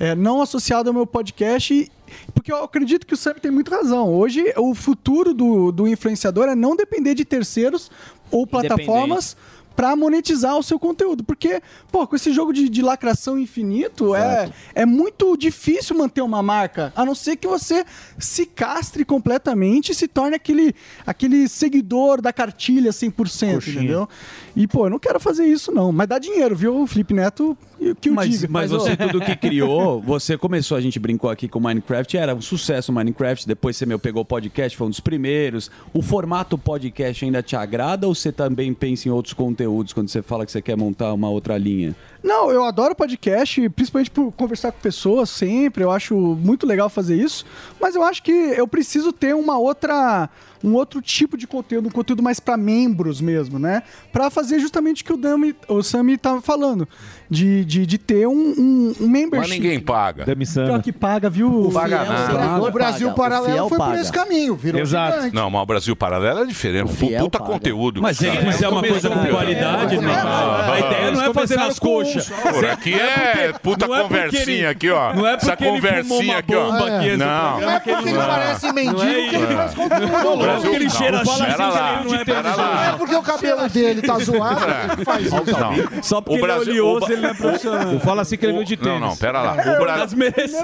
Speaker 28: É, não associado ao meu podcast. e- Porque eu acredito que o Sam tem muita razão. Hoje, o futuro do, do influenciador é não depender de terceiros ou plataformas para monetizar o seu conteúdo. Porque, pô, com esse jogo de, de lacração infinito, é, é muito difícil manter uma marca, a não ser que você se castre completamente e se torne aquele, aquele seguidor da cartilha 100%, entendeu? E, pô, eu não quero fazer isso, não. Mas dá dinheiro, viu, Felipe Neto? e o Que o
Speaker 8: Mas,
Speaker 28: diga.
Speaker 8: mas
Speaker 28: ô-
Speaker 8: (laughs) você tudo que criou, você começou, a gente brincou aqui com o Minecraft, era um sucesso o Minecraft, depois você meu pegou o podcast, foi um dos primeiros. O formato podcast ainda te agrada ou você também pensa em outros conteúdos quando você fala que você quer montar uma outra linha?
Speaker 28: Não, eu adoro podcast, principalmente por conversar com pessoas sempre. Eu acho muito legal fazer isso. Mas eu acho que eu preciso ter uma outra, um outro tipo de conteúdo, um conteúdo mais para membros mesmo, né? Para fazer justamente o que o, Dami, o Sami tava falando, de, de, de ter um, um, um membership.
Speaker 6: Mas ninguém paga.
Speaker 28: Pior que paga, viu?
Speaker 6: Paga fiel nada. paga,
Speaker 13: o Brasil Paralelo foi por esse caminho, virou gigante.
Speaker 6: Não, mas o Brasil Paralelo é diferente. Foi um puta conteúdo. É,
Speaker 8: Mas se ele fizer uma coisa com qualidade, né? A ideia não é fazer nas coxas.
Speaker 6: Por aqui é puta
Speaker 8: não é porque ele-
Speaker 6: conversinha aqui, ó.
Speaker 8: não é
Speaker 6: Essa
Speaker 8: porque ele fumou
Speaker 6: conversinha
Speaker 8: uma
Speaker 6: aqui, ó.
Speaker 8: bomba aqui, esse
Speaker 6: Não.
Speaker 8: programa Não é que ele- porque ele não. parece
Speaker 13: mendigo
Speaker 8: Não é
Speaker 13: que ele
Speaker 8: isso.
Speaker 13: faz conteúdo.
Speaker 6: O Brasil-
Speaker 13: Porque ele cheira
Speaker 6: não, assim,
Speaker 13: a
Speaker 6: pera
Speaker 13: xixi,
Speaker 6: lá,
Speaker 13: ele não é
Speaker 6: pera
Speaker 13: profissional.
Speaker 6: lá.
Speaker 13: Não é porque o cabelo dele tá zoado
Speaker 7: É.
Speaker 13: que ele faz isso.
Speaker 7: tá
Speaker 6: Não.
Speaker 8: Só porque
Speaker 6: O Brasil-
Speaker 8: ele é
Speaker 6: o
Speaker 8: oleoso,
Speaker 6: Ba-
Speaker 8: ele não é profissional.
Speaker 6: então. o-
Speaker 8: fala
Speaker 7: é
Speaker 8: assim que ele veio de
Speaker 6: Não, não,
Speaker 7: (laughs)
Speaker 6: pera lá. O Bra-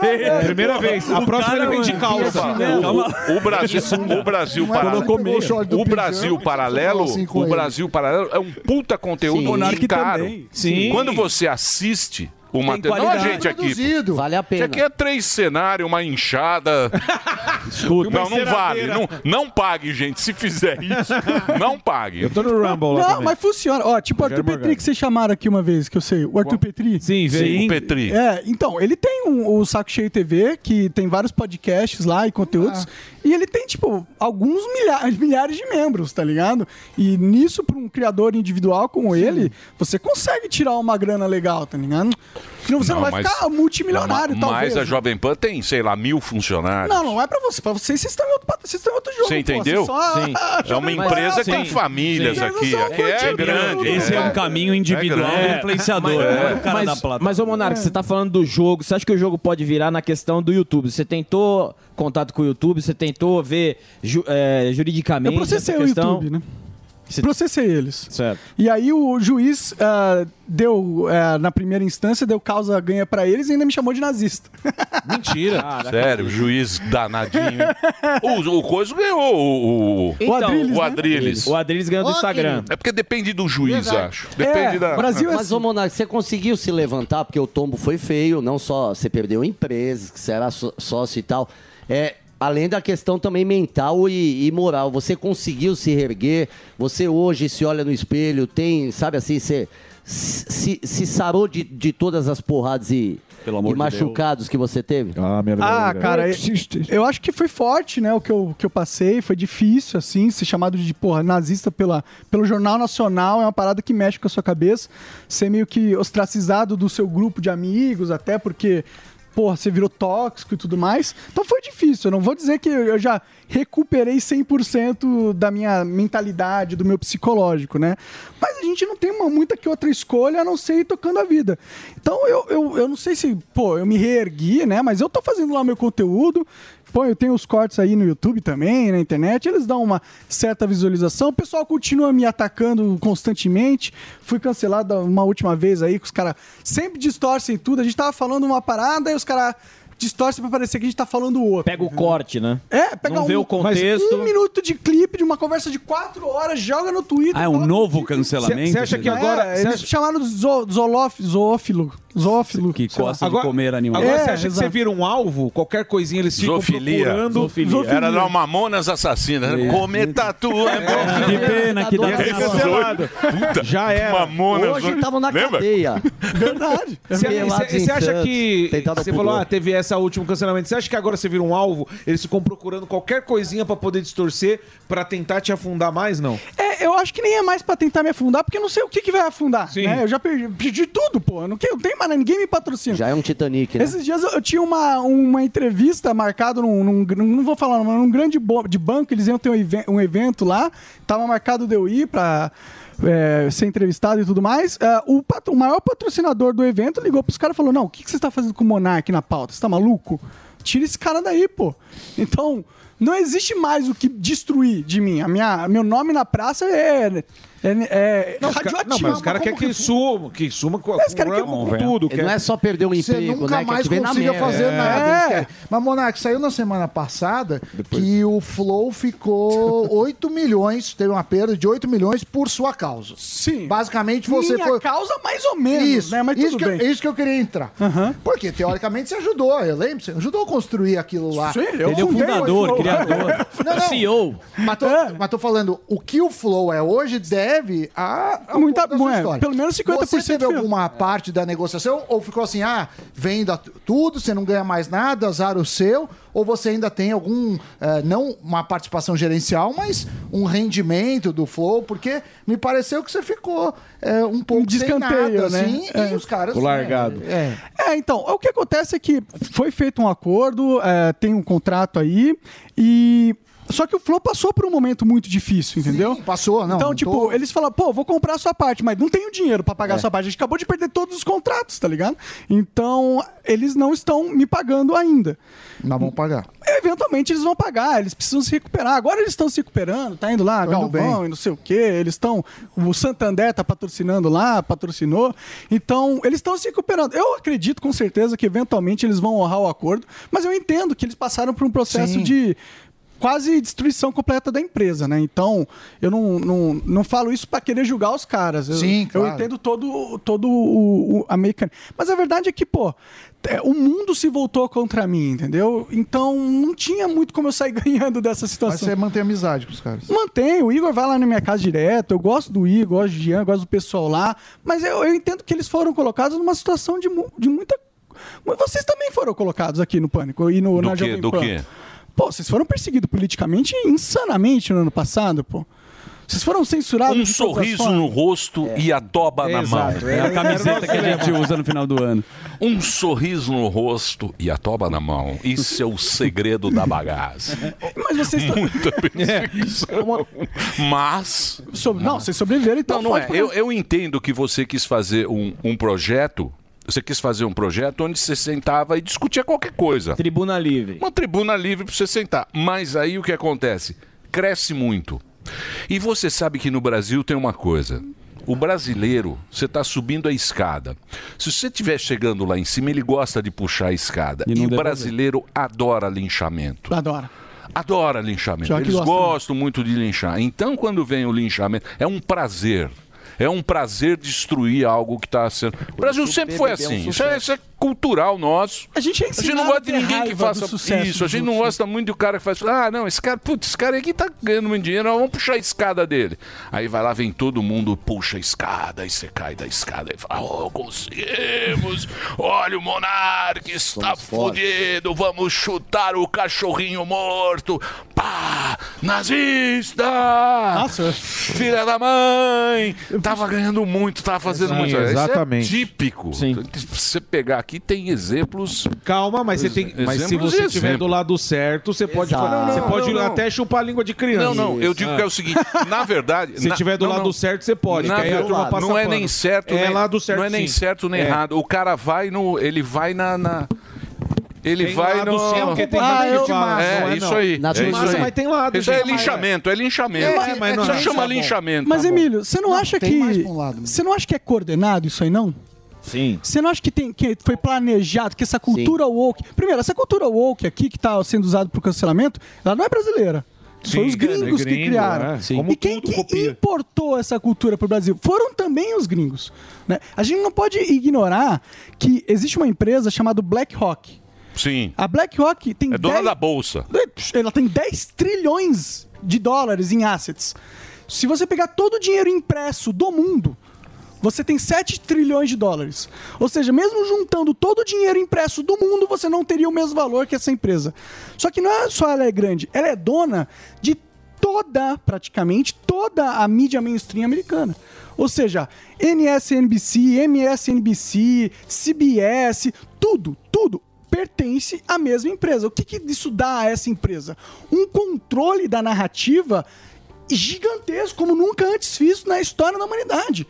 Speaker 6: É,
Speaker 7: Primeira vez. A próxima ele vem
Speaker 6: um
Speaker 7: de calça.
Speaker 6: O, o Brasil, o Brasil
Speaker 7: Não é
Speaker 6: paralelo,
Speaker 7: colocou meia.
Speaker 6: o Brasil paralelo,
Speaker 7: assim com
Speaker 6: o
Speaker 7: ele.
Speaker 6: Brasil paralelo é um puta
Speaker 7: Sim.
Speaker 6: conteúdo
Speaker 7: Monark
Speaker 6: e caro.
Speaker 7: também. Sim.
Speaker 6: Quando você assiste o
Speaker 7: Tem
Speaker 6: material, não a
Speaker 7: qualidade.
Speaker 6: gente aqui.
Speaker 13: Produzido.
Speaker 6: Vale a pena. Isso aqui é três cenários, uma
Speaker 7: (laughs)
Speaker 6: inchada.
Speaker 7: Escuta.
Speaker 6: Não, não vale. Não, não pague, gente. Se fizer
Speaker 7: (laughs)
Speaker 6: isso, não pague.
Speaker 7: Eu tô no Rumble lá
Speaker 28: Não,
Speaker 7: também.
Speaker 28: mas funciona. Ó, tipo o Arthur Petri que vocês chamaram aqui uma vez, que eu sei. O Arthur Petri?
Speaker 7: Sim, veio. Sim, o Petri.
Speaker 28: É, então, ele tem um- o Saco Cheio TV, que tem vários podcasts lá e conteúdos.
Speaker 6: Ah.
Speaker 28: E ele tem, tipo, alguns milhares, milhares de membros, tá ligado? E nisso, pra um criador individual como ele, você consegue tirar uma grana legal, tá ligado? Senão você não, vai
Speaker 6: mas- é
Speaker 28: ficar multimilionário,
Speaker 6: ma-
Speaker 28: talvez.
Speaker 6: Mas a Jovem Pan tem, sei lá, mil funcionários.
Speaker 28: Não, não é pra Deus, pra vocês, vocês estão em outro, pat- vocês estão em outro jogo.
Speaker 6: Você entendeu? Sim. É uma empresa que
Speaker 28: assim.
Speaker 6: tem famílias aqui, aqui é grande,
Speaker 8: Esse é,
Speaker 6: é.
Speaker 8: um caminho individual
Speaker 6: É grande.
Speaker 8: do influenciador. não é o cara
Speaker 10: né? mas,
Speaker 8: da plataforma.
Speaker 10: mas, ô Monark, você tá falando do jogo. Você acha que o jogo pode virar na questão do YouTube? Você tentou contato com o YouTube? Você tentou ver ju- é,
Speaker 28: (laughs) Eu
Speaker 10: juridicamente
Speaker 28: processei
Speaker 10: essa
Speaker 28: o
Speaker 10: questão?
Speaker 28: YouTube, né? Processei eles.
Speaker 10: Certo.
Speaker 28: E aí o juiz ah, deu, ah, na primeira instância, deu causa ganha pra eles e ainda me chamou de nazista. (laughs)
Speaker 6: Mentira. Sério, juiz
Speaker 28: (laughs)
Speaker 6: danadinho. hein? o, o Coiso ganhou o, o,
Speaker 28: Então, Adriles,
Speaker 6: o
Speaker 28: né?
Speaker 6: Adriles.
Speaker 10: O Adriles ganhou do
Speaker 6: Ok.
Speaker 10: Instagram.
Speaker 6: É porque depende do juiz, acho.
Speaker 28: É,
Speaker 6: Depende da.
Speaker 11: Mas,
Speaker 28: assim.
Speaker 11: ô Monark, você conseguiu se levantar, porque o tombo foi feio, não só você perdeu empresas, que você era só- sócio e tal. É, além da questão também mental e, e moral. Você conseguiu se reerguer, você hoje se olha no espelho, tem, sabe assim, você se, se sarou de, de todas as porradas e, e
Speaker 28: de
Speaker 11: machucados que você teve?
Speaker 10: Ah, merda.
Speaker 28: Ah, cara, eu, eu acho que foi forte, né? O que eu, que eu passei. Foi difícil, assim, ser chamado de, porra, nazista pela, pelo Jornal Nacional. É uma parada que mexe com a sua cabeça. Ser meio que ostracizado do seu grupo de amigos, até porque, porra, você virou tóxico e tudo mais. Então foi difícil. Eu não vou dizer que eu já recuperei 100% da minha mentalidade, do meu psicológico, né? Mas a gente não tem uma muita que outra escolha a não ser ir tocando a vida. Então eu, eu, eu não sei se, pô, eu me reergui, né? Mas eu tô fazendo lá meu conteúdo. Pô, eu tenho os cortes aí no YouTube também, na internet, eles dão uma certa visualização. O pessoal continua me atacando constantemente. Fui cancelado uma última vez aí, que os caras sempre distorcem tudo. A gente tava falando uma parada e os caras distorcem pra parecer que a gente tá falando outra.
Speaker 10: Pega o corte, né?
Speaker 28: É, pega
Speaker 10: Não
Speaker 28: um,
Speaker 10: vê o contexto.
Speaker 28: um minuto de clipe de uma conversa de quatro horas, joga no Twitter.
Speaker 8: Ah, é um novo cancelamento?
Speaker 28: Você acha que
Speaker 8: entendeu?
Speaker 28: agora. É, eles chamaram de zo, zolof- zoófilo. Zoófilo.
Speaker 8: Que
Speaker 28: sei lá.
Speaker 8: gosta de comer animais.
Speaker 7: Agora
Speaker 28: É,
Speaker 7: você acha que
Speaker 28: exato.
Speaker 7: você vira um alvo? Qualquer coisinha eles ficam
Speaker 6: Zoofilia.
Speaker 7: procurando.
Speaker 6: Era lá o Mamonas Assassinas. né? Come tatu, é bom.
Speaker 7: Que pena que deve ser cancelado. Já era.
Speaker 6: Mamonas.
Speaker 7: Hoje tava na
Speaker 11: cadeia.
Speaker 28: Verdade.
Speaker 7: Você
Speaker 11: Pelado
Speaker 7: você- você
Speaker 11: em
Speaker 7: acha
Speaker 11: Santos,
Speaker 7: que.
Speaker 11: tentado
Speaker 7: Você
Speaker 11: ao
Speaker 7: falou,
Speaker 11: pudor.
Speaker 7: ah, teve essa último cancelamento. Você acha que agora você vira um alvo? Eles ficam procurando qualquer coisinha pra poder distorcer, pra tentar te afundar mais? Não.
Speaker 28: É, eu acho que nem é mais pra tentar me afundar, porque eu não sei o que, que vai afundar. né? Eu já perdi, perdi tudo, pô. Eu não, quero- não tem mais né? ninguém me patrocina.
Speaker 11: Já é um Titanic, né?
Speaker 28: Esses dias eu, eu tinha uma, uma entrevista marcada num, num gr- Não vou falar, mas num grande bo- de banco, eles iam ter um, even- um evento lá. Tava marcado de eu ir pra. é, ser entrevistado e tudo mais, É, o, patro- o maior patrocinador do evento ligou pros caras e falou: Não, o que, que você tá fazendo com o Monark na pauta? Você tá maluco? Tira esse cara daí, pô. Então, não existe mais o que destruir de mim. A minha, meu nome na praça é. é, é
Speaker 7: Não, os ca-
Speaker 28: radioativo.
Speaker 7: não, mas os caras
Speaker 28: Mas
Speaker 7: querem
Speaker 28: como
Speaker 7: que suma, que suma com,
Speaker 28: Eles querem
Speaker 7: com
Speaker 28: que eu
Speaker 7: com
Speaker 28: compre
Speaker 7: tudo.
Speaker 11: Não é só perder um
Speaker 7: Você
Speaker 11: emprego,
Speaker 7: nunca
Speaker 11: né?
Speaker 7: mais
Speaker 11: que te vê na
Speaker 7: consiga
Speaker 11: merda.
Speaker 7: fazer
Speaker 11: É.
Speaker 7: nada.
Speaker 1: Eles querem. Mas, Monark, saiu na semana passada que o Flow ficou 8 milhões, teve uma perda de 8 milhões por sua causa.
Speaker 28: Sim.
Speaker 1: Basicamente você
Speaker 28: Minha
Speaker 1: foi.
Speaker 28: causa, mais ou menos,
Speaker 1: Isso,
Speaker 28: né? Mas
Speaker 1: isso
Speaker 28: tudo
Speaker 1: que,
Speaker 28: bem.
Speaker 1: É isso que eu queria entrar. Porque, teoricamente, você ajudou, eu lembro, você ajudou a construir aquilo lá.
Speaker 28: Sim,
Speaker 8: eu Ele é o
Speaker 1: fundei
Speaker 8: fundador,
Speaker 1: Flow.
Speaker 8: criador,
Speaker 1: Não, não.
Speaker 8: CEO.
Speaker 1: Mas tô,
Speaker 28: É.
Speaker 1: mas tô falando, o que o Flow é hoje deve a. a Muita
Speaker 28: é, pelo menos 50%
Speaker 1: Você teve
Speaker 28: foi-
Speaker 1: alguma parte da negociação? Ou ficou assim, ah, venda t- tudo, você não ganha mais nada, azar o seu? Ou você ainda tem algum, eh, não uma participação gerencial, mas um rendimento do Flow? Porque me pareceu que você ficou eh, um pouco sem
Speaker 28: descanteio,
Speaker 1: nada,
Speaker 28: né?
Speaker 1: assim, e
Speaker 28: É.
Speaker 1: os caras...
Speaker 28: Ficou largado.
Speaker 1: né, É.
Speaker 28: É, então, o que acontece é que foi feito um acordo, é, tem um contrato aí, e. Só que o Flow passou por um momento muito difícil, entendeu?
Speaker 1: passou, não.
Speaker 28: Então,
Speaker 1: não
Speaker 28: tipo,
Speaker 1: tô- É.
Speaker 28: eles falaram, pô, vou comprar a sua parte, mas não tenho dinheiro pra pagar a sua parte. A gente acabou de perder todos os contratos, tá ligado? Então, eles não estão me pagando ainda.
Speaker 1: Mas vão pagar.
Speaker 28: Eventualmente eles vão pagar, eles precisam se recuperar. Agora eles estão se recuperando, tá indo lá,
Speaker 1: indo
Speaker 28: Galvão
Speaker 1: bem.
Speaker 28: e não sei o quê. Eles estão. O Santander tá patrocinando lá, patrocinou. Então, eles estão se recuperando. Eu acredito com certeza que eventualmente eles vão honrar o acordo, mas eu entendo que eles passaram por um processo
Speaker 1: Sim.
Speaker 28: de quase destruição completa da empresa, né? Então, eu não, não, não falo isso pra querer julgar os caras. Eu,
Speaker 1: Sim, claro.
Speaker 28: eu entendo todo, todo o, o americano. Mas a verdade é que, pô, é, o mundo se voltou contra mim, entendeu? Então, não tinha muito como eu sair (laughs) ganhando dessa
Speaker 1: Mas
Speaker 28: situação.
Speaker 1: você mantém amizade com os caras.
Speaker 28: Mantenho, o Igor vai lá na minha casa direto, eu gosto do Igor, gosto de Jean, gosto do pessoal lá, mas eu, eu entendo que eles foram colocados numa situação de, mu- de muita... Mas vocês também foram colocados aqui no Pânico e no,
Speaker 6: Do
Speaker 28: na
Speaker 6: quê?
Speaker 28: Jovem
Speaker 6: Do
Speaker 28: Pan.
Speaker 6: quê?
Speaker 28: Pô, vocês foram perseguidos politicamente insanamente no ano passado, pô. Vocês foram censurados?
Speaker 6: Um
Speaker 28: de É. todas as
Speaker 6: sorriso
Speaker 28: formas?
Speaker 6: no rosto e a toba na
Speaker 8: Exato,
Speaker 6: mão.
Speaker 8: é a camiseta que a gente usa
Speaker 6: no final do ano. Um sorriso no rosto e a toba na mão. Isso é o segredo da bagaça.
Speaker 28: (laughs) Mas vocês estão. (laughs)
Speaker 6: Muita perseguição. Mas.
Speaker 28: Não, vocês sobreviveram então.
Speaker 6: Não, não
Speaker 28: pode
Speaker 6: é.
Speaker 28: pra-
Speaker 6: Eu, eu entendo que você quis fazer um, um projeto. Você quis fazer um projeto onde você sentava e discutia qualquer coisa.
Speaker 10: Tribuna livre.
Speaker 6: Uma tribuna livre para você sentar. Mas aí o que acontece? Cresce muito. E você sabe que no Brasil tem uma coisa. O brasileiro, você está subindo a escada. Se você estiver chegando lá em cima, ele gosta de puxar a escada. E, o brasileiro adora linchamento.
Speaker 28: Adora.
Speaker 6: Adora linchamento.
Speaker 28: Pior que
Speaker 6: Eles
Speaker 28: gosta, né?
Speaker 6: gostam muito de linchar. Então, quando vem o linchamento, é um prazer. É um prazer destruir algo que está sendo. O Brasil sempre foi
Speaker 28: PBB é um
Speaker 6: assim. Isso é, isso é cultural nosso.
Speaker 28: A gente, é
Speaker 6: não
Speaker 28: ensinado
Speaker 6: gosta
Speaker 28: a
Speaker 6: de
Speaker 28: ter
Speaker 6: ninguém que
Speaker 28: raiva
Speaker 6: faça
Speaker 28: do sucesso
Speaker 6: isso. A
Speaker 28: dos
Speaker 6: gente não gosta muito do cara que faz. Ah, não, esse cara, putz, esse cara aqui tá ganhando muito dinheiro, nós vamos puxar a escada dele. Aí vai lá, vem todo mundo, puxa a escada, aí você cai da escada e fala, oh, conseguimos! Olha o Monark está fodido, vamos chutar o cachorrinho morto! Pá! Nazista! Nossa! Filha da mãe! Tava ganhando muito, tava fazendo
Speaker 7: Sim,
Speaker 6: muito. Isso é
Speaker 7: exatamente.
Speaker 6: típico. Se você pegar aqui, tem exemplos.
Speaker 7: Calma, mas você tem. Mas se
Speaker 6: Exemplos e
Speaker 7: você estiver
Speaker 6: exemplos.
Speaker 7: do lado certo, você pode,
Speaker 6: Exato.
Speaker 7: falar- você
Speaker 6: Não,
Speaker 7: pode
Speaker 6: não, não.
Speaker 7: até chupar a língua de criança.
Speaker 6: Não, não, eu digo que é o
Speaker 7: (laughs)
Speaker 6: seguinte, na verdade...
Speaker 7: Se
Speaker 6: na-
Speaker 7: tiver do
Speaker 6: não,
Speaker 7: lado
Speaker 6: não.
Speaker 7: certo, você pode,
Speaker 6: Na
Speaker 7: que aí a turma
Speaker 6: verdade,
Speaker 7: passa
Speaker 6: não é
Speaker 7: pano.
Speaker 6: nem certo,
Speaker 7: É
Speaker 6: nem,
Speaker 7: lado certo,
Speaker 6: Não é nem
Speaker 7: sim.
Speaker 6: certo nem
Speaker 7: É.
Speaker 6: errado. O cara vai no... Ele vai na... na- ele
Speaker 7: Tem
Speaker 6: vai
Speaker 7: lado
Speaker 6: no...
Speaker 7: certo, porque tem
Speaker 6: Ah,
Speaker 7: gente de
Speaker 6: eu-
Speaker 7: massa,
Speaker 6: É,
Speaker 7: não é
Speaker 6: isso
Speaker 7: não.
Speaker 6: aí.
Speaker 7: Na
Speaker 6: é
Speaker 7: de
Speaker 6: isso
Speaker 7: massa,
Speaker 6: aí.
Speaker 7: mas tem lado,
Speaker 6: Isso aí é
Speaker 7: gente, mas-
Speaker 6: linchamento, é linchamento.
Speaker 7: É, mas não
Speaker 6: Isso
Speaker 7: é.
Speaker 6: chama
Speaker 7: Tá bom.
Speaker 6: linchamento.
Speaker 28: Mas, é Emílio, você não, acha
Speaker 6: tem
Speaker 28: que.
Speaker 6: mais
Speaker 7: um
Speaker 6: pra
Speaker 28: Você não acha que é coordenado isso aí, não?
Speaker 10: Sim.
Speaker 28: Você não acha que, tem, que foi planejado, que essa cultura woke. Primeiro, essa cultura woke aqui, que está sendo usada para o cancelamento, ela não é brasileira.
Speaker 7: Sim,
Speaker 28: Foi os gringos
Speaker 7: é gringo,
Speaker 28: que criaram.
Speaker 7: é. Sim. Como
Speaker 28: E quem
Speaker 7: tudo
Speaker 28: que
Speaker 7: copia.
Speaker 28: importou essa cultura para o Brasil? Foram também os gringos. né? A gente não pode ignorar que existe uma empresa chamada BlackRock.
Speaker 6: Sim.
Speaker 28: A BlackRock tem
Speaker 6: É dona
Speaker 28: 10
Speaker 6: da bolsa.
Speaker 28: ela tem 10 trilhões de dólares em assets. Se você pegar todo o dinheiro impresso do mundo, você tem 7 trilhões de dólares. Ou seja, mesmo juntando todo o dinheiro impresso do mundo, você não teria o mesmo valor que essa empresa. Só que não é só ela é grande, ela é dona de toda, praticamente, toda a mídia mainstream americana. Ou seja, NSNBC, MSNBC, CBS, tudo, tudo pertence à mesma empresa. O que, que isso dá a essa empresa? Um controle da narrativa gigantesco, como nunca antes visto na história da humanidade.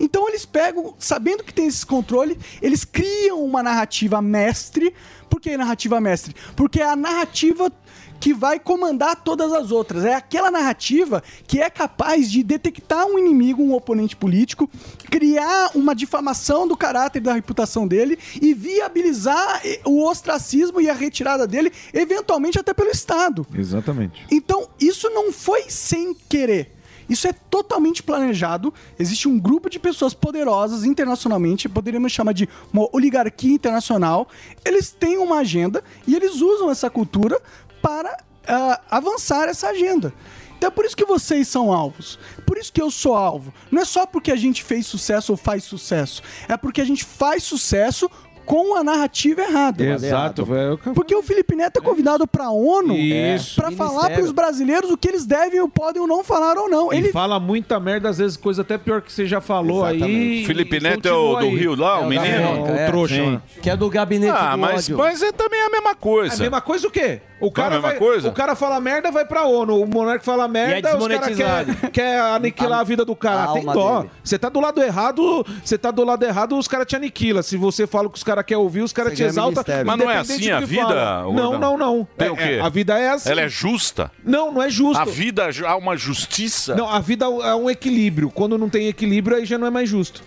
Speaker 28: Então eles pegam, sabendo que tem esse controle, eles criam uma narrativa mestre. Por que narrativa mestre? Porque é a narrativa que vai comandar todas as outras. É aquela narrativa que é capaz de detectar um inimigo, um oponente político, criar uma difamação do caráter e da reputação dele e viabilizar eh, o ostracismo e a retirada dele, eventualmente até pelo Estado.
Speaker 7: Exatamente.
Speaker 28: Então, isso não foi sem querer. Isso é totalmente planejado. Existe um grupo de pessoas poderosas internacionalmente, poderíamos chamar de uma oligarquia internacional. Eles têm uma agenda e eles usam essa cultura para ah, avançar essa agenda. Então é por isso que vocês são alvos. Por isso que eu sou alvo. Não é só porque a gente fez sucesso ou faz sucesso. É porque a gente faz sucesso com a narrativa errada.
Speaker 7: Exato, é, velho.
Speaker 28: Porque o Felipe Neto é convidado pra ONU
Speaker 7: Isso.
Speaker 28: pra falar
Speaker 7: Ministério.
Speaker 28: pros brasileiros o que eles devem ou podem ou não falar ou não.
Speaker 7: Ele
Speaker 28: Ele
Speaker 7: fala muita merda, às vezes coisa até pior que você já falou aí.
Speaker 6: Felipe
Speaker 7: e
Speaker 6: Neto é o
Speaker 7: continua
Speaker 6: do
Speaker 7: aí.
Speaker 6: Rio lá, o
Speaker 7: da
Speaker 6: menino?
Speaker 7: América,
Speaker 6: O
Speaker 7: é,
Speaker 6: trouxa,
Speaker 7: sim.
Speaker 6: né?
Speaker 11: Que é do gabinete
Speaker 6: Ah,
Speaker 11: do
Speaker 6: mas-
Speaker 11: ódio.
Speaker 6: mas é também a mesma coisa.
Speaker 7: A mesma coisa o quê? O
Speaker 6: é a
Speaker 7: cara,
Speaker 6: mesma
Speaker 7: vai-
Speaker 6: coisa?
Speaker 7: o cara fala merda, vai pra ONU. O monarca fala merda, os caras
Speaker 11: é desmonetizado.
Speaker 7: querem (laughs) quer aniquilar a, vida do cara.
Speaker 11: a
Speaker 7: Tem
Speaker 11: alma
Speaker 7: dó.
Speaker 11: dele.
Speaker 7: Você tá do lado errado, você tá do lado errado, os caras te aniquilam. Se você fala o que os caras querem ouvir, os caras
Speaker 6: Você
Speaker 7: te
Speaker 6: ganha
Speaker 7: exaltam.
Speaker 6: ministério. Mas não é
Speaker 7: independente
Speaker 6: assim
Speaker 7: do
Speaker 6: a
Speaker 7: que
Speaker 6: vida,
Speaker 7: fala. Não,
Speaker 6: Gordão?
Speaker 7: não, não.
Speaker 6: Tem
Speaker 7: É,
Speaker 6: o quê?
Speaker 7: é, A vida é assim.
Speaker 6: Ela é justa?
Speaker 7: Não, não é justo.
Speaker 6: A vida, há uma justiça?
Speaker 7: Não, a vida é um equilíbrio. Quando não tem equilíbrio, aí já não é mais justo.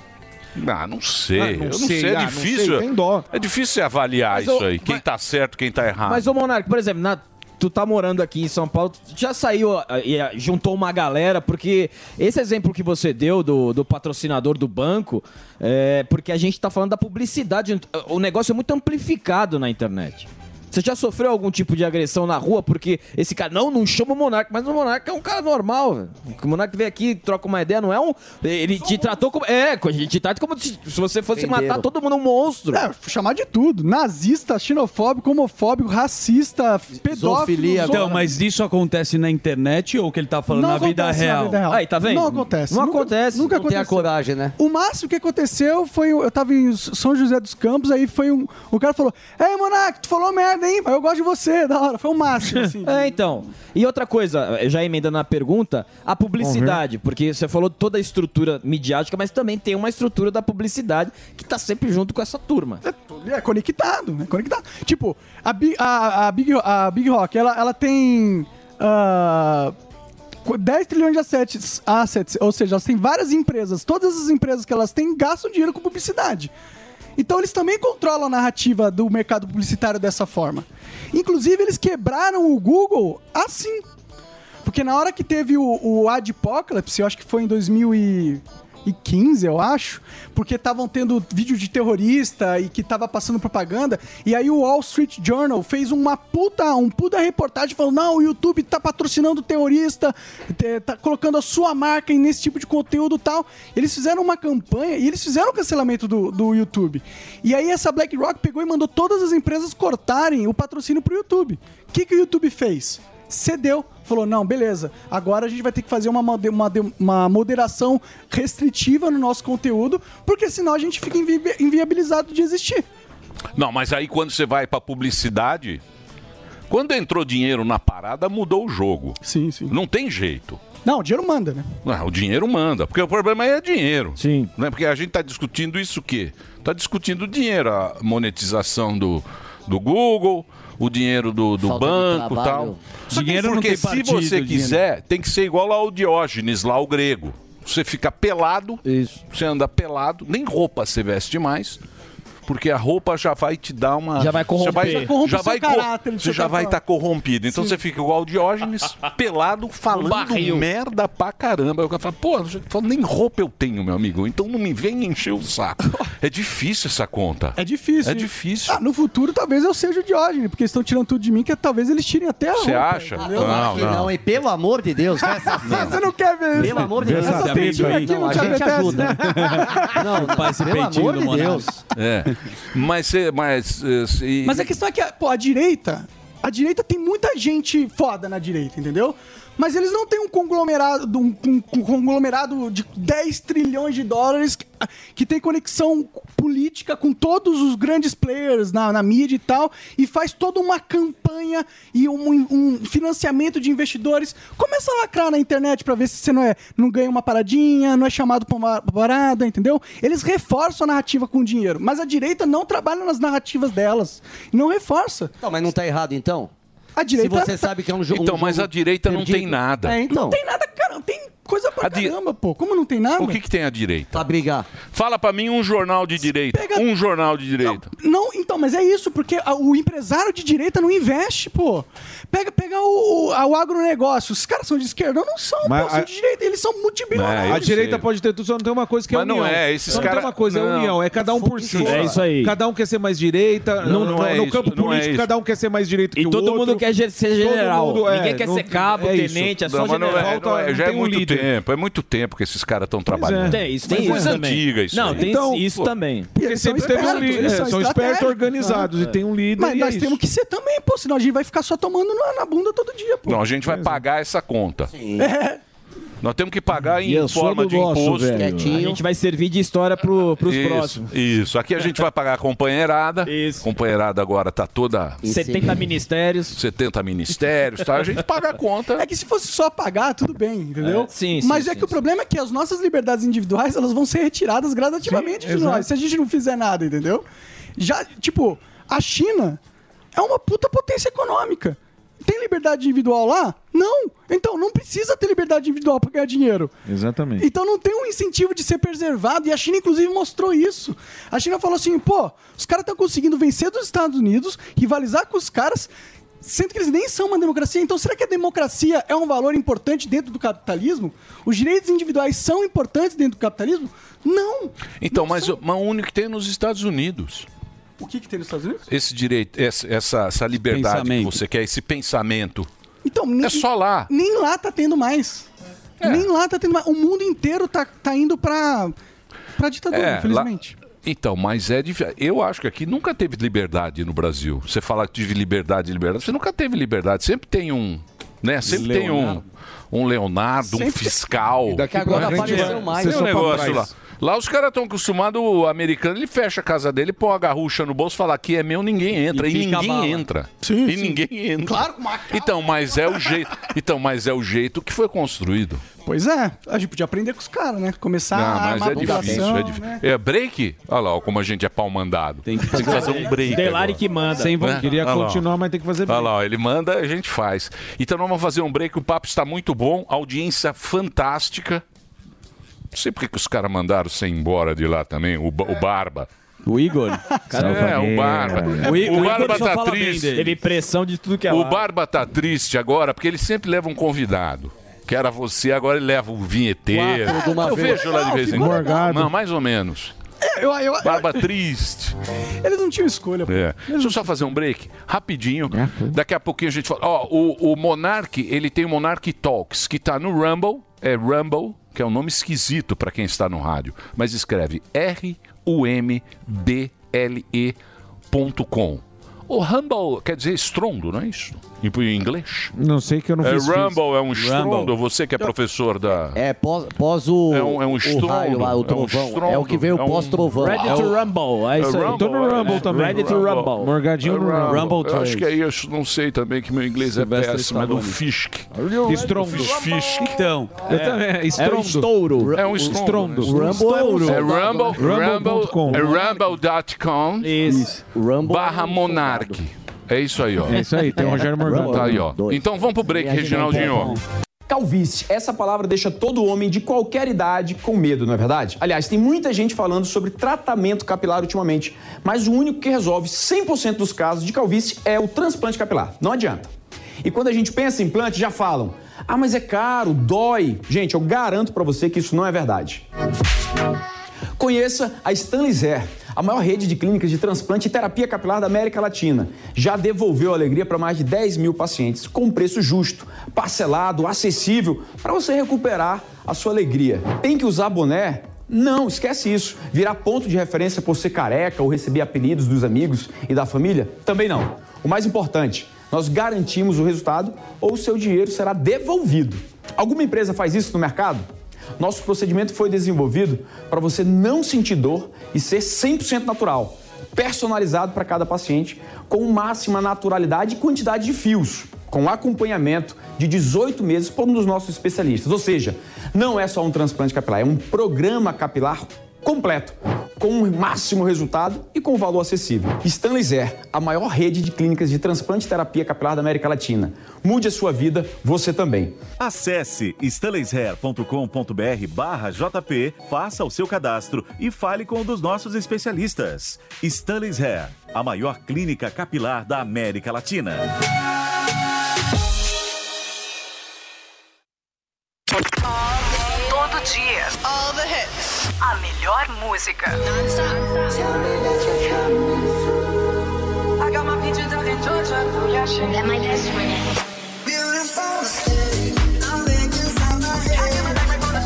Speaker 6: Ah, não sei.
Speaker 7: Ah, não
Speaker 6: eu não
Speaker 7: sei.
Speaker 6: sei.
Speaker 7: Ah,
Speaker 6: É
Speaker 7: não
Speaker 6: difícil.
Speaker 7: sei, tem dó.
Speaker 6: É difícil você avaliar
Speaker 7: Mas
Speaker 6: isso
Speaker 7: eu-
Speaker 6: aí. Quem tá certo, quem tá errado.
Speaker 10: Mas, ô Monark, por exemplo, na- tu tá morando aqui em São Paulo, tu já saiu ó, e ah, juntou uma galera, porque esse exemplo que você deu do, do patrocinador do banco, eh, é porque a gente tá falando da publicidade, o negócio é muito amplificado na internet. Você já sofreu algum tipo de agressão na rua? Porque esse cara, não, não chama o Monark, mas o Monark é um cara normal. velho. O Monark vem aqui, troca uma ideia, não é um. Ele te tratou como. É, ele te trata como se se você
Speaker 17: assim,
Speaker 10: fosse matar todo mundo um monstro.
Speaker 28: É, chamar de tudo. Nazista, xenofóbico, homofóbico, racista, pedófilo.
Speaker 17: Então,
Speaker 28: zo-
Speaker 17: mas isso acontece na internet ou o que ele tá falando na vida,
Speaker 28: acontece na
Speaker 17: real? Aí, tá vendo?
Speaker 28: Não acontece.
Speaker 17: Não
Speaker 28: Nunca-
Speaker 17: acontece.
Speaker 28: Nunca
Speaker 17: Não tem a
Speaker 28: aconteceu.
Speaker 17: coragem, né?
Speaker 28: O máximo que aconteceu foi. um, Eu tava em São José dos Campos, aí foi um. O cara falou: Ei, Monark, tu falou merda, hein? Mas eu gosto de você, (laughs) da hora. Foi o máximo, assim.
Speaker 10: É, então. E outra coisa, já emendando na pergunta, a publicidade. Porque você falou toda a estrutura midiática, mas também tem uma estrutura da publicidade que tá sempre junto com essa turma.
Speaker 28: É conectado, né? Conectado. Tipo, a, Bi- a, a, Big, a Big Rock, ela, ela tem. ah, qu- 10 trilhões de assets, assets, ou seja, elas têm várias empresas. Todas as empresas que elas têm gastam dinheiro com publicidade. Então eles também controlam a narrativa do mercado publicitário dessa forma. Inclusive, eles quebraram o Google assim. Porque na hora que teve o, o Adpocalypse, eu acho que foi em 2015, eu acho, porque estavam tendo vídeo de terrorista e que tava passando propaganda, e aí o Wall Street Journal fez uma puta, um puta reportagem falando, não, o YouTube tá patrocinando terrorista, te- tá colocando a sua marca em- nesse tipo de conteúdo e tal. Eles fizeram uma campanha e eles fizeram o cancelamento do, do YouTube. E aí essa BlackRock pegou e mandou todas as empresas cortarem o patrocínio pro YouTube. O que, que o YouTube fez? cedeu, falou: não, beleza, agora a gente vai ter que fazer uma, mode- uma de- uma moderação restritiva no nosso conteúdo, porque senão a gente fica invi- inviabilizado de existir.
Speaker 6: Não, mas aí quando você vai pra publicidade, quando entrou dinheiro na parada, mudou o jogo.
Speaker 28: Sim, sim.
Speaker 6: Não tem jeito.
Speaker 28: Não, o dinheiro manda, né?
Speaker 6: Não, o dinheiro manda, porque o problema aí é dinheiro. Sim. Né? Porque a gente está discutindo isso o quê? Está discutindo o dinheiro, a monetização do, do Google, o dinheiro do, do
Speaker 17: Falta de
Speaker 6: banco e
Speaker 17: trabalho.
Speaker 6: tal. Só que assim,
Speaker 17: Dinheiro não
Speaker 6: porque
Speaker 17: tem
Speaker 6: se
Speaker 17: partido,
Speaker 6: você
Speaker 17: dinheiro.
Speaker 6: quiser, tem que ser igual ao Diógenes, lá o grego. Você fica pelado, você anda pelado, nem roupa você veste mais. Porque a roupa já vai te dar
Speaker 7: Ah,
Speaker 6: uma.
Speaker 10: Já vai corromper. Já corrompe
Speaker 6: Já
Speaker 10: o
Speaker 6: vai,
Speaker 10: seu
Speaker 6: co-
Speaker 10: caráter,
Speaker 6: você
Speaker 10: seu
Speaker 6: já vai
Speaker 10: caráter.
Speaker 6: estar corrompido. Então
Speaker 10: Sim.
Speaker 6: você fica igual o
Speaker 7: (laughs)
Speaker 6: Diógenes, pelado, falando
Speaker 10: barril.
Speaker 6: merda pra caramba. Aí o cara fala, pô, eu já- falo, nem roupa eu tenho, meu amigo. Então não me vem encher o saco. É difícil essa conta.
Speaker 28: É difícil.
Speaker 6: É difícil.
Speaker 28: Ah, no futuro talvez eu seja o Diógenes, porque eles estão tirando tudo de mim, que talvez eles tirem até a
Speaker 6: Você
Speaker 28: roupa,
Speaker 6: acha?
Speaker 28: entendeu?
Speaker 6: Não,
Speaker 11: Não,
Speaker 6: não.
Speaker 11: hein? Pelo amor de
Speaker 28: (laughs)
Speaker 11: Deus, né?
Speaker 28: Você não quer ver isso?
Speaker 11: Pelo amor de Deus.
Speaker 28: Essas tetinhas aqui não
Speaker 11: a
Speaker 28: te
Speaker 11: gente
Speaker 28: apetece,
Speaker 11: ajuda.
Speaker 28: né? (laughs)
Speaker 11: Não,
Speaker 6: Chupar esse
Speaker 11: pelo
Speaker 6: peitinho
Speaker 11: amor
Speaker 6: do
Speaker 11: de
Speaker 6: Monark.
Speaker 11: Deus.
Speaker 6: É. Mas, é, mas, é, se-
Speaker 28: Mas a questão é que, pô, a direita. A direita tem muita gente foda na direita, entendeu? Mas eles não têm um conglomerado, um, um- um conglomerado de 10 trilhões de dólares que, ah, que tem conexão política com todos os grandes players na, na mídia e tal, e faz toda uma campanha e um, um financiamento de investidores. Começa a lacrar na internet pra ver se você não, é, não ganha uma paradinha, não é chamado pra uma parada, entendeu? Eles reforçam a narrativa com dinheiro, mas a direita não trabalha nas narrativas delas. Não reforça.
Speaker 11: (laughs) Não, mas não tá errado então?
Speaker 28: A direita.
Speaker 11: Se você sabe que é um jogo.
Speaker 6: Então, mas a direita não tem nada.
Speaker 28: É, então. Não tem nada, cara. Tem coisa pra caramba, pô. Como não tem nada?
Speaker 6: o que, que tem a direita? Pra
Speaker 11: brigar.
Speaker 6: Fala pra mim um jornal de direita. Um jornal de direita.
Speaker 28: Não, então, mas é isso, porque a- o empresário de direita não investe, pô. Pega, pega o, o, a- o agronegócio. Os caras são de esquerda? Não são,
Speaker 7: Mas
Speaker 28: pô. São
Speaker 7: a-
Speaker 28: de direita. Eles são multibilionários.
Speaker 10: É,
Speaker 7: a é direita pode ter tudo, só não tem uma coisa que é
Speaker 6: É, Mas não
Speaker 7: união.
Speaker 6: é, esses
Speaker 7: só não
Speaker 6: cara-
Speaker 7: tem uma coisa, é
Speaker 6: não.
Speaker 7: união. É cada um por si.
Speaker 6: É isso aí.
Speaker 7: Cada um quer ser mais direita.
Speaker 6: Não,
Speaker 7: no,
Speaker 6: não
Speaker 7: no-
Speaker 6: é
Speaker 7: no
Speaker 6: isso,
Speaker 7: campo
Speaker 6: não é
Speaker 7: político,
Speaker 6: isso.
Speaker 7: cada um quer ser mais direito que
Speaker 10: E
Speaker 7: o
Speaker 10: todo
Speaker 7: outro.
Speaker 10: mundo quer ge- ser
Speaker 7: Todo
Speaker 10: general.
Speaker 7: mundo- é,
Speaker 10: Ninguém quer
Speaker 7: não-
Speaker 10: ser cabo,
Speaker 7: é isso.
Speaker 10: tenente, é
Speaker 6: Não,
Speaker 10: só
Speaker 6: mas não é-
Speaker 10: general.
Speaker 6: não é-
Speaker 7: não
Speaker 6: já é
Speaker 7: tem um
Speaker 6: muito
Speaker 7: líder.
Speaker 6: tempo, é muito tempo que esses caras estão
Speaker 7: é.
Speaker 6: trabalhando.
Speaker 10: Tem isso, tem
Speaker 6: Mas
Speaker 10: isso
Speaker 6: coisa
Speaker 10: também.
Speaker 6: antiga isso.
Speaker 10: Não,
Speaker 6: aí.
Speaker 10: tem isso também.
Speaker 7: Então, Porque sempre teve um líder. São, espertos, organizados. E tem um líder
Speaker 28: Mas
Speaker 7: e
Speaker 28: nós
Speaker 7: é
Speaker 28: temos
Speaker 7: isso.
Speaker 28: que ser também, pô. Senão a gente vai ficar só tomando na, na bunda todo dia, pô.
Speaker 6: Não, a gente vai
Speaker 7: é.
Speaker 6: pagar essa conta.
Speaker 28: É.
Speaker 6: Nós temos que pagar
Speaker 10: E eu
Speaker 6: em
Speaker 10: sou
Speaker 6: forma
Speaker 10: do
Speaker 6: de
Speaker 10: nosso,
Speaker 6: imposto.
Speaker 10: velho. A gente vai servir de história pro, pros
Speaker 6: isso,
Speaker 10: próximos.
Speaker 6: Isso. Aqui a gente vai pagar a companheirada. Isso. Companheirada agora tá toda.
Speaker 10: 70 ministérios.
Speaker 6: 70 ministérios, tá? A gente (laughs) paga a conta.
Speaker 28: É que se fosse só pagar, tudo bem, entendeu?
Speaker 6: É, sim, sim,
Speaker 28: Mas é
Speaker 6: sim,
Speaker 28: que o problema é que as nossas liberdades individuais, elas vão ser retiradas gradativamente de
Speaker 7: exato.
Speaker 28: nós, se a gente não fizer nada, entendeu? Já, tipo, a China é uma puta potência econômica. Tem liberdade individual lá? Não. Então, não precisa ter liberdade individual pra ganhar dinheiro.
Speaker 7: Exatamente.
Speaker 28: Então não tem um incentivo de ser preservado. E a China, inclusive, mostrou isso. A China falou assim: pô, os caras estão conseguindo vencer dos Estados Unidos, rivalizar com os caras, sendo que eles nem são uma democracia. Então será que a democracia é um valor importante dentro do capitalismo? Os direitos individuais são importantes dentro do capitalismo? Não.
Speaker 6: Então, mas, o- mas o único que tem é nos Estados Unidos.
Speaker 28: O que, que tem nos Estados Unidos?
Speaker 6: Esse direito, essa, essa, essa liberdade
Speaker 8: Pensamento.
Speaker 6: que você quer, esse pensamento.
Speaker 28: Então, nem,
Speaker 6: é só lá. É.
Speaker 28: Nem lá tá tendo mais. Nem lá tá tendo mais. O mundo inteiro tá, tá indo pra, pra ditadura,
Speaker 6: É, lá-
Speaker 28: infelizmente.
Speaker 6: Então, mas é difícil. Eu acho que aqui nunca teve liberdade no Brasil. Você fala que tive liberdade, liberdade. Você nunca teve liberdade. Sempre tem um, né? Sempre
Speaker 26: Leonardo.
Speaker 6: tem um, um Leonardo, um fiscal.
Speaker 26: (laughs) E daqui Que agora pra frente apareceu vai- mais.
Speaker 6: Tem um
Speaker 26: Sessão pra
Speaker 6: negócio lá.
Speaker 26: trás.
Speaker 6: Lá os caras estão acostumados, o americano, ele fecha a casa dele, põe uma garrucha no bolso, fala que é meu, ninguém entra.
Speaker 26: E
Speaker 6: E,
Speaker 26: fica a bala.
Speaker 6: ninguém entra.
Speaker 26: Sim,
Speaker 6: e
Speaker 26: sim.
Speaker 6: ninguém entra.
Speaker 28: Claro, com
Speaker 6: Então, mas é o jeito. Então, mas é o jeito que foi construído.
Speaker 28: Pois é, a gente podia aprender com os caras, né? Começar
Speaker 6: Não,
Speaker 28: a
Speaker 6: mas
Speaker 28: armar né?
Speaker 6: é
Speaker 7: né?
Speaker 6: difícil, é difícil. É break? Olha lá, ó, como a gente é pau mandado. Tem que fazer um break.
Speaker 7: Delari
Speaker 6: agora. Né?
Speaker 7: que manda. Sem vontade. Queria
Speaker 6: Olha lá, ó.
Speaker 7: continuar, mas tem que fazer
Speaker 6: Olha lá, ó, ele manda, a gente faz. Então nós vamos fazer um break, o papo está muito bom, audiência fantástica. Não sei por que que os caras mandaram você embora de lá também, o, Ba- o Barba.
Speaker 10: O Igor?
Speaker 6: é, o Barba.
Speaker 7: O I-
Speaker 6: O,
Speaker 7: o
Speaker 6: Barba
Speaker 7: Igor só
Speaker 6: tá
Speaker 7: fala bem
Speaker 6: triste.
Speaker 7: dele. Ele pressão de tudo que é
Speaker 6: O
Speaker 7: lado.
Speaker 6: Barba tá triste agora porque ele sempre leva um convidado. Que era você, agora ele leva o vinheteiro.
Speaker 28: Quatro de uma
Speaker 6: Eu
Speaker 28: vez.
Speaker 6: vejo lá de vez em
Speaker 28: Não, ficou
Speaker 6: quando.
Speaker 28: legal.
Speaker 6: Não, mais ou menos.
Speaker 28: É, eu- eu- eu-
Speaker 6: Barba triste.
Speaker 28: Eles não tinham escolha.
Speaker 6: É. Deixa eu só fazer um break, rapidinho.
Speaker 7: É,
Speaker 6: Daqui a pouquinho a gente fala. Ó, o, o Monark, ele tem o Monark Talks, que tá no Rumble. É Rumble, que é um nome esquisito pra quem está no rádio. Mas escreve R-U-M-B-L-E.com. O Rumble quer dizer estrondo, não é isso? Em em inglês?
Speaker 7: Não sei que eu não
Speaker 6: É,
Speaker 7: fiz.
Speaker 6: Rumble é um
Speaker 7: Rumble.
Speaker 6: estrondo, você que é professor da.
Speaker 11: É, pós, pós o.
Speaker 6: É um- é um estrondo,
Speaker 11: O raio lá,
Speaker 6: é
Speaker 11: o
Speaker 6: um
Speaker 11: trovão. É,
Speaker 6: estrondo,
Speaker 11: o que veio
Speaker 6: é um-
Speaker 11: pós-trovão.
Speaker 6: Ready
Speaker 11: É
Speaker 6: to
Speaker 11: o-
Speaker 6: rumble, é isso aí.
Speaker 7: Tô no Rumble
Speaker 6: É,
Speaker 7: também.
Speaker 6: Ready to Rumble.
Speaker 7: Morgadinho no Rumble.
Speaker 6: Eu acho que é isso, não sei também que meu inglês é
Speaker 7: Sylvester
Speaker 6: péssimo, é do
Speaker 7: Stallone.
Speaker 6: Fisk.
Speaker 7: Estrondo.
Speaker 6: Dos Fisk.
Speaker 7: Então, eu também- é
Speaker 6: É um estouro.
Speaker 7: estrondo.
Speaker 6: É um
Speaker 7: Estrondo.
Speaker 6: estrondo.
Speaker 7: Rumble é um
Speaker 6: É
Speaker 7: soldado,
Speaker 6: Rumble.
Speaker 7: né?
Speaker 6: Rumble.
Speaker 7: Rumble.com.
Speaker 6: É Rumble.com.
Speaker 11: Isso. Rumble.
Speaker 6: Barra Monark. É isso aí, ó.
Speaker 7: um É isso aí, tem o Rogério Morgado.
Speaker 6: Tá aí, ó.
Speaker 7: Dois.
Speaker 6: Então vamos pro break, Reginaldinho.
Speaker 12: Calvície. Essa palavra deixa todo homem de qualquer idade com medo, não é verdade? Aliás, tem muita gente falando sobre tratamento capilar ultimamente, mas o único que resolve 100% dos casos de calvície é o transplante capilar. Não adianta. E quando a gente pensa em implante, já falam: "Ah, mas é caro, dói". Gente, eu garanto pra você que isso não é verdade. Conheça a Stanliser, a maior rede de clínicas de transplante e terapia capilar da América Latina. Já devolveu alegria para mais de 10 mil pacientes, com preço justo, parcelado, acessível, para você recuperar a sua alegria. Tem que usar boné? Não, esquece isso. Virar ponto de referência por ser careca ou receber apelidos dos amigos e da família? Também não. O mais importante, nós garantimos o resultado ou o seu dinheiro será devolvido. Alguma empresa faz isso no mercado? Nosso procedimento foi desenvolvido para você não sentir dor e ser 100% natural, personalizado para cada paciente, com máxima naturalidade e quantidade de fios, com acompanhamento de 18 meses por um dos nossos especialistas. Ou seja, não é só um transplante capilar, é um programa capilar completo, com o máximo resultado e com valor acessível. Stanley Zer, a maior rede de clínicas de transplante e terapia capilar da América Latina. Mude a sua vida, você também.
Speaker 14: Acesse stanleyshair.com.br barra JP, faça o seu cadastro e fale com um dos nossos especialistas. Stanley's Hair, a maior clínica capilar da América Latina.
Speaker 18: Todo dia. All the hits. A melhor música. I got my peaches out in Georgia. Yeah, shit. That might just win it.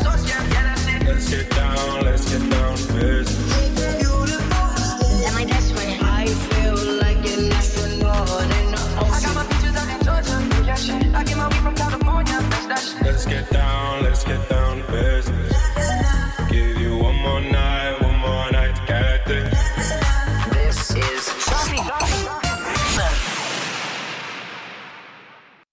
Speaker 19: Let's get down, let's get down to business.
Speaker 18: I feel like an astronaut in the ocean. I got my peaches out in Georgia. Yeah, shit. I get my weed from California. Bitch, that shit.
Speaker 19: Let's get down, let's get down to business. Give you one more night, one more night to get this.
Speaker 18: This is Jovem Pan.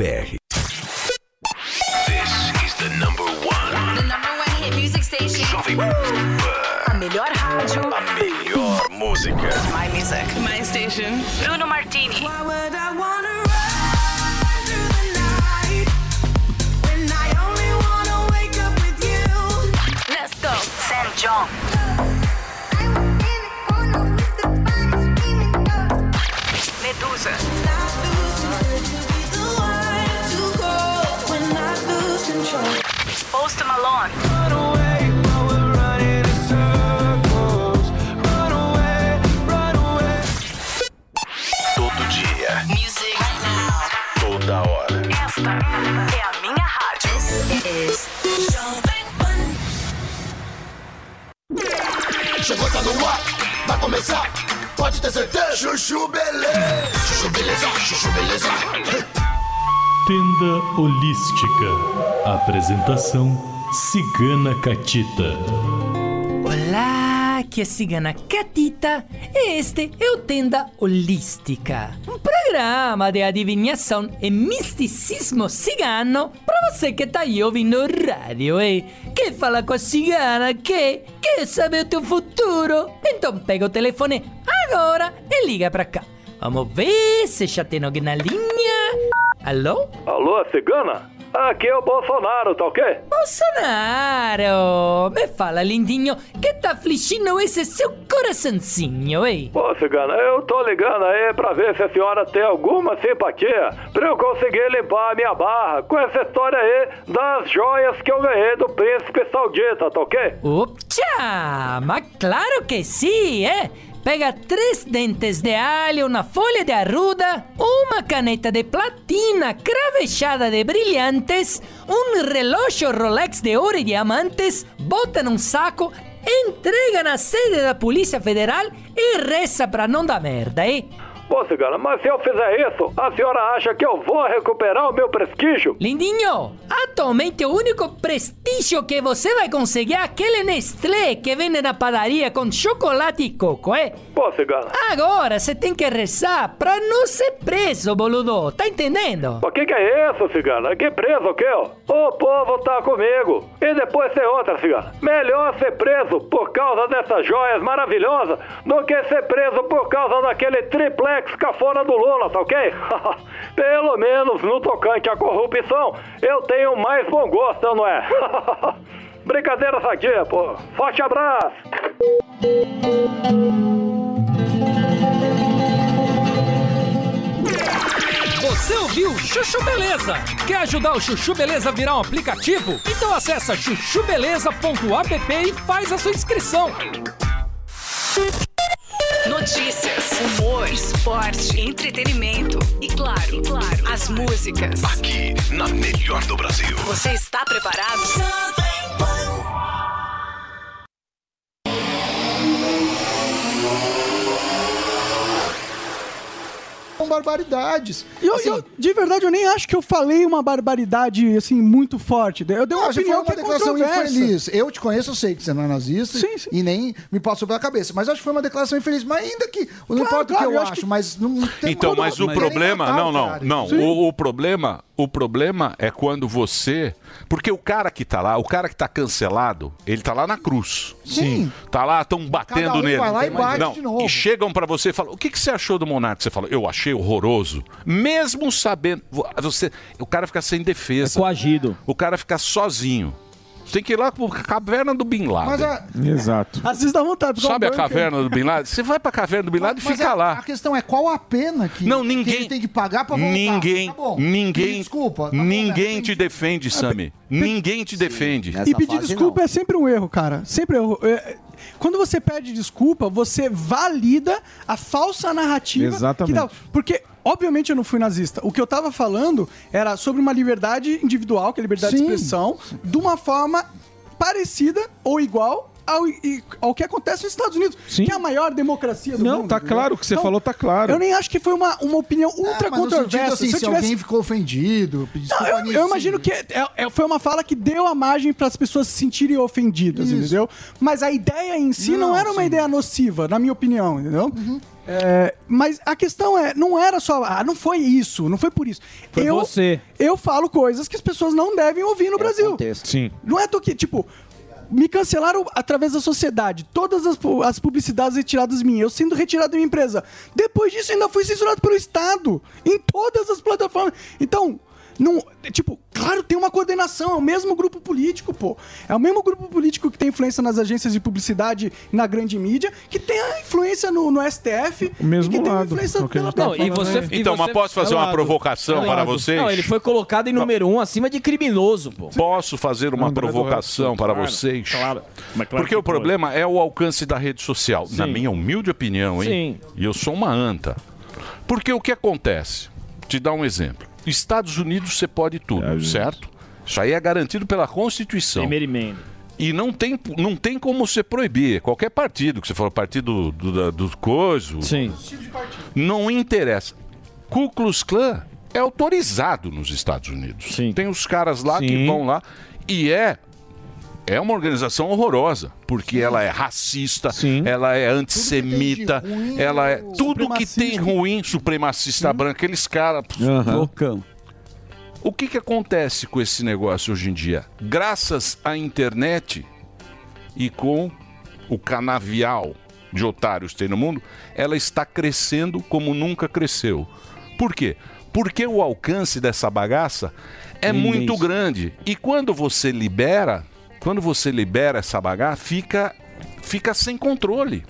Speaker 18: This is the number one. The number one hit music station. Jovem Pan. A melhor rádio. A melhor
Speaker 25: música.
Speaker 18: My music. My station. Bruno Martini. Let's go. Sam John. Medusa. Post Malone.
Speaker 25: Todo dia. Music. Toda hora.
Speaker 18: Esta é a minha rádio.
Speaker 25: Chegou, tá no ar. Vai começar. Pode ter certeza. Chuchu beleza. Chuchu beleza. Chuchu beleza.
Speaker 3: Tenda Holística. Apresentação Cigana Catita.
Speaker 15: Olá, aqui é a Cigana Catita e este é o Tenda Holística, um programa de adivinhação e misticismo cigano para você que tá aí ouvindo o rádio eh? e quer falar com a cigana que quer saber o teu futuro. Então pega o telefone agora e liga pra cá. Vamos ver se já tem alguém na linha. Alô?
Speaker 16: Alô, cigana? Aqui é o Bolsonaro, tá ok?
Speaker 15: Bolsonaro, oh. me fala, lindinho, que tá afligindo esse seu coraçãozinho, eh? hein?
Speaker 16: Ô, cigana, eu tô ligando aí pra ver se a senhora tem alguma simpatia pra eu conseguir limpar a minha barra com essa história aí das joias que eu ganhei do príncipe saudita, tá ok?
Speaker 15: Opa, mas claro que sim, é? Pega três dentes de alho, uma folha de arruda, uma caneta de platina cravejada de brilhantes, um relógio Rolex de ouro e diamantes, bota num saco, entrega na sede da Polícia Federal e reza pra não dar merda, hein?
Speaker 16: Ô, cigana, mas se eu fizer isso, a senhora acha que eu vou recuperar o meu prestígio?
Speaker 15: Lindinho, atualmente o único prestígio que você vai conseguir é aquele Nestlé que vende na padaria com chocolate e coco, é?
Speaker 16: Pô, cigana,
Speaker 15: Agora você tem que rezar pra não ser preso, boludo, tá entendendo?
Speaker 16: o que que é isso, cigana? Que preso o quê, ó? O povo tá comigo. E depois tem outra, cigana. Melhor ser preso por causa dessas joias maravilhosas do que ser preso por causa daquele triplex cafona do Lula, tá ok? (laughs) Pelo menos no tocante à corrupção, eu tenho mais bom gosto, não é? (laughs) Brincadeira sadia, pô. Forte abraço!
Speaker 15: Você ouviu Chuchu Beleza? Quer ajudar o Chuchu Beleza a virar um aplicativo? Então acessa chuchubeleza.app e faz a sua inscrição.
Speaker 18: Notícias, humor, esporte, entretenimento e claro, e claro, as músicas.
Speaker 25: Aqui na melhor do Brasil.
Speaker 18: Você está preparado?
Speaker 1: São barbaridades.
Speaker 28: E eu, eu, Assim, de verdade, eu nem acho que eu falei uma barbaridade, assim, muito forte. Eu dei uma
Speaker 1: Não, você
Speaker 28: opinião
Speaker 1: falou uma
Speaker 28: que é
Speaker 1: declaração
Speaker 28: controversa.
Speaker 1: infeliz. Eu te conheço, eu sei que você não é nazista e- e nem me passou pela cabeça. Mas acho que foi uma declaração infeliz. Mas ainda que. Não importa o que
Speaker 28: claro,
Speaker 1: eu,
Speaker 28: eu acho
Speaker 1: acho,
Speaker 28: que-
Speaker 1: mas não tem
Speaker 6: Então,
Speaker 1: como-
Speaker 6: mas o
Speaker 1: não querem
Speaker 6: problema,
Speaker 1: matar
Speaker 6: não,
Speaker 1: o
Speaker 6: não,
Speaker 1: cara.
Speaker 6: não.
Speaker 1: Sim.
Speaker 6: O, o problema, o problema é quando você, porque o cara que tá lá, o cara que tá cancelado, ele tá lá na cruz.
Speaker 1: Sim.
Speaker 6: Tá lá, estão
Speaker 1: Cada
Speaker 6: batendo
Speaker 1: um
Speaker 6: nele.
Speaker 1: vai lá e bate
Speaker 6: não,
Speaker 1: de novo.
Speaker 6: E chegam pra você e falam: "O que que você achou do Monarca?" Você fala: "Eu achei horroroso". Mesmo sabendo, vo- você, o cara fica sem defesa. É coagido. O cara fica sozinho. Tem que ir lá pra caverna do Bin Laden.
Speaker 1: Mas a-
Speaker 7: Exato.
Speaker 28: Às vezes dá um
Speaker 1: é
Speaker 28: vontade.
Speaker 1: um
Speaker 6: Sabe a caverna do Bin Laden? Você vai pra caverna do Bin Laden e
Speaker 1: Mas
Speaker 6: fica
Speaker 1: a,
Speaker 6: lá.
Speaker 1: a questão é qual a pena que, não, ninguém, ele tem que pagar pra voltar.
Speaker 6: Ninguém,
Speaker 1: Tá bom.
Speaker 6: ninguém,
Speaker 1: Desculpa. tá bom, Ah,
Speaker 6: ninguém te defende, Sami. Ninguém te defende.
Speaker 28: E pedir desculpa é sempre um erro, cara. Sempre um erro. É, é, Quando você pede desculpa, você valida a falsa narrativa.
Speaker 7: Exatamente.
Speaker 28: que dá- Porque, obviamente, eu não fui nazista. O que eu tava falando era sobre uma liberdade individual, que é a liberdade de expressão, de uma forma parecida ou igual. Ao, e- ao que acontece nos Estados Unidos, que é a maior democracia do
Speaker 7: Não,
Speaker 28: mundo.
Speaker 7: tá
Speaker 28: entendeu?
Speaker 7: claro, o que você falou tá claro.
Speaker 28: Eu nem acho que foi uma, uma opinião ultra
Speaker 1: Ah, mas no sentido,
Speaker 28: controversa.
Speaker 1: assim,
Speaker 28: Se eu
Speaker 1: se
Speaker 28: tivesse-
Speaker 1: alguém ficou ofendido, pediu
Speaker 28: não,
Speaker 1: desculpa
Speaker 28: eu, eu imagino que é- é- foi uma fala que deu a margem para as pessoas se sentirem ofendidas, entendeu? Mas a ideia em si não,
Speaker 1: Não, Uhum.
Speaker 28: era uma ideia nociva, na minha opinião, entendeu? É, mas a questão é, não era só, ah, não foi isso, não foi por isso.
Speaker 10: Foi
Speaker 28: eu,
Speaker 10: você. É
Speaker 28: Eu falo coisas que as pessoas não devem ouvir no Brasil.
Speaker 11: Contexto.
Speaker 7: Sim.
Speaker 28: Não é do que, tipo, Me cancelaram através da sociedade. Todas as, pu- as publicidades retiradas de mim. Eu sendo retirado da minha empresa. Depois disso, ainda fui censurado pelo Estado. Em todas as plataformas. Então, não, é tipo, claro, tem uma coordenação, é o mesmo grupo político, pô. É o mesmo grupo político que tem influência nas agências de publicidade e na grande mídia, que tem a influência no, no STF,
Speaker 7: o mesmo
Speaker 28: e que
Speaker 7: lado,
Speaker 28: tem influência
Speaker 7: é o que a gente
Speaker 28: pela-
Speaker 7: tá
Speaker 10: Não, e você, e
Speaker 6: Então,
Speaker 10: você-
Speaker 6: mas posso fazer uma
Speaker 10: Calado.
Speaker 6: provocação
Speaker 10: Calado.
Speaker 6: para vocês?
Speaker 10: Não, ele foi colocado em número um acima de criminoso, pô.
Speaker 6: Posso fazer uma
Speaker 10: André
Speaker 6: provocação
Speaker 10: Dourado,
Speaker 6: para
Speaker 10: claro,
Speaker 6: vocês?
Speaker 10: claro. Mas claro
Speaker 6: Porque
Speaker 10: que
Speaker 6: o problema é o alcance da rede social, na minha humilde opinião, hein? E eu sou uma anta. Porque o que acontece? Te dar um exemplo. Estados Unidos você pode tudo, certo? Isso aí é garantido pela Constituição. Primeiro
Speaker 10: emenda.
Speaker 6: E não tem, não tem como você proibir. Qualquer partido, que você for partido do, da- do coiso. Sim. Não interessa. Ku Klux Klan é autorizado nos Estados Unidos. Tem os caras lá que vão lá e é é uma organização horrorosa, porque ela é racista, ela é antissemita, ela é tudo que tem ruim, supremacista branco, aqueles caras
Speaker 8: Loucão.
Speaker 6: o que, que acontece com esse negócio hoje em dia? Graças à internet e com o canavial de otários que tem no mundo, ela está crescendo como nunca cresceu. Por quê? Porque o alcance dessa bagaça é muito grande. E quando você libera, quando você libera essa bagaça, fica, fica sem controle.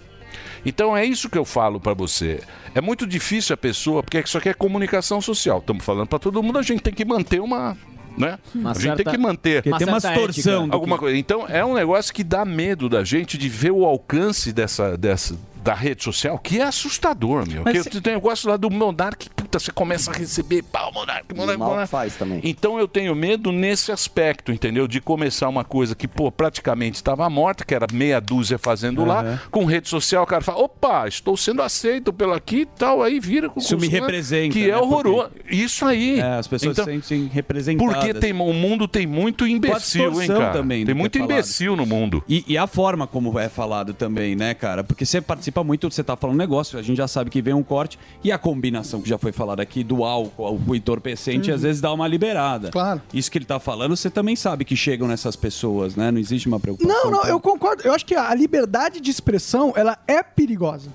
Speaker 6: Então é isso que eu falo pra você. É muito difícil a pessoa, porque isso aqui é comunicação social. Estamos falando pra todo mundo, a gente tem que manter uma. Né?
Speaker 8: Uma
Speaker 6: a gente
Speaker 8: certa-
Speaker 6: tem que manter.
Speaker 8: Porque tem uma
Speaker 6: certa
Speaker 8: distorção
Speaker 6: ética.
Speaker 8: do
Speaker 6: Alguma
Speaker 8: que-
Speaker 6: coisa. Então é um negócio que dá medo da gente de ver o alcance dessa. dessa da rede social, que é assustador, meu.
Speaker 11: Mas
Speaker 6: Que
Speaker 11: se-
Speaker 6: Eu tenho um negócio lá do Monark, puta, você começa a receber pau, Monark, Monark,
Speaker 11: mal
Speaker 6: Monark.
Speaker 11: faz também.
Speaker 6: é um Então eu tenho medo nesse aspecto, entendeu? De começar uma coisa que, pô, praticamente estava morta, que era meia dúzia fazendo lá, com rede social, o cara fala, opa, estou sendo aceito pelo aqui e tal, aí vira com
Speaker 8: Isso me
Speaker 6: com-
Speaker 8: representa,
Speaker 6: Que
Speaker 8: né?
Speaker 6: é horroroso. Isso aí.
Speaker 8: É, as pessoas
Speaker 6: Então,
Speaker 8: se sentem representadas.
Speaker 6: Porque tem, o mundo tem muito imbecil, hein,
Speaker 8: distorção
Speaker 6: cara?
Speaker 8: também
Speaker 6: tem
Speaker 8: do
Speaker 6: muito
Speaker 8: que é falado.
Speaker 6: imbecil no mundo.
Speaker 8: E, e a forma como é falado também, né, cara? Porque você participa muito, você tá falando negócio, a gente já sabe que vem um corte, e a combinação que já foi falada aqui do álcool, o entorpecente,
Speaker 22: Uhum.
Speaker 8: às vezes dá uma liberada.
Speaker 28: Claro.
Speaker 8: Isso que ele tá falando, você também sabe que chegam nessas pessoas, né? Não existe uma preocupação.
Speaker 28: Não, não,
Speaker 8: com-
Speaker 28: eu concordo. Eu acho que a liberdade de expressão, ela é perigosa.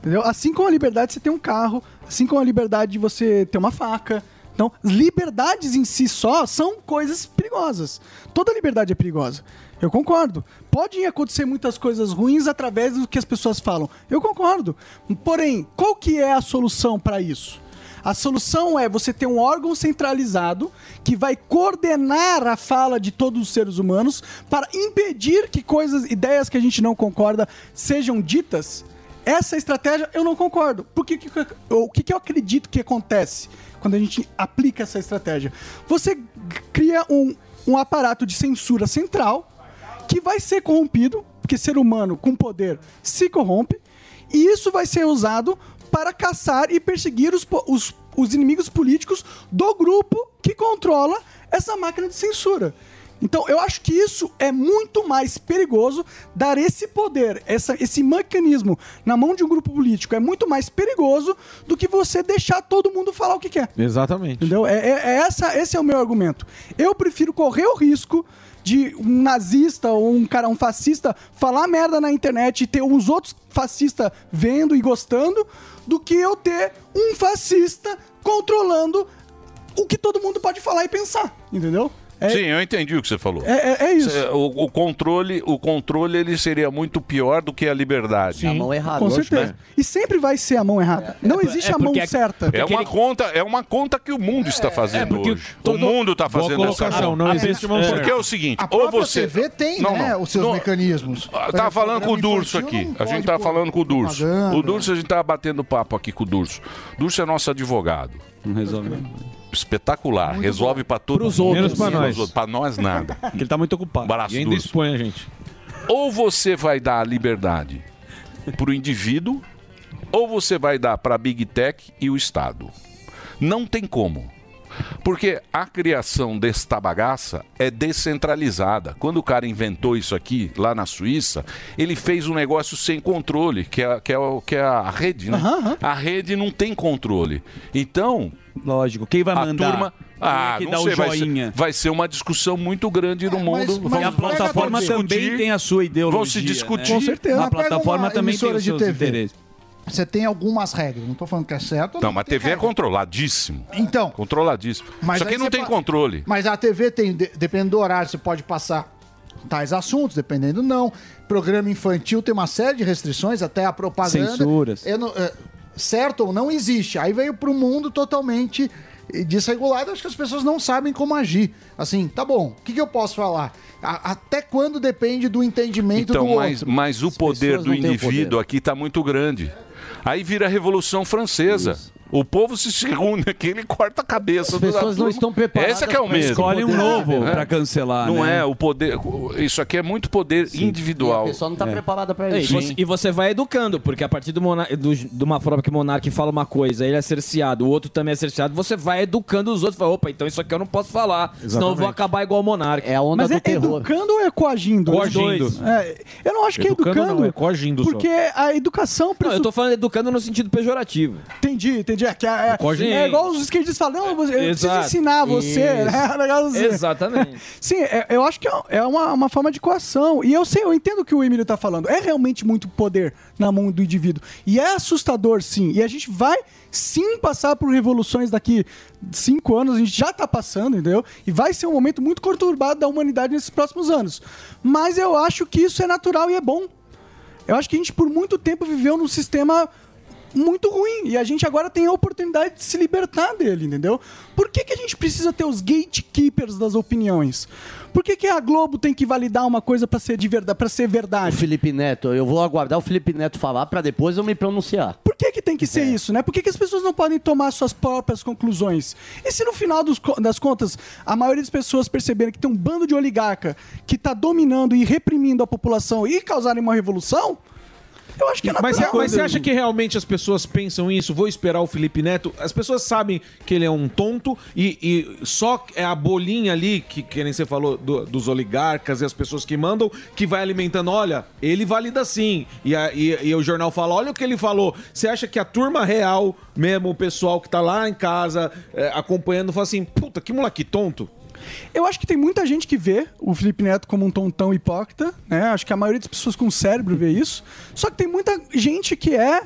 Speaker 28: Entendeu? Assim como a liberdade de você ter um carro, assim como a liberdade de você ter uma faca. Então, as liberdades em si só são coisas perigosas. Toda liberdade é perigosa. Eu concordo. Podem acontecer muitas coisas ruins através do que as pessoas falam. Eu concordo. Porém, qual que é a solução para isso? A solução é você ter um órgão centralizado que vai coordenar a fala de todos os seres humanos para impedir que coisas, ideias que a gente não concorda sejam ditas. Essa estratégia eu não concordo. Porque o que, o que que eu acredito que acontece quando a gente aplica essa estratégia? Você g- cria um, um aparato de censura central que vai ser corrompido, porque ser humano com poder se corrompe, e isso vai ser usado para caçar e perseguir os, po- os- os inimigos políticos do grupo que controla essa máquina de censura. Então, eu acho que isso é muito mais perigoso dar esse poder, essa- esse mecanismo na mão de um grupo político. É muito mais perigoso do que você deixar todo mundo falar o que quer.
Speaker 7: Exatamente.
Speaker 28: Entendeu? É, é- é essa, esse é o meu argumento. Eu prefiro correr o risco de um nazista ou um cara, um fascista, falar merda na internet e ter uns outros fascistas vendo e gostando, do que eu ter um fascista controlando o que todo mundo pode falar e pensar. Entendeu?
Speaker 6: Sim, eu entendi o que você falou.
Speaker 28: É- é- é isso.
Speaker 6: Cê- O, o controle, o controle ele seria muito pior do que a liberdade.
Speaker 28: Sim, Com certeza. E sempre vai ser a mão errada. Não existe a mão certa.
Speaker 6: É uma conta, é uma conta que o mundo está fazendo hoje. O mundo está
Speaker 7: Boa
Speaker 6: fazendo essa
Speaker 7: colocação,
Speaker 6: conta.
Speaker 7: não existe mão certa.
Speaker 6: Porque é o seguinte,
Speaker 1: A
Speaker 6: ou
Speaker 1: própria
Speaker 6: você
Speaker 1: TV tem,
Speaker 6: Não,
Speaker 1: né,
Speaker 6: não.
Speaker 1: os seus mecanismos.
Speaker 6: Ah, tava falando
Speaker 28: um
Speaker 6: com o Durso aqui. A gente tava falando com o Durso.
Speaker 1: propaganda.
Speaker 6: O Durso, a gente tava batendo papo aqui com o Durso. Durso é nosso advogado.
Speaker 8: Não resolve.
Speaker 6: Espetacular. resolve pra todos.
Speaker 7: Pros outros. Menos pra
Speaker 6: Pros
Speaker 7: nós.
Speaker 6: outros. Pra
Speaker 8: (laughs)
Speaker 6: nós, nada. Porque
Speaker 8: ele tá muito ocupado.
Speaker 6: Braço
Speaker 7: E ainda
Speaker 6: Durso.
Speaker 7: expõe a gente.
Speaker 6: Ou você vai dar a liberdade pro indivíduo, ou você vai dar pra Big Tech e o Estado. Não tem como. Porque a criação desta bagaça é descentralizada. Quando o cara inventou isso aqui, lá na Suíça, ele fez um negócio sem controle, que é, que é, o- que é a rede, né? A rede não tem controle. Então.
Speaker 8: Lógico, quem vai
Speaker 6: a
Speaker 8: mandar? é
Speaker 6: Turma, Ah,
Speaker 8: que
Speaker 6: não
Speaker 8: dar o
Speaker 6: sei, vai
Speaker 8: joinha.
Speaker 6: ser, vai ser uma discussão muito grande no mundo.
Speaker 8: mas-
Speaker 6: Vamos-
Speaker 8: mas- E a
Speaker 6: vamos
Speaker 8: plataforma
Speaker 6: discutir.
Speaker 8: também tem a sua ideologia,
Speaker 6: Vão se
Speaker 8: né?
Speaker 6: discutir.
Speaker 8: Com certeza. A
Speaker 6: Mas pega
Speaker 8: plataforma
Speaker 6: uma
Speaker 8: também tem
Speaker 6: emissora
Speaker 8: os
Speaker 6: de
Speaker 8: seus
Speaker 6: TV.
Speaker 8: interesses.
Speaker 13: Você tem algumas regras, não tô falando que é certo.
Speaker 6: Não, mas a TV é controladíssimo.
Speaker 13: Então.
Speaker 6: Controladíssimo.
Speaker 13: Mas
Speaker 6: Isso aqui
Speaker 13: aí
Speaker 6: não
Speaker 13: você
Speaker 6: tem
Speaker 13: pa-
Speaker 6: controle.
Speaker 13: Mas a TV tem, de- dependendo do horário, você pode passar tais assuntos, dependendo não. Programa infantil tem uma série de restrições, até a propaganda.
Speaker 8: Censuras.
Speaker 13: Eu não- é, certo ou não existe. Aí veio para um mundo totalmente eh, desregulado. Acho que as pessoas não sabem como agir. Assim, tá bom, o que, que eu posso falar? A- até quando depende do entendimento
Speaker 6: Então,
Speaker 13: do
Speaker 6: mas,
Speaker 13: outro?
Speaker 6: mas o poder
Speaker 13: pessoas
Speaker 6: do
Speaker 13: não têm o
Speaker 6: indivíduo
Speaker 13: poder.
Speaker 6: aqui está muito grande. Aí vira a Revolução Francesa. O povo se reúne aqui, ele corta a cabeça.
Speaker 8: As
Speaker 6: da
Speaker 8: pessoas não
Speaker 6: turma.
Speaker 8: estão preparadas
Speaker 6: Essa que é o
Speaker 8: pra
Speaker 6: medo.
Speaker 8: esse Escolhe um poder. novo
Speaker 6: É.
Speaker 8: pra cancelar,
Speaker 6: Não
Speaker 8: né?
Speaker 6: é o poder. Isso aqui é muito poder individual.
Speaker 11: E a pessoa
Speaker 8: É.
Speaker 11: não tá preparada
Speaker 6: É
Speaker 11: pra
Speaker 10: E
Speaker 11: isso.
Speaker 10: você, e você vai educando, porque a partir do monar- do- de uma forma que o monarca fala uma coisa, ele é cerceado, o outro também é cerceado, você vai educando os outros. Fala, opa, então isso aqui eu não posso falar, senão eu vou
Speaker 28: Exatamente.
Speaker 10: acabar igual o monarca. É a
Speaker 28: Mas é educando ou é coagindo?
Speaker 10: Coagindo.
Speaker 28: Os dois. É, eu não acho que é
Speaker 10: Educando
Speaker 28: educando.
Speaker 10: não, é coagindo só.
Speaker 28: Porque a educação.
Speaker 10: Não, eu tô falando educando no sentido pejorativo.
Speaker 28: Entendi, entendi. É, que é, é,
Speaker 10: Coagindo.
Speaker 28: é igual os skatistas falam, não, eu preciso
Speaker 10: Exato.
Speaker 28: ensinar você. (laughs)
Speaker 10: Isso.
Speaker 28: Né? O negócio assim.
Speaker 10: Exatamente.
Speaker 28: (laughs) Sim, é- eu acho que é- é uma, uma forma de coação. E eu sei, eu entendo o que o Emílio tá falando. É realmente muito poder na mão do indivíduo. E é assustador, sim. E a gente vai sim passar por revoluções daqui cinco anos, a gente já tá passando, entendeu? E vai ser um momento muito conturbado da humanidade nesses próximos anos. Mas eu acho que isso é natural e é bom. Eu acho que a gente, por muito tempo, viveu num sistema muito ruim. E a gente agora tem a oportunidade de se libertar dele, entendeu? Por que, que a gente precisa ter os gatekeepers das opiniões? Por que, que a Globo tem que validar uma coisa pra ser de verdade, para ser verdade?
Speaker 11: Felipe Neto, eu vou aguardar o Felipe Neto falar pra depois eu me pronunciar. É.
Speaker 28: Por que, que tem que ser isso, né? Por que, que as pessoas não podem tomar suas próprias conclusões? E se no final dos co- das contas a maioria das pessoas perceberem que tem um bando de oligarca que tá dominando e reprimindo a população e causarem uma revolução, eu acho que é natural.
Speaker 7: Mas, você- mas você acha que realmente as pessoas pensam isso? Vou esperar o Felipe Neto. As pessoas sabem que ele é um tonto e, e só é a bolinha ali, que, que nem você falou, do- dos oligarcas e as pessoas que mandam, que vai alimentando. Olha, ele valida sim. E, a- e- e o jornal fala: olha o que ele falou. Você acha que a turma real, mesmo o pessoal que tá lá em casa é, acompanhando, fala assim: puta, que moleque tonto?
Speaker 28: Eu acho que tem muita gente que vê o Felipe Neto como um tontão hipócrita, né? Acho que a maioria das pessoas com cérebro vê isso. Só que tem muita gente que é.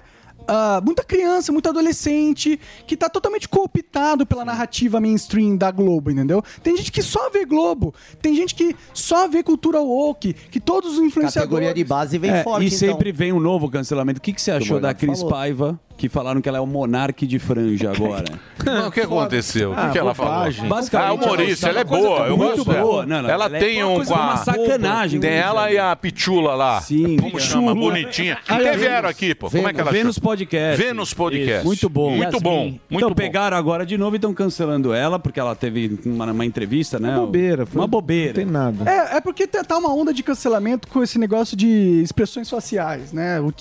Speaker 28: ah, muita criança, muito adolescente, que tá totalmente cooptado pela narrativa mainstream da Globo, entendeu? Tem gente que só vê Globo, tem gente que só vê cultura woke, que todos os influenciadores.
Speaker 8: É, E sempre vem um novo cancelamento. O que, que você achou da
Speaker 28: então. Morgado
Speaker 8: Cris
Speaker 28: falou.
Speaker 8: Paiva, que falaram que ela é o monarque de
Speaker 7: (laughs)
Speaker 8: franja agora?
Speaker 6: Não, o que aconteceu? o que,
Speaker 8: Ah,
Speaker 6: que ela falou?
Speaker 8: bobagem. Basicamente,
Speaker 6: ah, humorista,
Speaker 8: ela
Speaker 6: ela é
Speaker 8: gostava-
Speaker 6: boa. Eu
Speaker 8: Muito
Speaker 6: gosto dela.
Speaker 8: boa. Não, não,
Speaker 6: ela,
Speaker 8: ela é
Speaker 6: tem
Speaker 8: uma
Speaker 6: um
Speaker 8: coisa
Speaker 6: com a...
Speaker 8: uma sacanagem,
Speaker 6: Tem
Speaker 8: né,
Speaker 6: ela e a Pichula lá. Sim. Como chama?
Speaker 8: Pichula.
Speaker 6: Bonitinha.
Speaker 8: Ah,
Speaker 6: Até
Speaker 8: é
Speaker 6: vieram
Speaker 8: Vênus.
Speaker 6: aqui, pô. Como é que ela chama?
Speaker 8: Vênus Podcast.
Speaker 6: Vênus Podcast.
Speaker 8: Isso. Muito bom.
Speaker 6: Muito bom.
Speaker 8: Yasmin.
Speaker 6: Muito
Speaker 8: então
Speaker 6: bom.
Speaker 8: pegaram agora de novo e estão cancelando ela, porque ela teve uma, uma entrevista, né? Uma
Speaker 7: bobeira.
Speaker 8: Uma bobeira. Não tem
Speaker 7: nada.
Speaker 28: É, é porque tá tá uma onda de cancelamento com esse negócio de expressões faciais, né? O-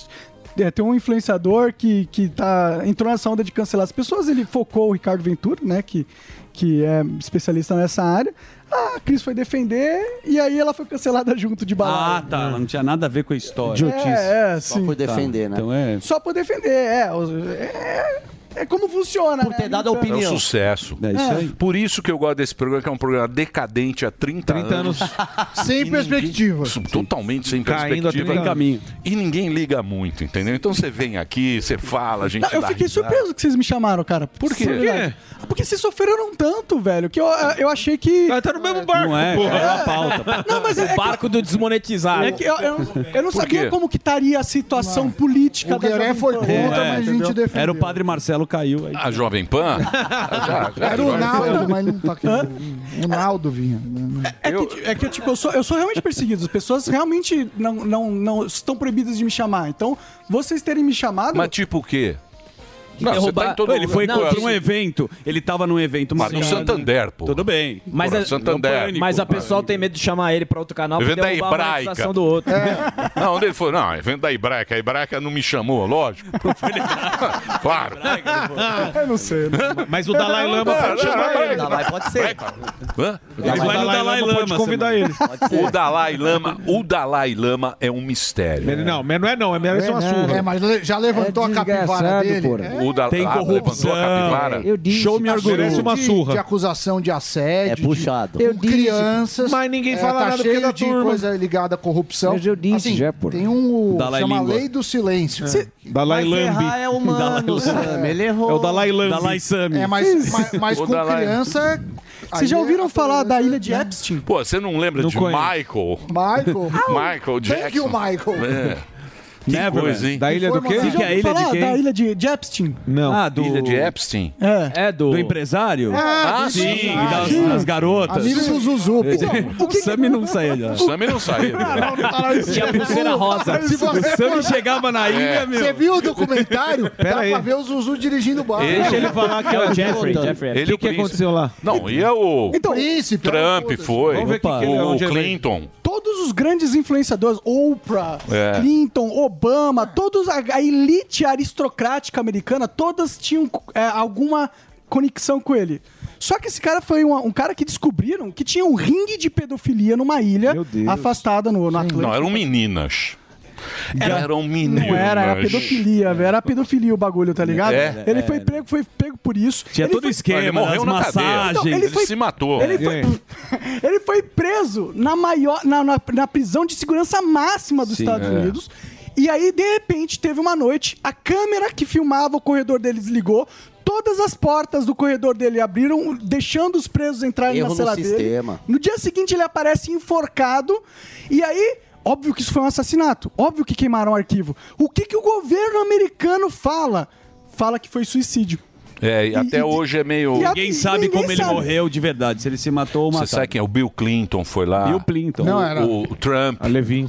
Speaker 28: é, tem um influenciador que, que tá, entrou nessa onda de cancelar as pessoas, ele focou o Ricardo Ventura, né? Que, que é especialista nessa área. Ah, a Cris foi defender e aí ela foi cancelada (laughs) junto de
Speaker 8: Ah,
Speaker 28: balada.
Speaker 8: tá. Ela não tinha nada a ver com a história.
Speaker 28: Idiotice. É, é, sim.
Speaker 8: Tá. Então é.
Speaker 28: Só por defender, é. os- É, é como funciona. né? Então, Por ter dado
Speaker 6: É um sucesso.
Speaker 8: É
Speaker 28: isso aí.
Speaker 6: Por isso que eu gosto desse programa, que é um programa decadente há 30,
Speaker 7: 30 anos.
Speaker 28: (laughs)
Speaker 6: sem perspectiva. Totalmente sem
Speaker 7: Caindo há 30
Speaker 6: perspectiva.
Speaker 7: anos.
Speaker 6: caminho. E ninguém liga muito, entendeu? Então você vem aqui, você fala, a gente
Speaker 28: Não, eu
Speaker 6: dá
Speaker 28: fiquei
Speaker 6: risada.
Speaker 28: surpreso que vocês me chamaram, cara. Por
Speaker 6: quê?
Speaker 28: Por Porque vocês sofreram tanto, velho, que eu, eu achei que.
Speaker 7: Tá no mesmo barco,
Speaker 10: Não é, cara, é uma pauta.
Speaker 28: (laughs) Não, mas é, é
Speaker 10: o barco do desmonetizado.
Speaker 28: É que eu, eu não- eu não
Speaker 10: Por
Speaker 28: sabia
Speaker 10: quê?
Speaker 28: como que estaria a situação política
Speaker 13: O Gueré foi
Speaker 28: Jovem Pan.
Speaker 13: contra, mas a gente
Speaker 8: É, entendeu? (laughs)
Speaker 13: defendeu.
Speaker 8: Era o padre Marcelo caiu aí.
Speaker 6: A
Speaker 8: (laughs)
Speaker 6: Jovem Pan?
Speaker 13: Era o Naldo, mas não tá aqui. O Naldo vinha. né?
Speaker 28: É que, é que, tipo, eu sou, eu sou realmente perseguido. As pessoas realmente não, não, não estão proibidas de me chamar. Então, vocês terem me chamado.
Speaker 6: Mas tipo o quê?
Speaker 8: Não,
Speaker 6: você tá em todo
Speaker 8: ele foi
Speaker 6: lugar.
Speaker 8: contra um evento. Ele tava num evento.
Speaker 6: Mas no
Speaker 8: marcado.
Speaker 6: Santander, pô.
Speaker 8: Tudo bem.
Speaker 10: Mas,
Speaker 8: Porra,
Speaker 10: a, mas a pessoa tem medo de chamar ele pra outro canal pra
Speaker 6: Evento da
Speaker 10: derrubar a
Speaker 6: Hebraica.
Speaker 10: monetização do outro.
Speaker 28: É.
Speaker 6: Não, onde ele foi? Não, é evento da Hebraica. A Hebraica não me
Speaker 28: (laughs)
Speaker 6: chamou, lógico. (laughs) claro.
Speaker 28: Eu não sei. né?
Speaker 7: Mas o Dalai Lama pode chamar ele.
Speaker 11: pode ser.
Speaker 6: Hã?
Speaker 7: Ele vai no Dalai Lama, pode convidar ele.
Speaker 6: O Dalai Lama, o Dalai Lama é um mistério.
Speaker 7: Não, mas não é não, é merece uma surra.
Speaker 13: É, mas le- já levantou a capivara
Speaker 7: desgraçado,
Speaker 13: dele.
Speaker 7: porra.
Speaker 13: É,
Speaker 6: o da
Speaker 13: Tem
Speaker 6: lá, levantou
Speaker 13: corrupção.
Speaker 6: a capivara.
Speaker 13: Eu disse,
Speaker 7: Show me orgulho.
Speaker 13: Merece
Speaker 7: uma surra.
Speaker 13: De acusação de assédio.
Speaker 7: É puxado.
Speaker 13: De,
Speaker 7: Eu
Speaker 13: com
Speaker 7: disse,
Speaker 13: crianças.
Speaker 7: mas ninguém
Speaker 13: É,
Speaker 7: fala
Speaker 13: tá
Speaker 7: nada porque
Speaker 13: cheio
Speaker 7: é da
Speaker 13: de
Speaker 7: turma.
Speaker 13: coisa ligada à corrupção. Assim,
Speaker 7: Mas eu disse já, é, pô.
Speaker 13: Tem um...
Speaker 7: Dalai
Speaker 13: chama
Speaker 7: Língua.
Speaker 13: Lei do Silêncio.
Speaker 7: Cê- É. Dalai Mas Lambi. errar é humano, Dalai- Sam, ele errou. É o Dalai Lambi. Dalai Sami.
Speaker 13: É, mas, mas, mas
Speaker 6: O
Speaker 13: com
Speaker 6: Dalai.
Speaker 13: criança... é
Speaker 28: Vocês já ouviram falar da ilha
Speaker 13: né?
Speaker 28: de Epstein?
Speaker 6: Pô, você não lembra de Michael? (laughs)
Speaker 13: Michael.
Speaker 6: Michael Jackson.
Speaker 28: Thank you, Michael.
Speaker 6: É. Que coisa, hein? é
Speaker 28: Vocês já ouviram falar Da é ilha de, de Epstein?
Speaker 6: Não.
Speaker 8: Ah, do...
Speaker 6: Ilha de Epstein?
Speaker 28: É.
Speaker 8: É do... Do empresário?
Speaker 28: Ah,
Speaker 8: ah
Speaker 28: do
Speaker 8: sim,
Speaker 28: empresário.
Speaker 8: das,
Speaker 28: Sim.
Speaker 8: das garotas.
Speaker 28: Amigo do Zuzu.
Speaker 8: (laughs) O Sammy não saía. de lá.
Speaker 6: O Sammy não
Speaker 13: (laughs)
Speaker 6: saía.
Speaker 13: Ah,
Speaker 8: Não, não tá lá. Tinha pulseira rosa.
Speaker 13: Se
Speaker 8: Se
Speaker 13: você
Speaker 8: o
Speaker 13: for-
Speaker 8: Sammy chegava na ilha,
Speaker 13: É.
Speaker 8: meu...
Speaker 13: Você viu o documentário?
Speaker 8: Pera
Speaker 13: Dá
Speaker 8: aí.
Speaker 13: pra ver o Zuzu dirigindo o barco.
Speaker 6: Ele-
Speaker 8: Jeffrey.
Speaker 6: Ele
Speaker 8: O que que
Speaker 6: príncipe.
Speaker 8: aconteceu lá?
Speaker 6: Não, e é o
Speaker 28: Então,
Speaker 13: Príncipe,
Speaker 6: Trump foi,
Speaker 28: Vamos ver quem que ele é,
Speaker 6: o,
Speaker 28: onde ele é.
Speaker 6: Clinton.
Speaker 28: Todos os grandes influenciadores, Oprah,
Speaker 6: É.
Speaker 28: Clinton, Obama, todos a, a elite aristocrática americana, todas tinham é, alguma conexão com ele. Só que esse cara foi uma- um, cara que descobriram que tinha um ringue de pedofilia numa ilha afastada no, no Atlântico.
Speaker 6: Não, um eram meninas. Era, eram meninas.
Speaker 28: Não era, era pedofilia, velho. Era pedofilia o bagulho, tá ligado?
Speaker 6: É.
Speaker 28: Ele
Speaker 6: É,
Speaker 28: foi
Speaker 6: era.
Speaker 28: pego, foi pego por isso.
Speaker 6: Tinha
Speaker 28: Ele
Speaker 6: todo
Speaker 28: foi-
Speaker 6: o esquema, Ele morreu as na cadeia. massagens.
Speaker 28: Não, ele,
Speaker 6: Ele
Speaker 28: foi-
Speaker 6: se matou.
Speaker 28: Ele foi, (laughs) ele foi preso na maior na, na, na prisão de segurança máxima dos
Speaker 19: Sim,
Speaker 28: Estados
Speaker 19: é.
Speaker 28: Unidos. E aí, de repente, teve uma noite, a câmera que filmava o corredor dele desligou, todas as portas do corredor dele abriram, deixando os presos entrarem
Speaker 11: Erro
Speaker 28: na
Speaker 11: no
Speaker 28: cela dele.
Speaker 11: sistema.
Speaker 28: No dia seguinte ele aparece enforcado e aí óbvio que isso foi um assassinato, óbvio que queimaram o arquivo. O que que o governo americano fala? Fala que foi suicídio.
Speaker 6: É, e até
Speaker 28: e-
Speaker 6: hoje é meio...
Speaker 8: Ninguém sabe
Speaker 28: ninguém
Speaker 8: como ele
Speaker 28: sabe.
Speaker 8: morreu de verdade. Se ele se matou ou
Speaker 6: Você
Speaker 8: matou.
Speaker 6: sabe quem é? O Bill Clinton foi lá.
Speaker 8: Bill Clinton.
Speaker 6: O,
Speaker 8: Não, era-
Speaker 6: o Trump.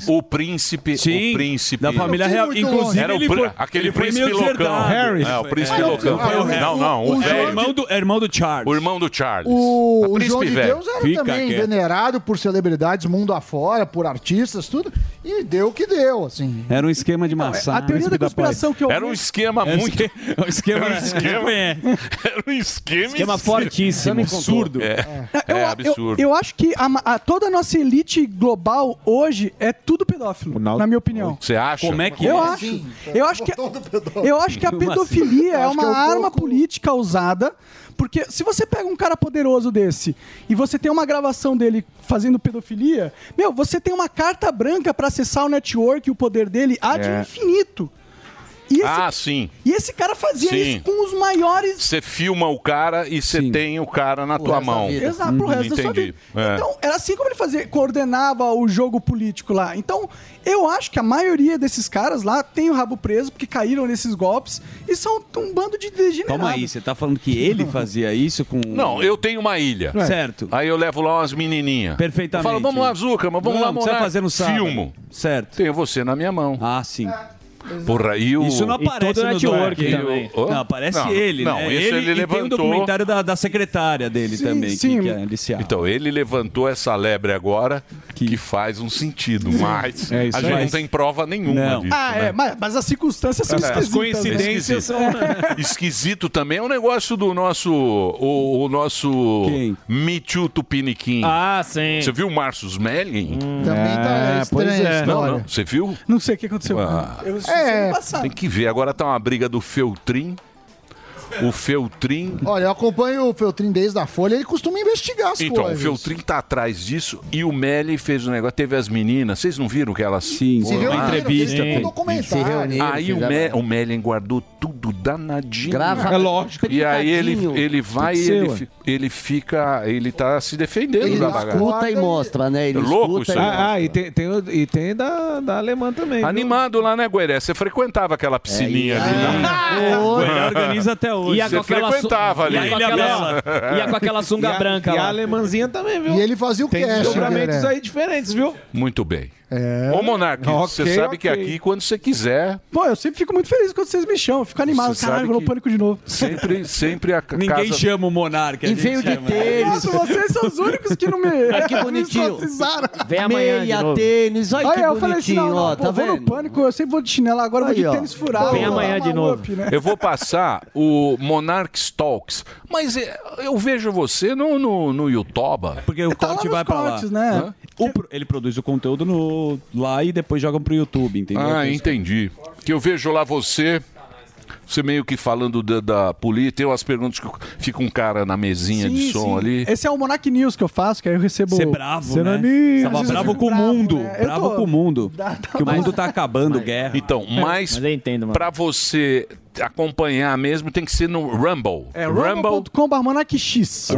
Speaker 6: O príncipe.
Speaker 8: Sim,
Speaker 6: o príncipe.
Speaker 8: da família real. Inclusive,
Speaker 6: era o
Speaker 8: ele
Speaker 6: pri-
Speaker 8: foi-
Speaker 6: aquele
Speaker 8: ele foi
Speaker 6: príncipe
Speaker 8: meio
Speaker 6: loucão.
Speaker 8: deserdado. Harris.
Speaker 6: É, o príncipe
Speaker 8: É, o-
Speaker 6: loucão.
Speaker 8: foi o Harris.
Speaker 6: não, não. O,
Speaker 8: O
Speaker 6: velho.
Speaker 8: irmão
Speaker 6: do,
Speaker 8: irmão do Charles.
Speaker 6: O irmão do Charles.
Speaker 8: Tá
Speaker 13: O, o
Speaker 6: príncipe
Speaker 13: João de
Speaker 6: velho.
Speaker 13: Deus era
Speaker 6: Fica
Speaker 13: também
Speaker 6: quieto.
Speaker 13: venerado por celebridades mundo afora, por artistas, tudo. E deu o que deu, assim.
Speaker 8: Era um esquema de maçã.
Speaker 13: a teoria da conspiração que eu
Speaker 6: Era um esquema muito.
Speaker 8: Era É um esquema. (laughs)
Speaker 6: (laughs) Era um esquema.
Speaker 8: É.
Speaker 6: Era um esquema.
Speaker 8: Esquema
Speaker 6: ins-
Speaker 8: fortíssimo, absurdo.
Speaker 6: É,
Speaker 28: Eu-
Speaker 6: é
Speaker 28: eu-
Speaker 6: absurdo.
Speaker 28: Eu, acho que a ma- a- toda a nossa elite global hoje é tudo pedófilo, na minha opinião.
Speaker 6: Você acha?
Speaker 8: Como é que
Speaker 28: eu
Speaker 8: é?
Speaker 28: acho. eu acho que eu acho que a
Speaker 8: Como assim?
Speaker 28: pedofilia é
Speaker 8: Acho
Speaker 28: uma
Speaker 8: que é um
Speaker 28: arma política usada, porque se você pega um cara poderoso desse e você tem uma gravação dele fazendo pedofilia, meu, você tem uma carta branca pra acessar o network e o poder dele há de
Speaker 6: É.
Speaker 28: infinito. E esse,
Speaker 6: Ah, sim.
Speaker 28: e esse cara fazia
Speaker 6: Sim.
Speaker 28: isso com os maiores
Speaker 6: Você filma o cara e você tem o cara na tua
Speaker 28: resto da
Speaker 6: mão.
Speaker 28: vida. Exato, pro resto da sua
Speaker 6: Entendi. É.
Speaker 28: Então, era assim como ele fazia, coordenava o jogo político lá. Então, eu acho que a maioria desses caras lá tem o rabo preso porque caíram nesses golpes e são um bando de degenerados.
Speaker 8: Calma aí, você tá falando que ele fazia isso com.
Speaker 6: Não, eu tenho uma ilha.
Speaker 8: É. Certo.
Speaker 6: Aí eu levo lá umas menininhas.
Speaker 8: Perfeitamente.
Speaker 6: Eu falo, vamos lá, Zuca, mas vamos
Speaker 8: Não,
Speaker 6: lá
Speaker 8: não precisa
Speaker 6: morar.
Speaker 8: fazer no sábado.
Speaker 6: Filmo.
Speaker 8: Certo.
Speaker 6: Tenho você na minha mão.
Speaker 8: Ah, sim.
Speaker 6: Porra, e o...
Speaker 8: Isso não aparece no network
Speaker 6: E o-
Speaker 8: também.
Speaker 6: Hã?
Speaker 8: Não, aparece
Speaker 6: Não,
Speaker 8: ele,
Speaker 6: Não,
Speaker 8: né?
Speaker 6: isso ele,
Speaker 8: e
Speaker 6: levantou...
Speaker 8: tem o documentário da, da secretária dele também, que- que, é inicial.
Speaker 6: Então, ele levantou essa lebre agora que, faz um sentido, mas
Speaker 8: É isso
Speaker 6: a gente
Speaker 8: aí.
Speaker 6: não tem prova nenhuma
Speaker 8: Não.
Speaker 6: disso.
Speaker 28: Ah, é,
Speaker 6: né?
Speaker 28: mas, mas as circunstâncias são
Speaker 6: É.
Speaker 28: esquisitas. né?
Speaker 6: Esquisito.
Speaker 8: né?
Speaker 6: (laughs) Esquisito também é um negócio do nosso. O, o nosso. Me Too Tupiniquim.
Speaker 8: Ah, sim. Hum.
Speaker 6: Você viu o Marcos Melling?
Speaker 13: Também tá É, estranha pois é. a
Speaker 6: Não,
Speaker 13: história.
Speaker 6: não. Você viu?
Speaker 28: Não sei o que aconteceu.
Speaker 6: Ah.
Speaker 28: Eu assisti
Speaker 13: É.
Speaker 28: ano passado.
Speaker 6: Tem que ver. Agora tá uma briga do Feltrin. O Feltrin.
Speaker 13: Olha, eu acompanho o Feltrin desde a Folha, ele costuma investigar as
Speaker 6: Então, o
Speaker 13: coisas.
Speaker 6: Feltrin tá atrás disso e o Melling fez o negócio. Teve as meninas. Vocês não viram que elas. Sim,
Speaker 13: Se reuniram, entrevista, fez um documentário. Se reuniram,
Speaker 6: Aí o,
Speaker 13: fizeram-
Speaker 6: Me, o Melling guardou tudo danadinho.
Speaker 13: Grava- É lógico.
Speaker 6: E aí ele,
Speaker 13: Delicadinho.
Speaker 6: ele vai
Speaker 11: Tem
Speaker 6: e
Speaker 11: que ser,
Speaker 6: ele,
Speaker 11: ué.
Speaker 6: fi- ele fica. Ele tá se defendendo
Speaker 11: Ele
Speaker 6: da
Speaker 11: escuta
Speaker 6: bagaça.
Speaker 11: e mostra, né? Ele
Speaker 6: É louco
Speaker 11: escuta
Speaker 6: isso aí.
Speaker 11: e
Speaker 7: Ah, e tem, tem, o- e tem da, da alemã também. viu?
Speaker 6: Animado lá, né, Gueré? Você frequentava aquela piscininha ali, (laughs) né?
Speaker 7: Ô,
Speaker 6: Gueré
Speaker 7: organiza até hoje.
Speaker 6: Você
Speaker 7: Ia é com aquela su-
Speaker 6: frequentava ali.
Speaker 7: Ia com aquela- ia com (laughs) aquela sunga
Speaker 6: E a-
Speaker 7: branca
Speaker 6: e
Speaker 7: lá.
Speaker 6: a
Speaker 7: alemãzinha também, viu?
Speaker 13: E ele fazia o
Speaker 7: Tem
Speaker 13: cast, né? É.
Speaker 7: desdobramentos
Speaker 13: Gueré.
Speaker 7: aí diferentes, viu?
Speaker 6: Muito bem.
Speaker 13: É.
Speaker 6: Ô, Monarque, você
Speaker 28: Ok,
Speaker 6: sabe que
Speaker 28: ok.
Speaker 6: aqui, quando você quiser,
Speaker 28: Pô, eu sempre fico muito feliz quando vocês me chamam. eu Fico animado.
Speaker 6: Você
Speaker 28: Caralho,
Speaker 6: sabe
Speaker 28: virou
Speaker 6: que-
Speaker 28: pânico de novo.
Speaker 6: sempre, sempre a ca-
Speaker 8: Ninguém
Speaker 6: casa...
Speaker 8: chama o Monarca. a gente chama.
Speaker 28: Nossa, vocês são os únicos que não (laughs) me.
Speaker 8: (laughs) Olha que bonitinho.
Speaker 28: me escracizaram.
Speaker 8: Vem amanhã de
Speaker 11: Meia, novo. tênis, olha que
Speaker 28: eu falei assim, não,
Speaker 11: bonitinho,
Speaker 28: não,
Speaker 11: ó,
Speaker 28: pô,
Speaker 11: tá
Speaker 28: vou no
Speaker 11: vendo?
Speaker 28: pânico, eu sempre vou de chinelo, agora eu vou de
Speaker 11: Aí, ó.
Speaker 28: tênis furado.
Speaker 11: Vem
Speaker 28: vou
Speaker 11: amanhã
Speaker 28: dar
Speaker 11: de
Speaker 28: uma
Speaker 11: novo.
Speaker 28: up, né?
Speaker 6: Eu vou passar o Monarch Talks, mas é, eu vejo você no, no, no Yutoba.
Speaker 8: Porque o
Speaker 28: tá
Speaker 8: corte vai pra lá.
Speaker 6: cortes, né?
Speaker 8: Hã? O pro- ele produz o conteúdo no, lá e depois joga pro YouTube, entendeu?
Speaker 6: Ah, entendi. Que eu vejo lá você Você meio que falando da, da política, tem umas perguntas que fica um cara na mesinha de som ali.
Speaker 28: Esse é o Monac News que eu faço, que aí eu recebo.
Speaker 6: Você é bravo, né?
Speaker 28: Cenani,
Speaker 6: Tava
Speaker 28: às vezes eu
Speaker 6: bravo
Speaker 28: fico
Speaker 6: com o mundo,
Speaker 28: é né? Eu
Speaker 6: bravo
Speaker 28: tô-
Speaker 6: com o mundo.
Speaker 28: Dá- dá
Speaker 6: Que o
Speaker 28: mais-
Speaker 6: mundo tá acabando, guerra. Então,
Speaker 28: É.
Speaker 6: mas, pra você acompanhar mesmo, tem que ser no Rumble.
Speaker 28: É rumble.com Monac
Speaker 14: É
Speaker 28: X.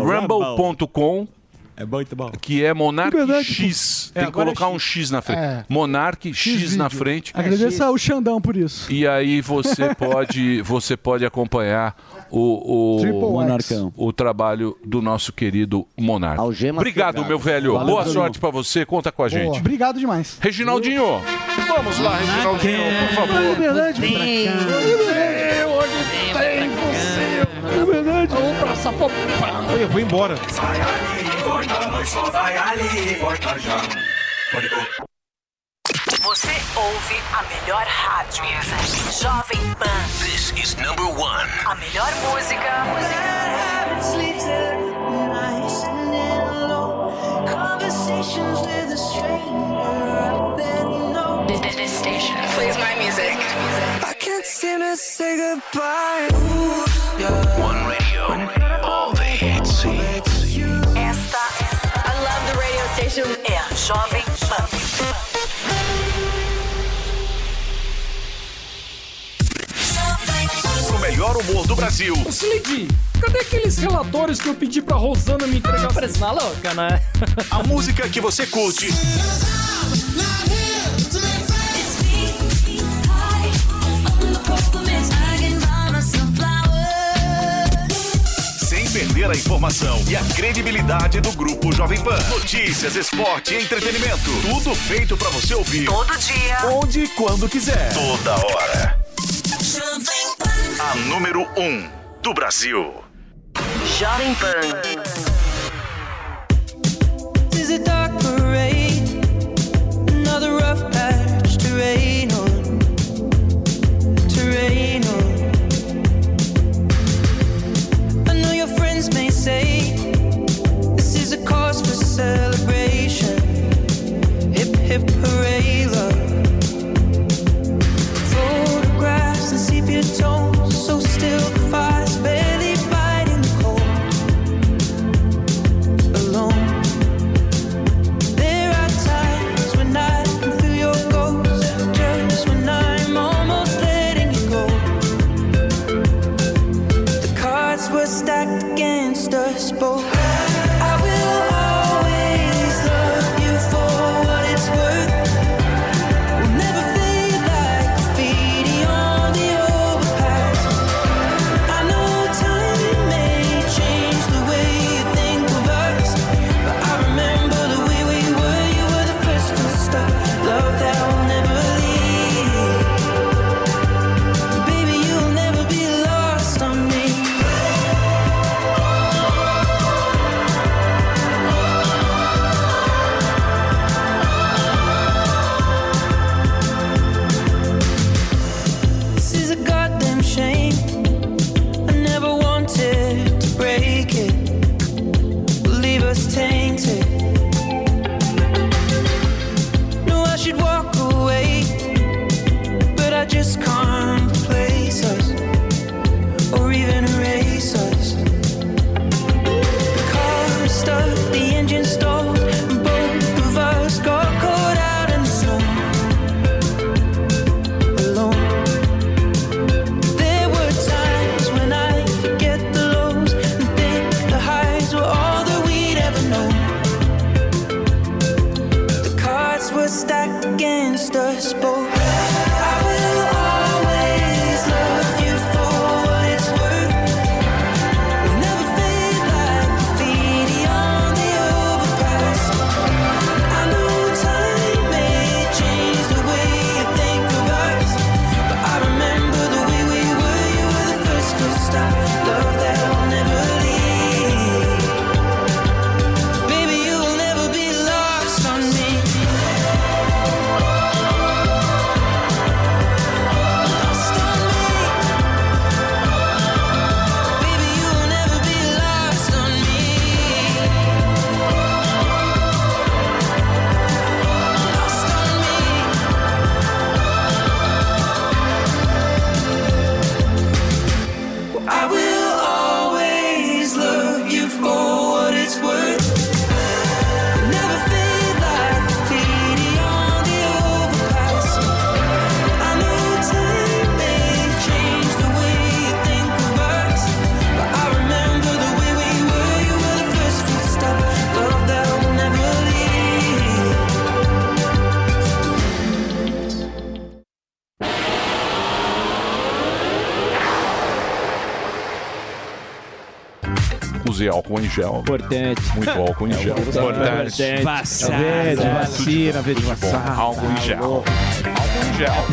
Speaker 6: Rumble.com.
Speaker 30: É muito bom.
Speaker 6: Que é Monark X.
Speaker 28: É,
Speaker 6: Tem que
Speaker 28: agora é
Speaker 6: colocar um X na frente.
Speaker 28: É.
Speaker 6: Monark X, na frente. É.
Speaker 28: Agradeço ao Xandão por isso.
Speaker 6: E
Speaker 28: (laughs)
Speaker 6: aí você pode, você pode acompanhar o, o,
Speaker 28: Triple X. Monarcão.
Speaker 6: o trabalho do nosso querido Monarca. Obrigado,
Speaker 28: pegadas.
Speaker 6: meu velho.
Speaker 28: Valeu,
Speaker 6: Boa
Speaker 28: Bruno.
Speaker 6: sorte pra você. Conta com a
Speaker 28: Boa.
Speaker 6: gente.
Speaker 28: Obrigado demais.
Speaker 6: Reginaldinho, vamos lá,
Speaker 7: é
Speaker 6: Reginaldinho, por favor.
Speaker 28: Liberdade,
Speaker 19: Hoje tem você.
Speaker 28: É verdade.
Speaker 19: Vamos pra Sapopá.
Speaker 7: Eu vou embora.
Speaker 19: Sai ali, volta, mas só vai ali, volta já.
Speaker 18: Você ouve a melhor rádio. Jovem Pan. This is number one. A melhor música. This station plays my music. I can't seem to say goodbye.
Speaker 19: One radio, all the hits.
Speaker 18: Esta, I love the radio station. É a Jovem Pan.
Speaker 14: O melhor humor do Brasil.
Speaker 31: Se ligue, cadê aqueles relatórios que eu pedi pra Rosana me entregar? Parece uma louca, né?
Speaker 14: A música que você curte. Sem perder a informação e a credibilidade do grupo Jovem Pan. Notícias, esporte e entretenimento. Tudo feito pra você ouvir.
Speaker 18: Todo dia.
Speaker 14: Onde e quando quiser. Toda hora. A número 1 um do Brasil.
Speaker 18: Jovem Pan.
Speaker 32: This is a dark parade, another rough patch to rain on, to rain on. I know your friends may say this is a cause for celebration. Hip hip hooray, love. Photographs and sepia tones, so still the fire's barely fighting the cold. Alone. There are times when I can feel your ghost, just when I'm almost letting you go. The cards were stacked against us both. I will always love you for what it's worth. We'll never fade like graffiti on the overpass. I know time may change the way you think of us. I remember the way we were, you were the first to stop. Love that will never leave. Baby, you'll never be lost on me. This is a goddamn shame. I never wanted to break it. Leave us tainted. No, I should walk away, but I just can't replace us or even erase us. The car was stuck, the engine stalled, and both of us got caught out in the storm. Alone. There were times when I forget the lows and think the highs were all that we'd ever known. The cards were stacked against us both. I will always love you for what it's worth. We'll never fade like graffiti on the overpass. I know time may change the way you think of us. But I remember the way we were, you were the first to stop. Love that will never leave. Baby, you will never be lost on me.
Speaker 7: use álcool em gel.
Speaker 6: Importante. (laughs)
Speaker 7: Muito álcool
Speaker 6: um
Speaker 7: em gel. Importante.
Speaker 6: Passada. Verde, vacina, verde,
Speaker 7: Muito bom.
Speaker 6: vacina.
Speaker 7: Álcool em gel. tá Álcool em gel.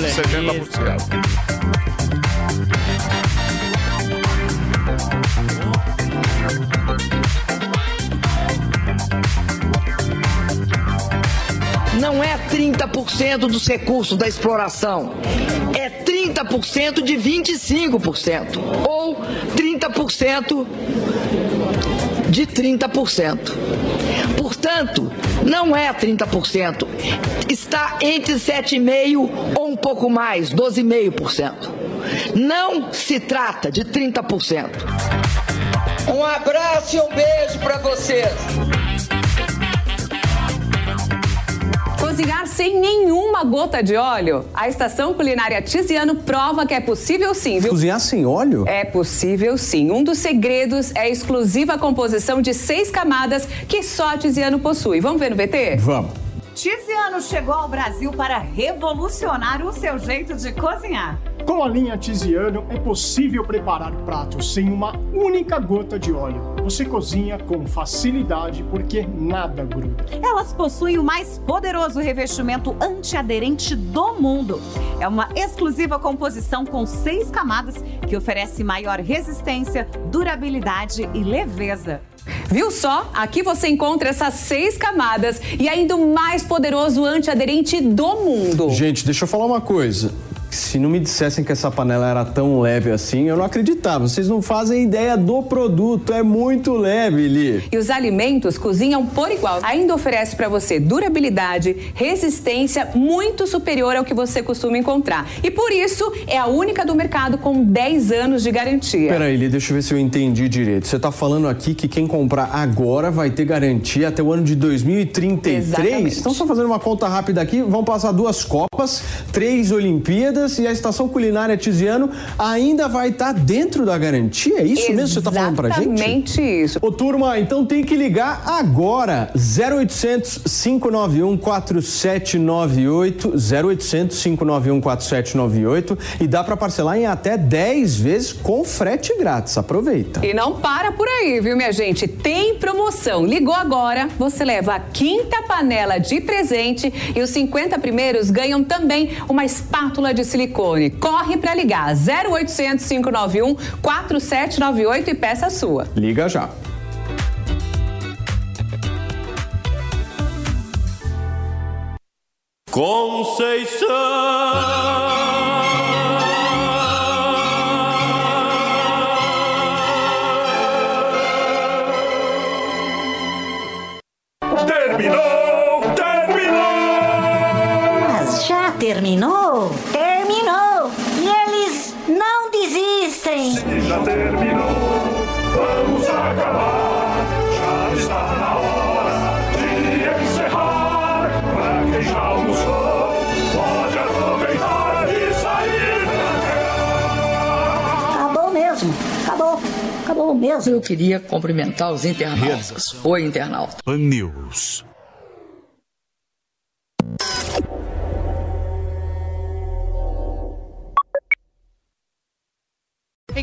Speaker 7: 70%.
Speaker 33: Não é 30% dos recursos da exploração, é 30% de 25%, ou 30% de 30%. Portanto, não é 30%, está entre 7,5% ou um pouco mais, 12,5%. Não se trata de 30%. Um abraço e um beijo para vocês.
Speaker 26: Cozinhar sem nenhuma gota de óleo? A Estação Culinária Tiziano prova que é possível sim, viu?
Speaker 34: Cozinhar sem óleo?
Speaker 26: É possível sim. Um dos segredos é a exclusiva composição de seis camadas que só a Tiziano possui. Vamos ver no VT?
Speaker 34: Vamos.
Speaker 35: Tiziano chegou ao Brasil para revolucionar o seu jeito de cozinhar.
Speaker 28: Com a linha Tiziano, é possível preparar pratos sem uma única gota de óleo. Você cozinha com facilidade porque nada gruda.
Speaker 35: Elas possuem o mais poderoso revestimento antiaderente do mundo. É uma exclusiva composição com seis camadas que oferece maior resistência, durabilidade e leveza.
Speaker 26: Viu só? Aqui você encontra essas seis camadas e ainda o mais poderoso antiaderente do mundo.
Speaker 34: Gente, deixa eu falar uma coisa. Se não me dissessem que essa panela era tão leve assim, eu não acreditava. Vocês não fazem ideia do produto. É muito leve, Li.
Speaker 26: E os alimentos cozinham por igual. Ainda oferece para você durabilidade, resistência muito superior ao que você costuma encontrar. E por isso é a única do mercado com 10 anos de garantia.
Speaker 34: Peraí, Li, deixa eu ver se eu entendi direito. Você tá falando aqui que quem comprar agora vai ter garantia até o ano de 2033?
Speaker 26: Exatamente.
Speaker 34: Então, só fazendo uma conta rápida aqui, vão passar duas Copas, três Olimpíadas e a Estação Culinária Tiziano ainda vai estar dentro da garantia? É isso mesmo que você tá falando pra gente?
Speaker 26: Exatamente isso.
Speaker 34: Ô, turma, então tem que ligar agora. 0800 591 4798. 0800 591 4798. E dá pra parcelar em até 10 vezes com frete grátis. Aproveita.
Speaker 26: E não para por aí, viu, minha gente? Tem promoção. Ligou agora, você leva a quinta panela de presente e os 50 primeiros ganham também uma espátula de silicone. Corre para ligar 0800 591 4798 e peça a sua.
Speaker 34: Liga já.
Speaker 18: Conceição. Terminou! Terminou!
Speaker 36: Mas já terminou? Terminou! E eles não desistem!
Speaker 18: Já terminou! Vamos acabar! Já está na hora de encerrar! Pra quem já almoçou, pode aproveitar e sair!
Speaker 36: Acabou mesmo! Acabou! Acabou mesmo!
Speaker 28: Eu queria cumprimentar os internautas. Oi, internauta.
Speaker 14: Pan News.
Speaker 5: Hey